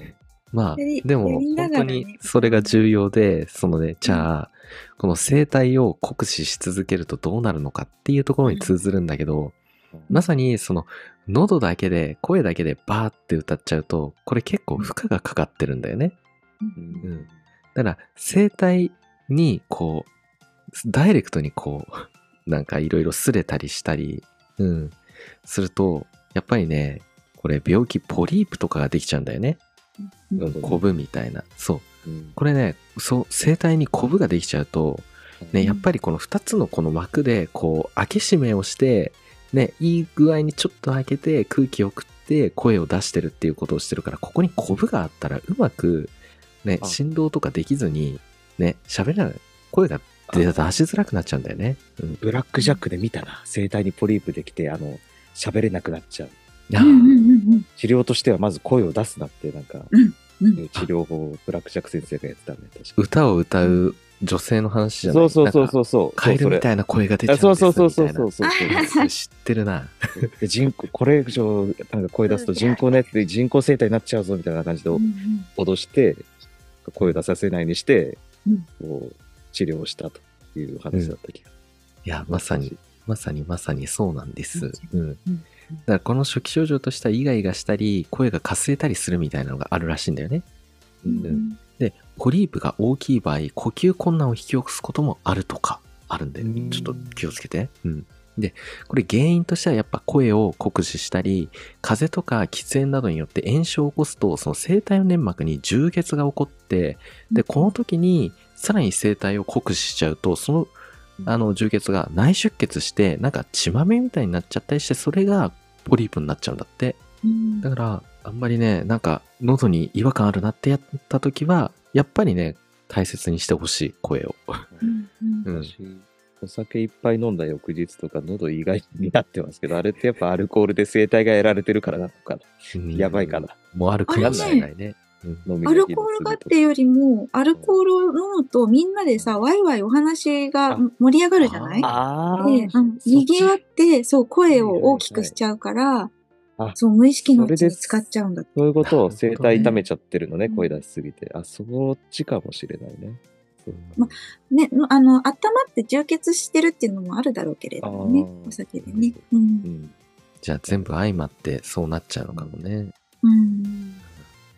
B: まあ
C: やり
B: で
C: や
B: も
C: りな
B: 本
C: がら
B: 当
C: ね
B: にそれが重要でそのねじゃあこの生態を酷使し続けるとどうなるのかっていうところに通ずるんだけどまさにその喉だけで声だけでバーって歌っちゃうとこれ結構負荷がかかってるんだよね
E: うん
B: うんだから声帯にこうダイレクトにこう なんかいろいろ擦れたりしたり、うん、するとやっぱりねこれ病気ポリープとかができちゃうんだよね
E: なるほど
B: コブみたいなそう
E: うん
B: これねそう声帯にコブができちゃうと、
E: う
B: ね、
E: ん
B: やっぱりこの2つのこの膜でこう開け閉めをして、ね、いい具合にちょっと開けて空気を送って声を出してるっていうことをしてるからここにコブがあったらうまく、ね、
E: あ
B: 振動とかできずにね喋らない声が出出しづらくなっちゃうんだよね。うん、
E: ブラックジャックで見たな。声帯にポリープできて、あの、喋れなくなっちゃう。
B: あ
C: うんうん
B: ー
C: うん
E: 治療としてはまず声を出すなって、なんか、
C: うんうん
E: いう治療法をブラックジャック先生がやってたんで、確か
B: 歌を歌う女性の話じゃな
E: そ
B: いう
E: そうそう
B: う。
E: そうそう。
B: カエルみた
E: い
B: いな声が出ちゃうんです
E: そうそうそうそう
B: みたい
E: そう
B: な
E: そうそう。
B: それ 知ってるな。
E: で人工これ以上なんか声出すと人工のやつで人工生態になっちゃうぞみたいな感じで
C: うんうん
E: 脅して、声を出させないにして、
C: うん
E: こう治療をしたという話だった気が
B: いや、まさに。まさにまさにそうなんです。うん。だ
C: うん
B: からこの初期症状としてはイガイガしたり、声がかすれたりするみたいなのがあるらしいんだよね。
C: うんうん
B: で、ポリープが大きい場合、呼吸困難を引き起こすこともあるとか、あるんで
E: うん、
B: ちょっと気をつけて。うん。で、これ原因としてはやっぱ声を酷使したり、風邪とか喫煙などによって炎症を起こすと、その声帯の粘膜に充血が起こって、で、この時にさらに声帯を酷使しちゃうと、そのあの充血が内出血してなんか血まみれみたいになっちゃったりしてそれがポリープになっちゃうんだって
C: うん
B: だからあんまりねなんか喉に違和感あるなってやった時はやっぱりね大切にしてほしい声を、
C: うんうん
B: うん、
E: 私お酒いっぱい飲んだ翌日とか喉意外になってます けど、あれってやっぱアルコールで生態が得られてるからなのかな。やばいかな。
B: もうあるかもしれないね
E: 飲み
C: アルコールがっていうよりも、アルコールを飲むとみんなでさ、ワイワイお話が
E: あ
C: 盛り上がるじゃない
E: ああ、
C: で、うん、賑わって、そう、声を大きくしちゃうから
E: はいあ、
C: そう、無意識のうちに使っちゃうんだって。
E: そういうことを
B: なるほど
E: 生
B: ね
E: 態痛めちゃってるのね、
C: うん
E: 声出しすぎて。あ、そっちかもしれないね。
C: まね、のあの、温まって充血してるっていうのもあるだろうけれどもね
E: あ、ー
C: お酒でね。うん
E: う。ん。
B: じゃあ全部相まってそうなっちゃうのかもね
C: うん。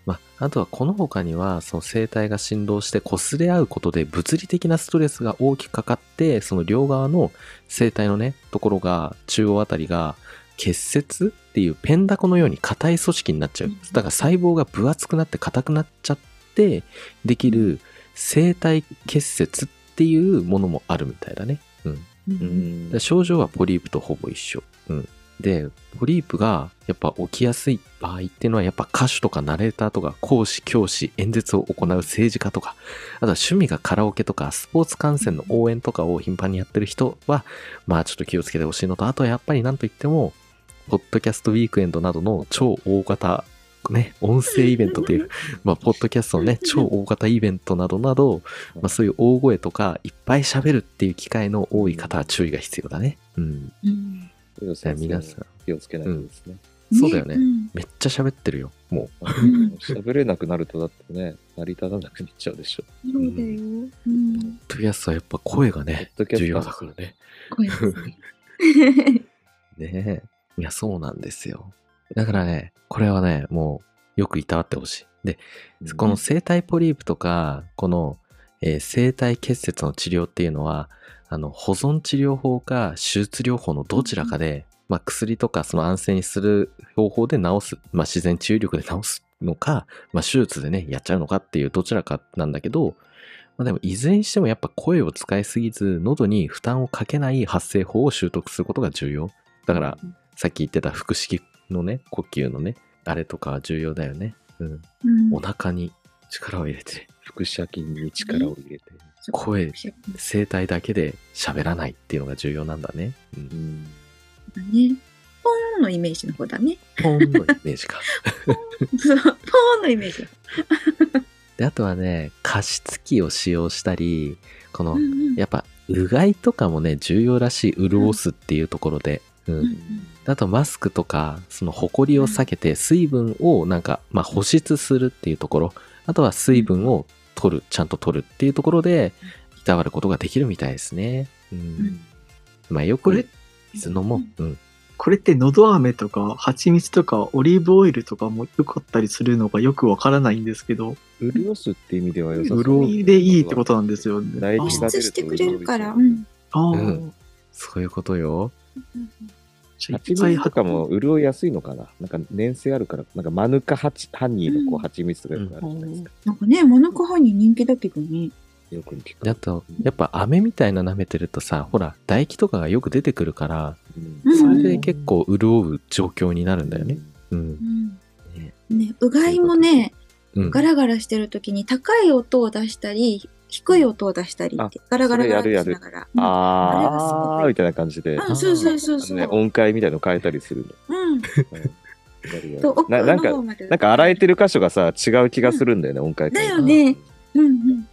B: まあ、あとはこの他にはその声帯が振動して擦れ合うことで物理的なストレスが大きくかかってその両側の声帯のねところが中央あたりが結節っていうペンダコのように硬い組織になっちゃう
C: うん
B: だから細胞が分厚くなって硬くなっちゃってできる声帯結節っていうものもあるみたいだね
C: う。
E: うんん
B: で症状はポリープとほぼ一緒。うん、で、ポリープがやっぱ起きやすい場合っていうのは、やっぱ歌手とかナレーターとか、講師、教師、演説を行う政治家とか、あとは趣味がカラオケとか、スポーツ観戦の応援とかを頻繁にやってる人は、まあちょっと気をつけてほしいのと、あとはやっぱりなんといっても、ポッドキャストウィークエンドなどの超大型ね、音声イベントと いう、まあ、ポッドキャストのね、超大型イベントなどなど、まあ、そういう大声とか、いっぱい喋るっていう機会の多い方は注意が必要だね。うん。
C: うん
E: 皆さん
B: 皆さん
E: 気をつけないとですね。
B: そうだよね
C: ん
B: めっちゃ喋ってるよ、もう。
C: ん
E: 喋れなくなるとだってね、成り立たなくなっちゃうでしょ。
C: そうだよ。うん。
B: ポッドキャストはやっぱ声がね、
E: ポッドキャスト
B: 重要だからね。
C: 声です ね。
B: ねえ。いや、そうなんですよ。だからね、これはね、もう、よくいたわってほしい。で、この生体ポリープとか、この、えー生体結節の治療っていうのは、あの、保存治療法か手術療法のどちらかで、まあ、薬とかその安静にする方法で治す、まあ、自然治癒力で治すのか、まあ、手術でね、やっちゃうのかっていうどちらかなんだけど、まあ、でも、いずれにしてもやっぱ声を使いすぎず、喉に負担をかけない発声法を習得することが重要。だから、さっき言ってた腹式のね、呼吸のね、あれとかは重要だよね。うん。
C: うん
B: お腹に力を入れて、
E: 副写金に力を入れて。
B: 声声帯だけで喋らないっていうのが重要なんだね。うん
E: う。ん。
C: だね。ポーンのイメージの方だね。
B: ポンのイメージか。
C: そうポーンのイメージだ。
B: で、あとはね、加湿器を使用したり、この
C: うん、うん
B: やっぱ、うがいとかもね、重要らしい。潤すっていうところで。うん。あとマスクとか、そのホコリを避けて水分をなんか、まあ保湿するっていうところ、あとは水分を取る、ちゃんと取るっていうところで、いたわることができるみたいですね。うん。
C: ん
B: まあよ
F: こ
B: く
F: れ、
B: 水飲もう。うん。
F: これってのど飴とか蜂蜜とかオリーブオイルとかも良かったりするのがよくわからないんですけど、
E: 潤すって意味では良さそう。
F: それでいいってことなんですよね。
E: 唾
C: 保
E: 液が
C: 湿してくれるから。
E: あ
C: うん。
F: ああ、
B: うんそういうことよ。
F: じゃあい
E: 蜂
F: っぱい
E: 蜜
F: は
E: とかも潤いやすいのかななんか粘性あるから、なんかマヌカハチハニーの
C: う
E: こう
C: ん
E: 蜂蜜とかよくあるじゃないですか。
C: なんかね、マヌカハニー人気だけどね。
E: よく聞
B: であ
E: く。
B: と、やっぱ飴みたいな舐めてるとさ、ほら、唾液とかがよく出てくるから、
E: うん
C: うん
B: それで結構潤う状況になるんだよね。。うん
C: う。ん
B: ね
C: ね、うがいもね、
B: うん。
C: ガラガラしてるときに高い音を出したり、低い音を出したりって、ガラガラガラ
E: それや
C: っ
E: る
C: て
E: や
C: しながら。あれがす
E: あ
C: ご
E: ー
C: い
E: みたいな感じで、
C: うん、そうそうそう
E: あ
C: そ
E: の
C: う。
E: ね、音階みたいの変えたりするの。
C: うん。
E: やるやる
C: と奥
E: な
C: の
E: なんか
C: 方まで。
E: なんか洗えてる箇所がさ、違う気がするんだよね、音階
C: だ
E: 変えた
C: よ
E: ら
C: ね。うんうん。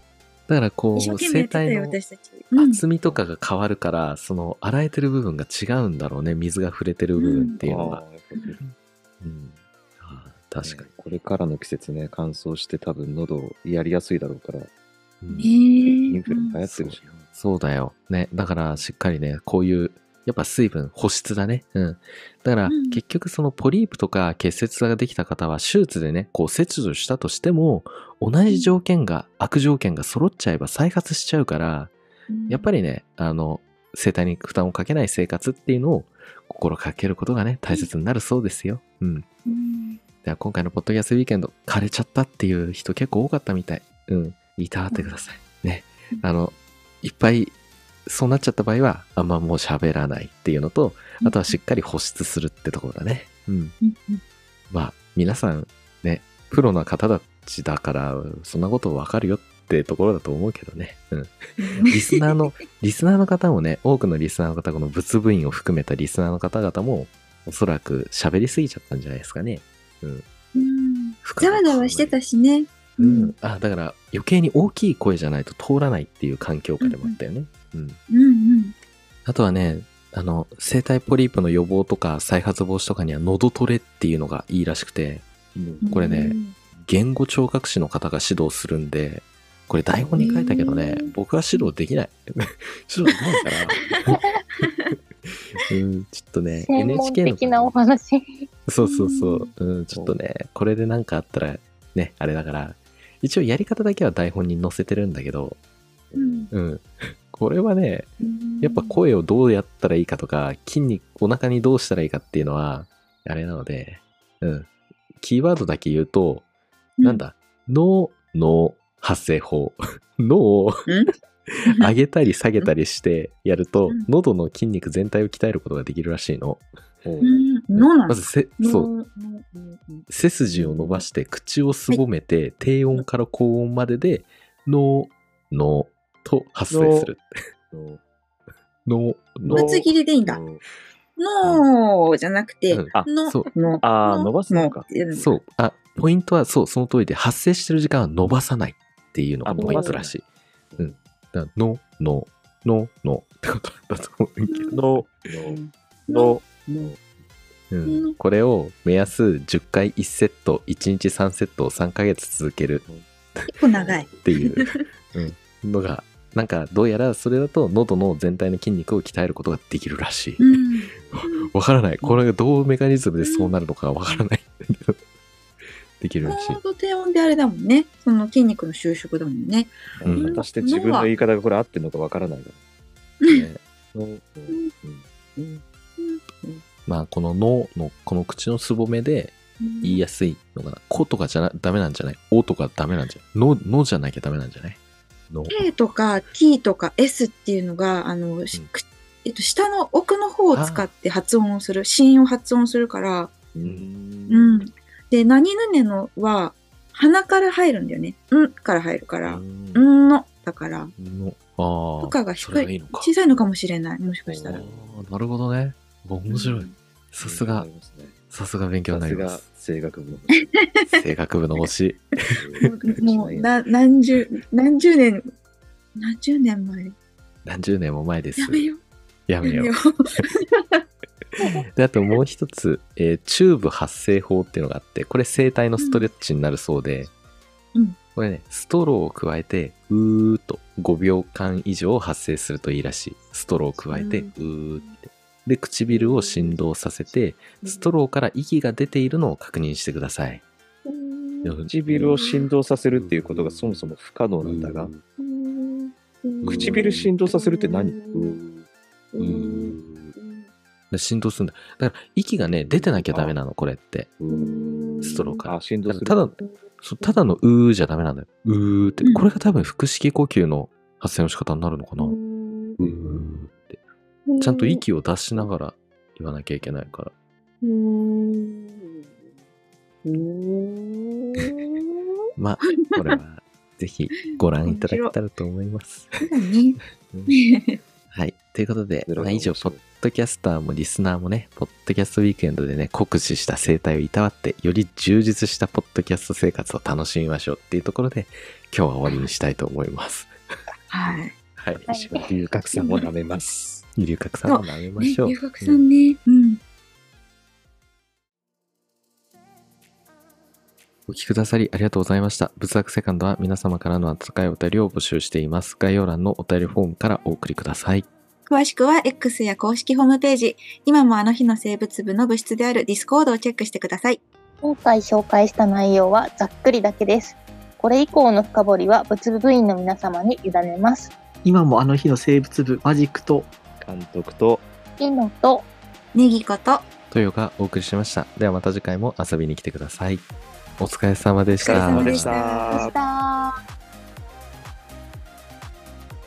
B: だからこう、
C: 一生懸命や
B: 声
C: ってたよ、
B: 帯の
C: 私たち。うん
B: 厚みとかが変わるから、その洗えてる部分が違うんだろうね水が触れてる部分っていうの
E: あ
B: が、
E: ーやっぱり
B: うんあー確か
E: ねこれからの季節ね、乾燥して多分喉やりやすいだろうから、
B: に、うん
E: イ
C: ね
E: ンフルも流行ってるし。
B: そうだよねだからしっかりねこういうやっぱ水分保湿だねうんだから
C: うん
B: 結局そのポリープとか結節ができた方は手術でねこう切除したとしても同じ条件が悪条件が揃っちゃえば再発しちゃうからやっぱりね、あの、生体に負担をかけない生活っていうのを心かけることがね、大切になるそうですよ。うん。
C: り。うん
B: では今回のポッドキャストウィーケンド、枯れちゃったっていう人結構多かったみたい。うん。いたわってください。ね
C: うん。
B: あの、いっぱい、そうなっちゃった場合は、あんまもう喋らないっていうのと、あとはしっかり保湿するってところだね。うん。
C: うんうん
B: まあ、皆さんね、プロな方たちだから、そんなことわかるよってところだと思うけどね。うん。リスナー の、リスナーの方もね、多くのリスナーの方、この仏部員を含めたリスナーの方々も、おそらく喋りすぎちゃったんじゃないですかね。
C: うん
B: 深く
C: ざわざわしてたしね。
B: 考える。うん。あ、だから余計に大きい声じゃないと通らないっていう環境下でもあったよ ね。うん。
C: うんうん。
B: あとはね、あの、生体ポリープの予防とか再発防止とかには喉トレっていうのがいいらしくて、
E: うん
B: これね言語聴覚士の方が指導するんで、これ台本に書いたけどね
C: へー、
B: 僕は指導できない。指導できない から。うん、ちょっとね、
D: 専門
B: NHK の
D: 的なお話。
B: そうそうそう。うん、ちょっとね、これでなんかあったら、ね、あれだから、一応やり方だけは台本に載せてるんだけど、
C: うん。
B: うん。これはね、
C: うん
B: やっぱ声をどうやったらいいかとか、筋肉、お腹にどうしたらいいかっていうのは、あれなので、うん。キーワードだけ言うと、なんだ、脳の発声法。 脳を 上げたり下げたりしてやると
C: うん、
B: 喉の筋肉全体を鍛えることができるらしいの。
E: ほう
C: うん。脳な
B: ま
C: の
B: ずせ、そう、
C: う。
B: 背筋を伸ばして口をすぼめて低音から高音までで「の」「の」と発声する
E: そう
B: 「の」「の
C: ぶつ切りでいいんだ。
E: そう
C: のーじゃなくて、
B: うん
E: あ
C: の、
B: そう
C: の、
E: あー
C: の
E: 伸ばすのか
C: っていうの
B: そう。あ、ポイントは、そう、その通りで、発生してる時間は伸ばさないっていうのが
E: あ
B: ポイントらしい。う
E: 伸
B: ん。だからの、の、の、のってことだと思うけど。
E: の、の、の、
B: うん、これを目安10回1セット、1日3セットを3ヶ月続ける
C: 結構長い。
B: っていう うんのが、なんかどうやらそれだと喉の全体の筋肉を鍛えることができるらしい。
C: うん。
B: わからない。これがどうメカニズムでそうなるのかわからないんだけど。 できるらし
C: ち
B: い
C: ょう。ど低音であれだもんね。その筋肉の収縮だもんね。
B: うん
E: 果たして自分の言い方がこれ合ってるのかわからないから。の、
B: まあ、この脳の、この口のすぼめで言いやすいのかな。ことかじゃなダメなんじゃないおとかダメなんじゃないの、のじゃなきゃダメなんじゃないの。
C: K とか T とか S っていうのが、あの、し
B: うん
C: くえっと、下の奥の方を使って発音をする、芯を発音するから、
E: うん
C: うん。で、何々のは、鼻から入るんだよね。んから入るから、んの、だから、
B: の。ああ。
C: とかが低
B: そ
C: い
B: れいいのか。
C: 小さいのかもしれない、もしかした
B: あ
C: ら。
B: ーなるほどね。面白い。さす
E: あ
B: が
E: り、ますね
B: さすが勉強に
E: さ
B: な
E: す
B: りま
E: が
B: す。
E: 声楽部の。
B: 声楽部の推し。
C: もう、な何十、何十年、何十年前。
B: 何十年も前です。
C: やめよう。
B: やめよう。
C: う。
B: で、あともう一つ、えーチューブ発生法っていうのがあって、これ声帯のストレッチになるそうで、
C: うん
B: これね、ストローを加えて、うーっと5秒間以上発生するといいらしい。ストローを加えて、
C: う
B: うーって。で、唇を振動させて、ストローから息が出ているのを確認してください。
E: 唇を振動させるっていうことがそもそも不可能なんだが、唇振動させるって何
B: うーで振動するんだ。だから息がね、出てなきゃダメなの、これって。ストローから
E: あ、。振動
B: だか
E: す
B: ら
E: る。
B: ただ、そうただのうーじゃダメなんだよ。うーって。
C: うん
B: これが多分腹式呼吸の発声の仕方になるのかな。うーって。ちゃんと息を出しながら言わなきゃいけないから。まあ、これはぜひご覧いただけたらと思います。
C: そうだね。
B: はい。ということで、
E: ゼロ
B: まあ、
E: が
B: 以上、
E: 面
B: ポ
E: 白い
B: ッドキャスターもリスナーもね、ポッドキャストウィークエンドでね、酷使した生態をいたわって、より充実したポッドキャスト生活を楽しみましょうっていうところで、今日は終わりにしたいと思います。
C: はい。
B: はい。
D: はい
E: 龍角散を舐めます。
B: 留学さんを舐めましょう。
C: ね、留学さんね。うん。
B: お聞きくださりありがとうございました。仏学セカンドは皆様からの温かいお便りを募集しています。概要欄のお便りフォームからお送りください。
C: 詳しくは X や公式ホームページ、今もあの日の生物部の部室であるディスコードをチェックしてください。
D: 今回紹介した内容はざっくりだけです。これ以降の深掘りは仏部員の皆様に委ねます。
F: 今もあの日の生物部マジックと
E: 監督と、
D: ピノと
C: ネギこと、
B: とよがお送りしました。ではまた次回も遊びに来てください。お疲れ様でした。
C: お疲れ様でし
D: で
E: た
D: した。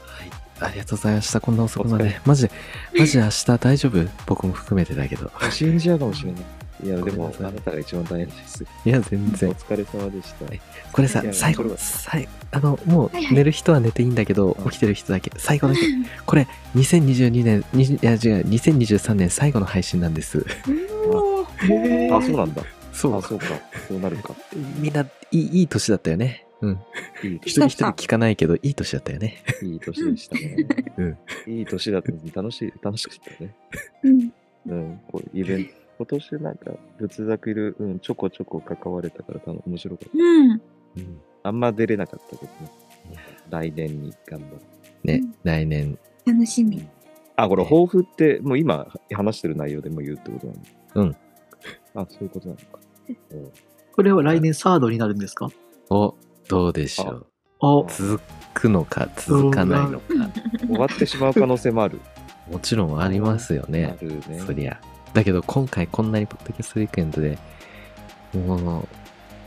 B: はい。ありがとうございました。こんな遅くまで。マジで、マジで明日大丈夫僕も含めてだけど。
E: 信じ合うかもしれない。いや、
B: ご
E: で
B: めんな
E: も、
B: さ
E: あ
B: い
E: なたが一番大変です。
B: いや、全
E: お
B: 然。
E: 疲れ様でし た。
B: はいこれさ
E: い、や
B: 最
E: これ
B: 後、
E: は
B: 最あの、も
C: はいは
B: う
C: い
B: 寝る人は寝ていいんだけど、
E: うん
B: 起きてる人だけ、最後だけ、これ、2022年、にいや違う、2023年最後の配信なんです。
E: あ、そうなんだ。
B: そ
E: あ、
B: う、
E: そうか。そうなるか。
B: みんないいいい年だったよね。うん。
E: いい
B: 一人
E: 年
B: 一人聞かないけど、いい年だったよ ね。
E: いい年でしたね。いい年だったのに楽しい、楽しかったね。
C: うん
E: うん、こうイベント。今年なんか、仏作いる、うん、ちょこちょこ関われたから、多分面白かった。
C: うん。
B: うん、
E: あんま出れなかったけどね。来年に頑張る。
B: ね
C: うん、
B: 来年、
C: 楽しみ。
E: あ、これ、
B: ね
E: 抱負って、もう今話してる内容でも言うってことなの
B: うん。
E: あ、そういうことなのか。うん
F: これは来年サードになるんですか
B: をどうでしょう。
F: あ
E: あ
B: 続くのか、続かないのか、
E: 終わってしまう可能性もある。
B: もちろんありますよ
E: あ
B: ね。
E: るね。
B: そりゃ。だけど、今回こんなにポッドキャストウィークエンドで、もう、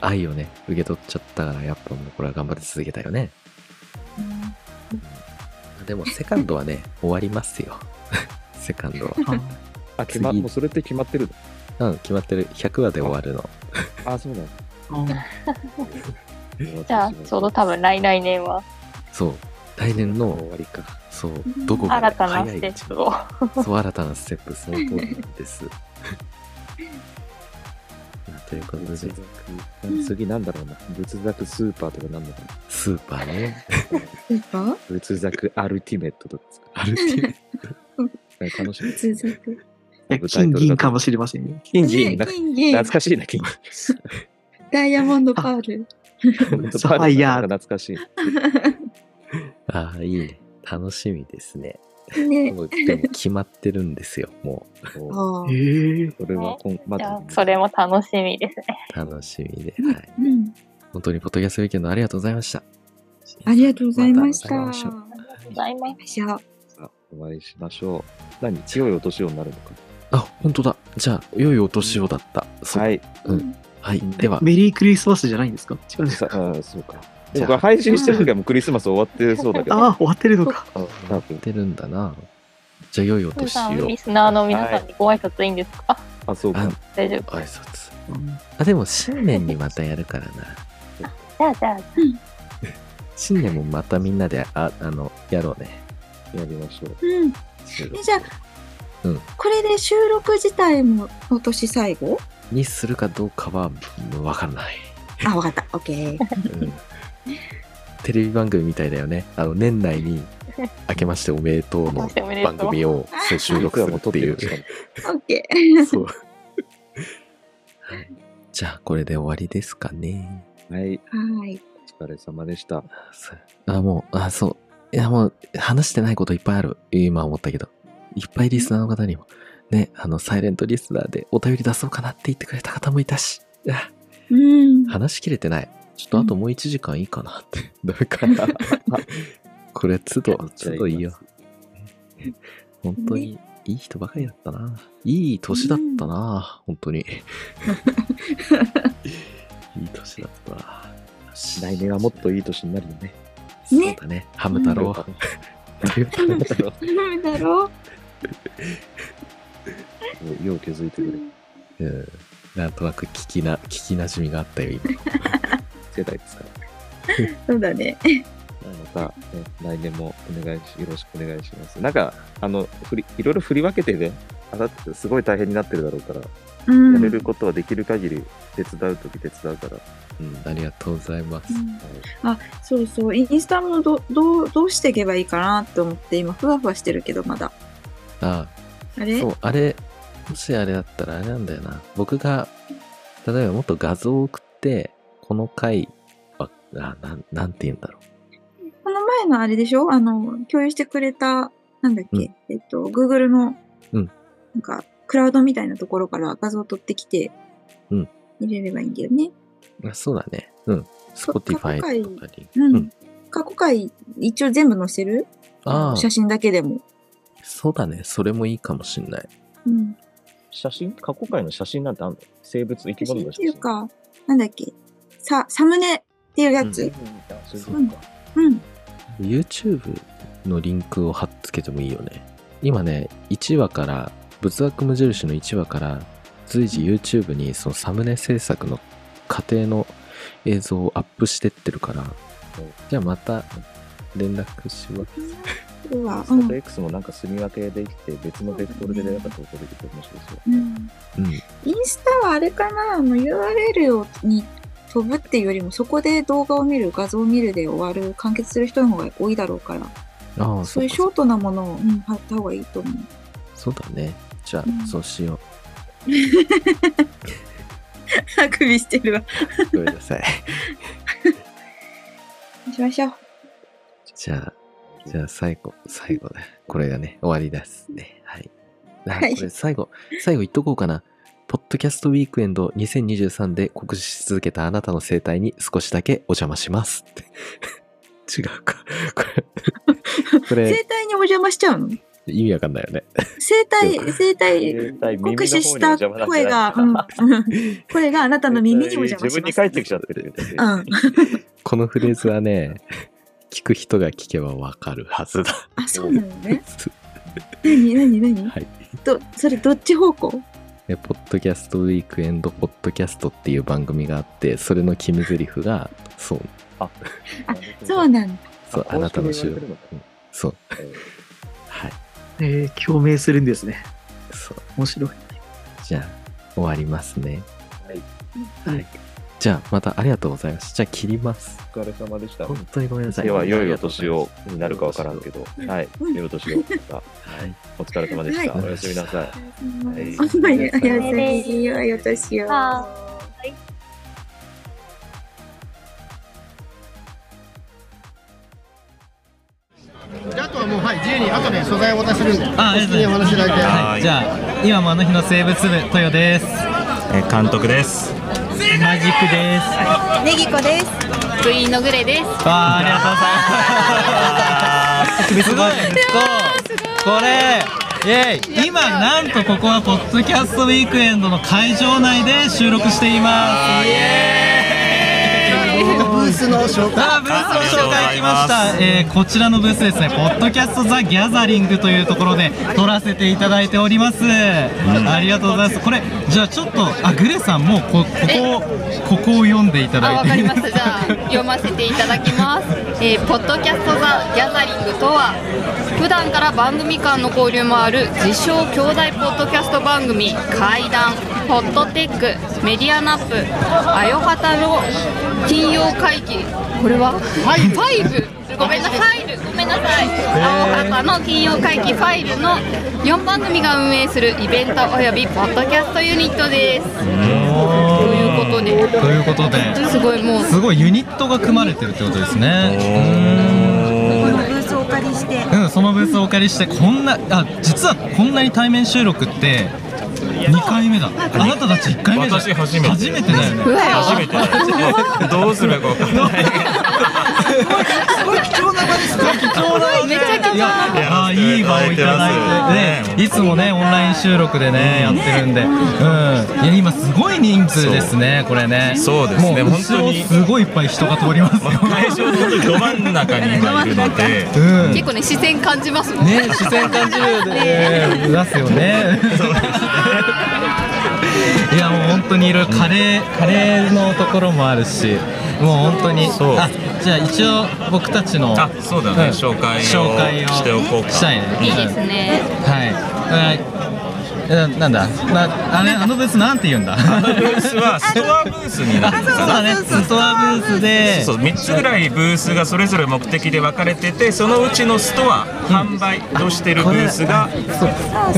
B: 愛をね、受け取っちゃったから、やっぱもうこれは頑張って続けたよね。でも、セカンドは ね、終わりますよ。セカンドは。
E: あ、決ま、
B: 次
E: もうそれって決まってるの
B: うん、決まってる。100話で終わるの。
E: あ、そうなの。
F: あ
E: 終わってしまう
D: じゃあ、ちょうど多分来来年は。
B: そう。来年の
E: 終わりか。
B: そう
C: うん
B: どこか
D: 新
B: が
D: たな
B: 早
D: ス
B: い
D: テ
B: うち
D: ップを。
B: そう新たなステップその通り です。ということ
E: 仏
B: で
E: 作次なんだろうな。仏作スーパーとかなんだろうな。
B: スーパーね
C: スーパー
E: 仏作アルティメットとか作
B: あるっていう
E: る。楽しみ。
C: 仏作。
F: いや金銀かもしれませんね。
E: 金
C: ね
E: 銀、なんか
C: 金銀
E: 懐、かしいな、金
C: ダイヤモンドパール。
E: 銀。
F: サファイア
E: なんか懐かしい。
B: ああいいね楽しみですね。
C: ね。
E: そう
B: でも決まってるんですよも
E: そう
C: ああ
F: へ。え。
E: それは今、ま
D: じゃあ
E: だ、
D: それも楽しみですね。
B: う楽しみで、はい、
C: うん。
B: 本当にポッドキャストウィーケンドありがとうございました。
C: ありがとうございました。
B: またお会いしましょう
D: ありがとうございます。
C: じゃあ、
E: さあお会いしましょう。何強いお年をになるのか。
B: あ本当だじゃあ良いお年をだった。そう
E: はい。
B: はい、では
F: メリークリスマスじゃないんですか違うんです
E: さ
F: か
E: あ、そうか。
B: じ
E: で
B: ゃ
E: も
B: あ
E: これ配信してる時はもうクリスマス終わってそうだけど。
F: ああ、終わってるのか。
E: あ、
B: や
E: 多
B: っ
E: 分。
B: てるんだな。じゃあ良いお
D: ふう
B: 年
D: さん、
B: を
D: リスナーの皆さんにご挨拶いいんですか
E: あ、そうか
B: あ。
D: 大丈夫。
B: 挨拶。あでも新年にまたやるからな。
D: じゃあ、じゃあ、
B: 新年もまたみんなでああのやろうね。
E: やりましょう。
C: うん。
B: 収録
C: えじゃあ、
B: うん
C: これで収録自体も今年最後
B: にするかどうかはわからない、
C: あ、わかった。オッケー。
B: うんテレビ番組みたいだよねあの年内に「明けましておめでとう」
D: 明けま
B: の
D: しておめでとう
B: 番組をそう収録
E: 僕は
B: す
E: も
B: る
E: う
B: っ
E: 撮ってて
B: い
E: る
B: う
E: しか
B: そ
C: オッケー。
E: も
B: うはいじゃあこれで終わりですかね
E: はい。
C: はい。
E: お疲れ様でした。
B: そうあもうあそういやもう話してないこといっぱいある今思ったけどいっぱいリスナーの方にもねあのサイレントリスナーでお便り出そうかなって言ってくれた方もいたしあ
C: うん。
B: 話しきれてない。ちょっとあともう1時間いいかなって。 だから、これ、都度、都度いいよ。本当にいい人ばかりだったな。いい年だったな、本当に。いい年だったな。よし
E: 来年はもっといい年になるよね。
B: そうだね。ハム太郎。
E: うん
B: ということで
C: なん だろう。
E: よう気づいてくれる
B: うんなんとなく聞きな、聞きなじみがあったよ、今。
E: 世代ですから。
C: そうだね。
E: また、ね、来年もお願いし、よろしくお願いします。なんか、あの、振り、いろいろ振り分けてね、あなたすごい大変になってるだろうから、
C: う
E: や
C: ん。
E: れることはできる限り手伝うとき手伝うから、うん、
B: ありがとうございます。
C: あそうそうインスタもどどうどうしていけばいいかなと思って今ふわふわしてるけどまだ
B: あ
C: あれ
B: そう、あれ、もしあれだったらあれなんだよな。僕が、例えばもっと画像を送って、この回は、あ、なん、なんて言うんだろ
C: この前のあれでしょあの共有してくれたなんだっけ、
B: うん
C: えっと Google の、
B: うん
C: なんかクラウドみたいなところから画像を取ってきて、
B: うん
C: 入れればいいんだよね
B: う。あそうだね。うん。
C: そ過去
B: Spotify
C: 回
B: とかに。
C: うん、
B: うん
C: 過去回一応全部載せる
B: ああ、
C: 写真だけでも、
B: そうだね。それもいいかもしんない。
C: うん、
E: 写真過去回の写真なんてあんの生物、生き
C: 写
E: 物
C: 真
E: の
C: っ
E: 写
C: てい
E: 真。
C: うかなんだっけさサムネっていうや
E: うん、
C: つ、
E: あそう
B: そ
E: いうう
C: うん
E: ことか。
C: うん、
B: YouTube のリンクを貼っつけてもいいよね。今ね、1話から、仏学無印の1話から、随時 YouTube にそのサムネ制作の過程の映像をアップしてってるから、じゃあまた連絡します。
C: これは、う
E: スタート
C: ん
E: X もなんか住み分けできて、別のベクトルでなんか投稿できて面白そう。
C: うん、
B: うん。
C: インスタはあれかなあの URL をに飛ぶっていうよりもそこで動画を見る画像を見るで終わる完結する人の方が多いだろうから
B: ああ、
C: そういうシ
B: そ
C: ョ
B: っ
C: ートなものを、うん、貼った方がいいと思う
B: かそうだね。じゃあ、
C: うん
B: そうしよ
C: あくびしてるわ
B: う。ごめんなさい。
C: そうしましょう
B: じゃあ、じゃあ最後、最後だ。これがね、終わりですね。はい。あ
C: はい
B: これ最後、最後言っとこうかな。ポッドキャストウィークエンド2023で告知し続けたあなたの生態に少しだけお邪魔しますって。 違うか。これ、こ
C: 生
B: れ
C: 体にお邪魔しちゃうの
B: 意味わかんないよね。
C: 生体生体
E: 絶対耳の方
C: 酷
E: に
C: 使した
E: 邪魔なんじ
C: 声
E: ゃない
C: が、 うん、声があなたの耳にお邪魔します
E: 自分に返ってきちゃってる。
C: うん
B: このフレーズはね、聞く人が聞けばわかるはずだ。
C: あそうなのね何何何、
B: はい
C: どそれどっち方向
B: でポッドキャストウィークエンドポッドキャストっていう番組があって、それの決め台詞が、そう、
C: そうなんだ
B: そう、あなたの種類。そう。はい。
F: えー、共鳴するんですね。
B: そう。
F: 面白い。
B: じゃあ、終わりますね。。
F: はい
B: じゃあ、またありがとうございます。じゃあ、切ります。
E: お疲れ様でした。
B: 本当にごめんなさい。
E: では、良いお年をになるかわからんけ
B: ど。
E: ど、
G: うん
E: はい、
G: うん
E: 良いお年を。また
B: はい。
E: お疲れ様でした。
B: はい
E: おやすみなさい。
G: はい
E: は
G: あ
E: い
G: んまり、あやすみよ、あやとしよう。
H: はい。
I: あとはもう、はい、自由に、あとね、素材をお渡しするんで、
J: ああり
I: お
J: が
I: 好
J: と
I: きにお話しい
J: うございま
I: ただいて。
J: はい、じゃあ今もあの日の生物部豊です
C: えー監督です。
J: マジックです
D: ネギコです。
H: 部員のグレです。
J: わあありがとうございますすごいこうこれイェイ今なんとここはポッドキャストウィークエンドの会場内で収録していますイエーイ
I: ブースの紹介。
J: あブースの紹介来ましたえーこちらのブースですねポッドキャストザ・ギャザリングというところで撮らせていただいております、ありがとうございますこれじゃあちょっとあグレさんもうこここをここを読んでいただい
D: あ、
J: て
D: わかりました。じゃあ読ませていただきます。えーポッドキャストザギャザリングとは、普段から番組間の交流もある自称兄弟ポッドキャスト番組怪談、ホットテック、メディアナップ、あよはたの金曜会議。これはファイル。ごめんなさい。ファイル。ごめんなさい。あよはたの金曜会議ファイルの4番組が運営するイベントおよびポッドキャストユニットです。ということで。
J: ということです
D: ごいもう
J: すごいユニットが組まれてるってことですね
D: このブースをお借りして
J: うんそのブースをお借りしてこんなあ実はこんなに対面収録って2回目だあなたたち1回目だ
C: 私初めて
J: 初めてだよね
D: うわ
C: 初めて。どうすればいいか分から
D: めっちゃ
J: 貴重だよね
D: 貴重
J: いやあーいい場をいただいて、ね、いつもねオンライン収録でねやってるんで、うん、いや今すごい人数ですねこれね
C: そうですね
J: もう
C: 本当に
J: 後ろすごいいっぱい人が通りますよ
C: ない。会場の本当にど真ん中に今いるので。
J: うん
D: 結構ね視線感じますもん
J: ね視線感じるで出すよね。いやもう本当にいろいろカレー、カレーのところもあるし、もう本当に
C: そう
J: あじゃあ一応僕たちの
C: あ、そうだね。
J: うん
C: 紹介を
J: 紹介を
C: しておこうか。
J: したいね。
D: いいです
J: うん
D: ね
J: はい。はいななんだなあれあのブースなんて言うんだ
C: あのブースはストアブースになるんです
J: そ
C: よ
J: うだねストアブースで
C: そう3つぐらいブースがそれぞれ目的で分かれててそのうちのストア販売をしてるブースが
J: そ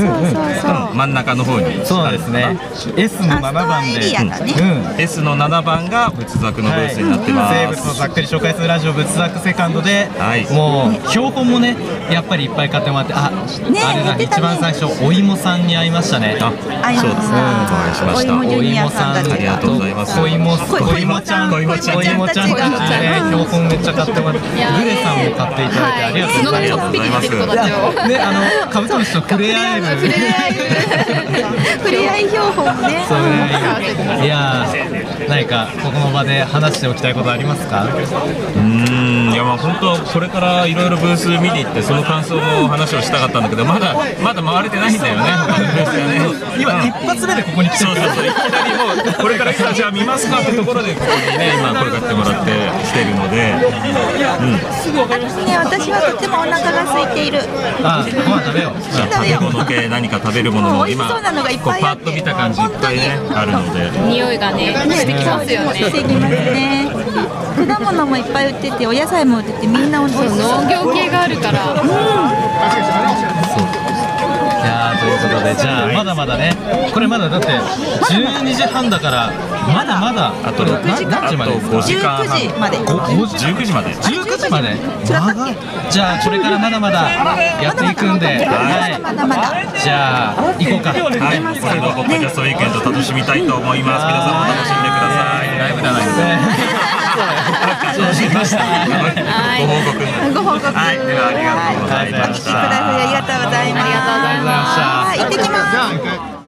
J: う
C: 真ん中の方に
J: そうですね S の7番
D: あスト
J: で
D: アエリアだね
J: うん
C: S の7番が仏作のブースになってま
J: 生物を
C: す、
J: ざっくり紹介するラジオ「仏作セカンドで」
C: はい
J: もう標本もねやっぱりいっぱい買ってもらってあ、あれだ、一番最初お芋さんに会いましたね
C: あ、そうですね。お会いしました。
J: お芋さん
C: ありがとうございます
J: お芋お芋ちゃん
C: 小芋ちゃん
J: お芋ちゃんたちね標本めっちゃ買ってもらって
D: いやー
J: グレさんも買っていただいてありがとうござい
D: ちょ
J: ま
D: っ
J: す
D: ぴり出てる子たちを
J: ね、あのカブトムシと触れ合える
D: 触れ合える触れ合い標本ね
J: そうねいやー何かここの場で話しておきたいことありますか
C: うーん、いやまあ本当これからいろいろブース見に行ってその感想の話をしたかったんだけどまだまだ回れてないんだよね。他のブースがね
J: 今
C: うん
J: 一発目でここに来て
C: そう
J: る
C: そうそういきなりもうこれからじゃあ見ますかってところでここにね今声かけてもらって来てるので、
D: ね私はとてもお腹が空いている
J: あ、ご飯食べよう
C: まあ食べ物系何か食べるものも今こうパッと見た感じいっぱいねあるので。
D: 匂いがねしてきますよね
K: できますね。果物もいっぱい売ってて、お野菜も売ってて、みんな美味しい。
D: 農業系があるから
J: いやーということでじゃあまだまだねこれまだだって12時半だからまだまだ
C: あと6時
J: な何時までですか
C: あと5時間半
K: 19時まで
C: 19
J: 5
C: 時まで。
J: 19時まで長いじゃあこれからまだまだやっていくんではい
K: まだまだ。
J: じゃあ行こうか
C: はい、これのポッドキャストウィークエンド楽しみたいと思います。皆さんも楽しんでください。ライブじゃない ですね。
J: そうだよ
C: ご報告。はい、ではありがとうございました。
K: ありがとうございました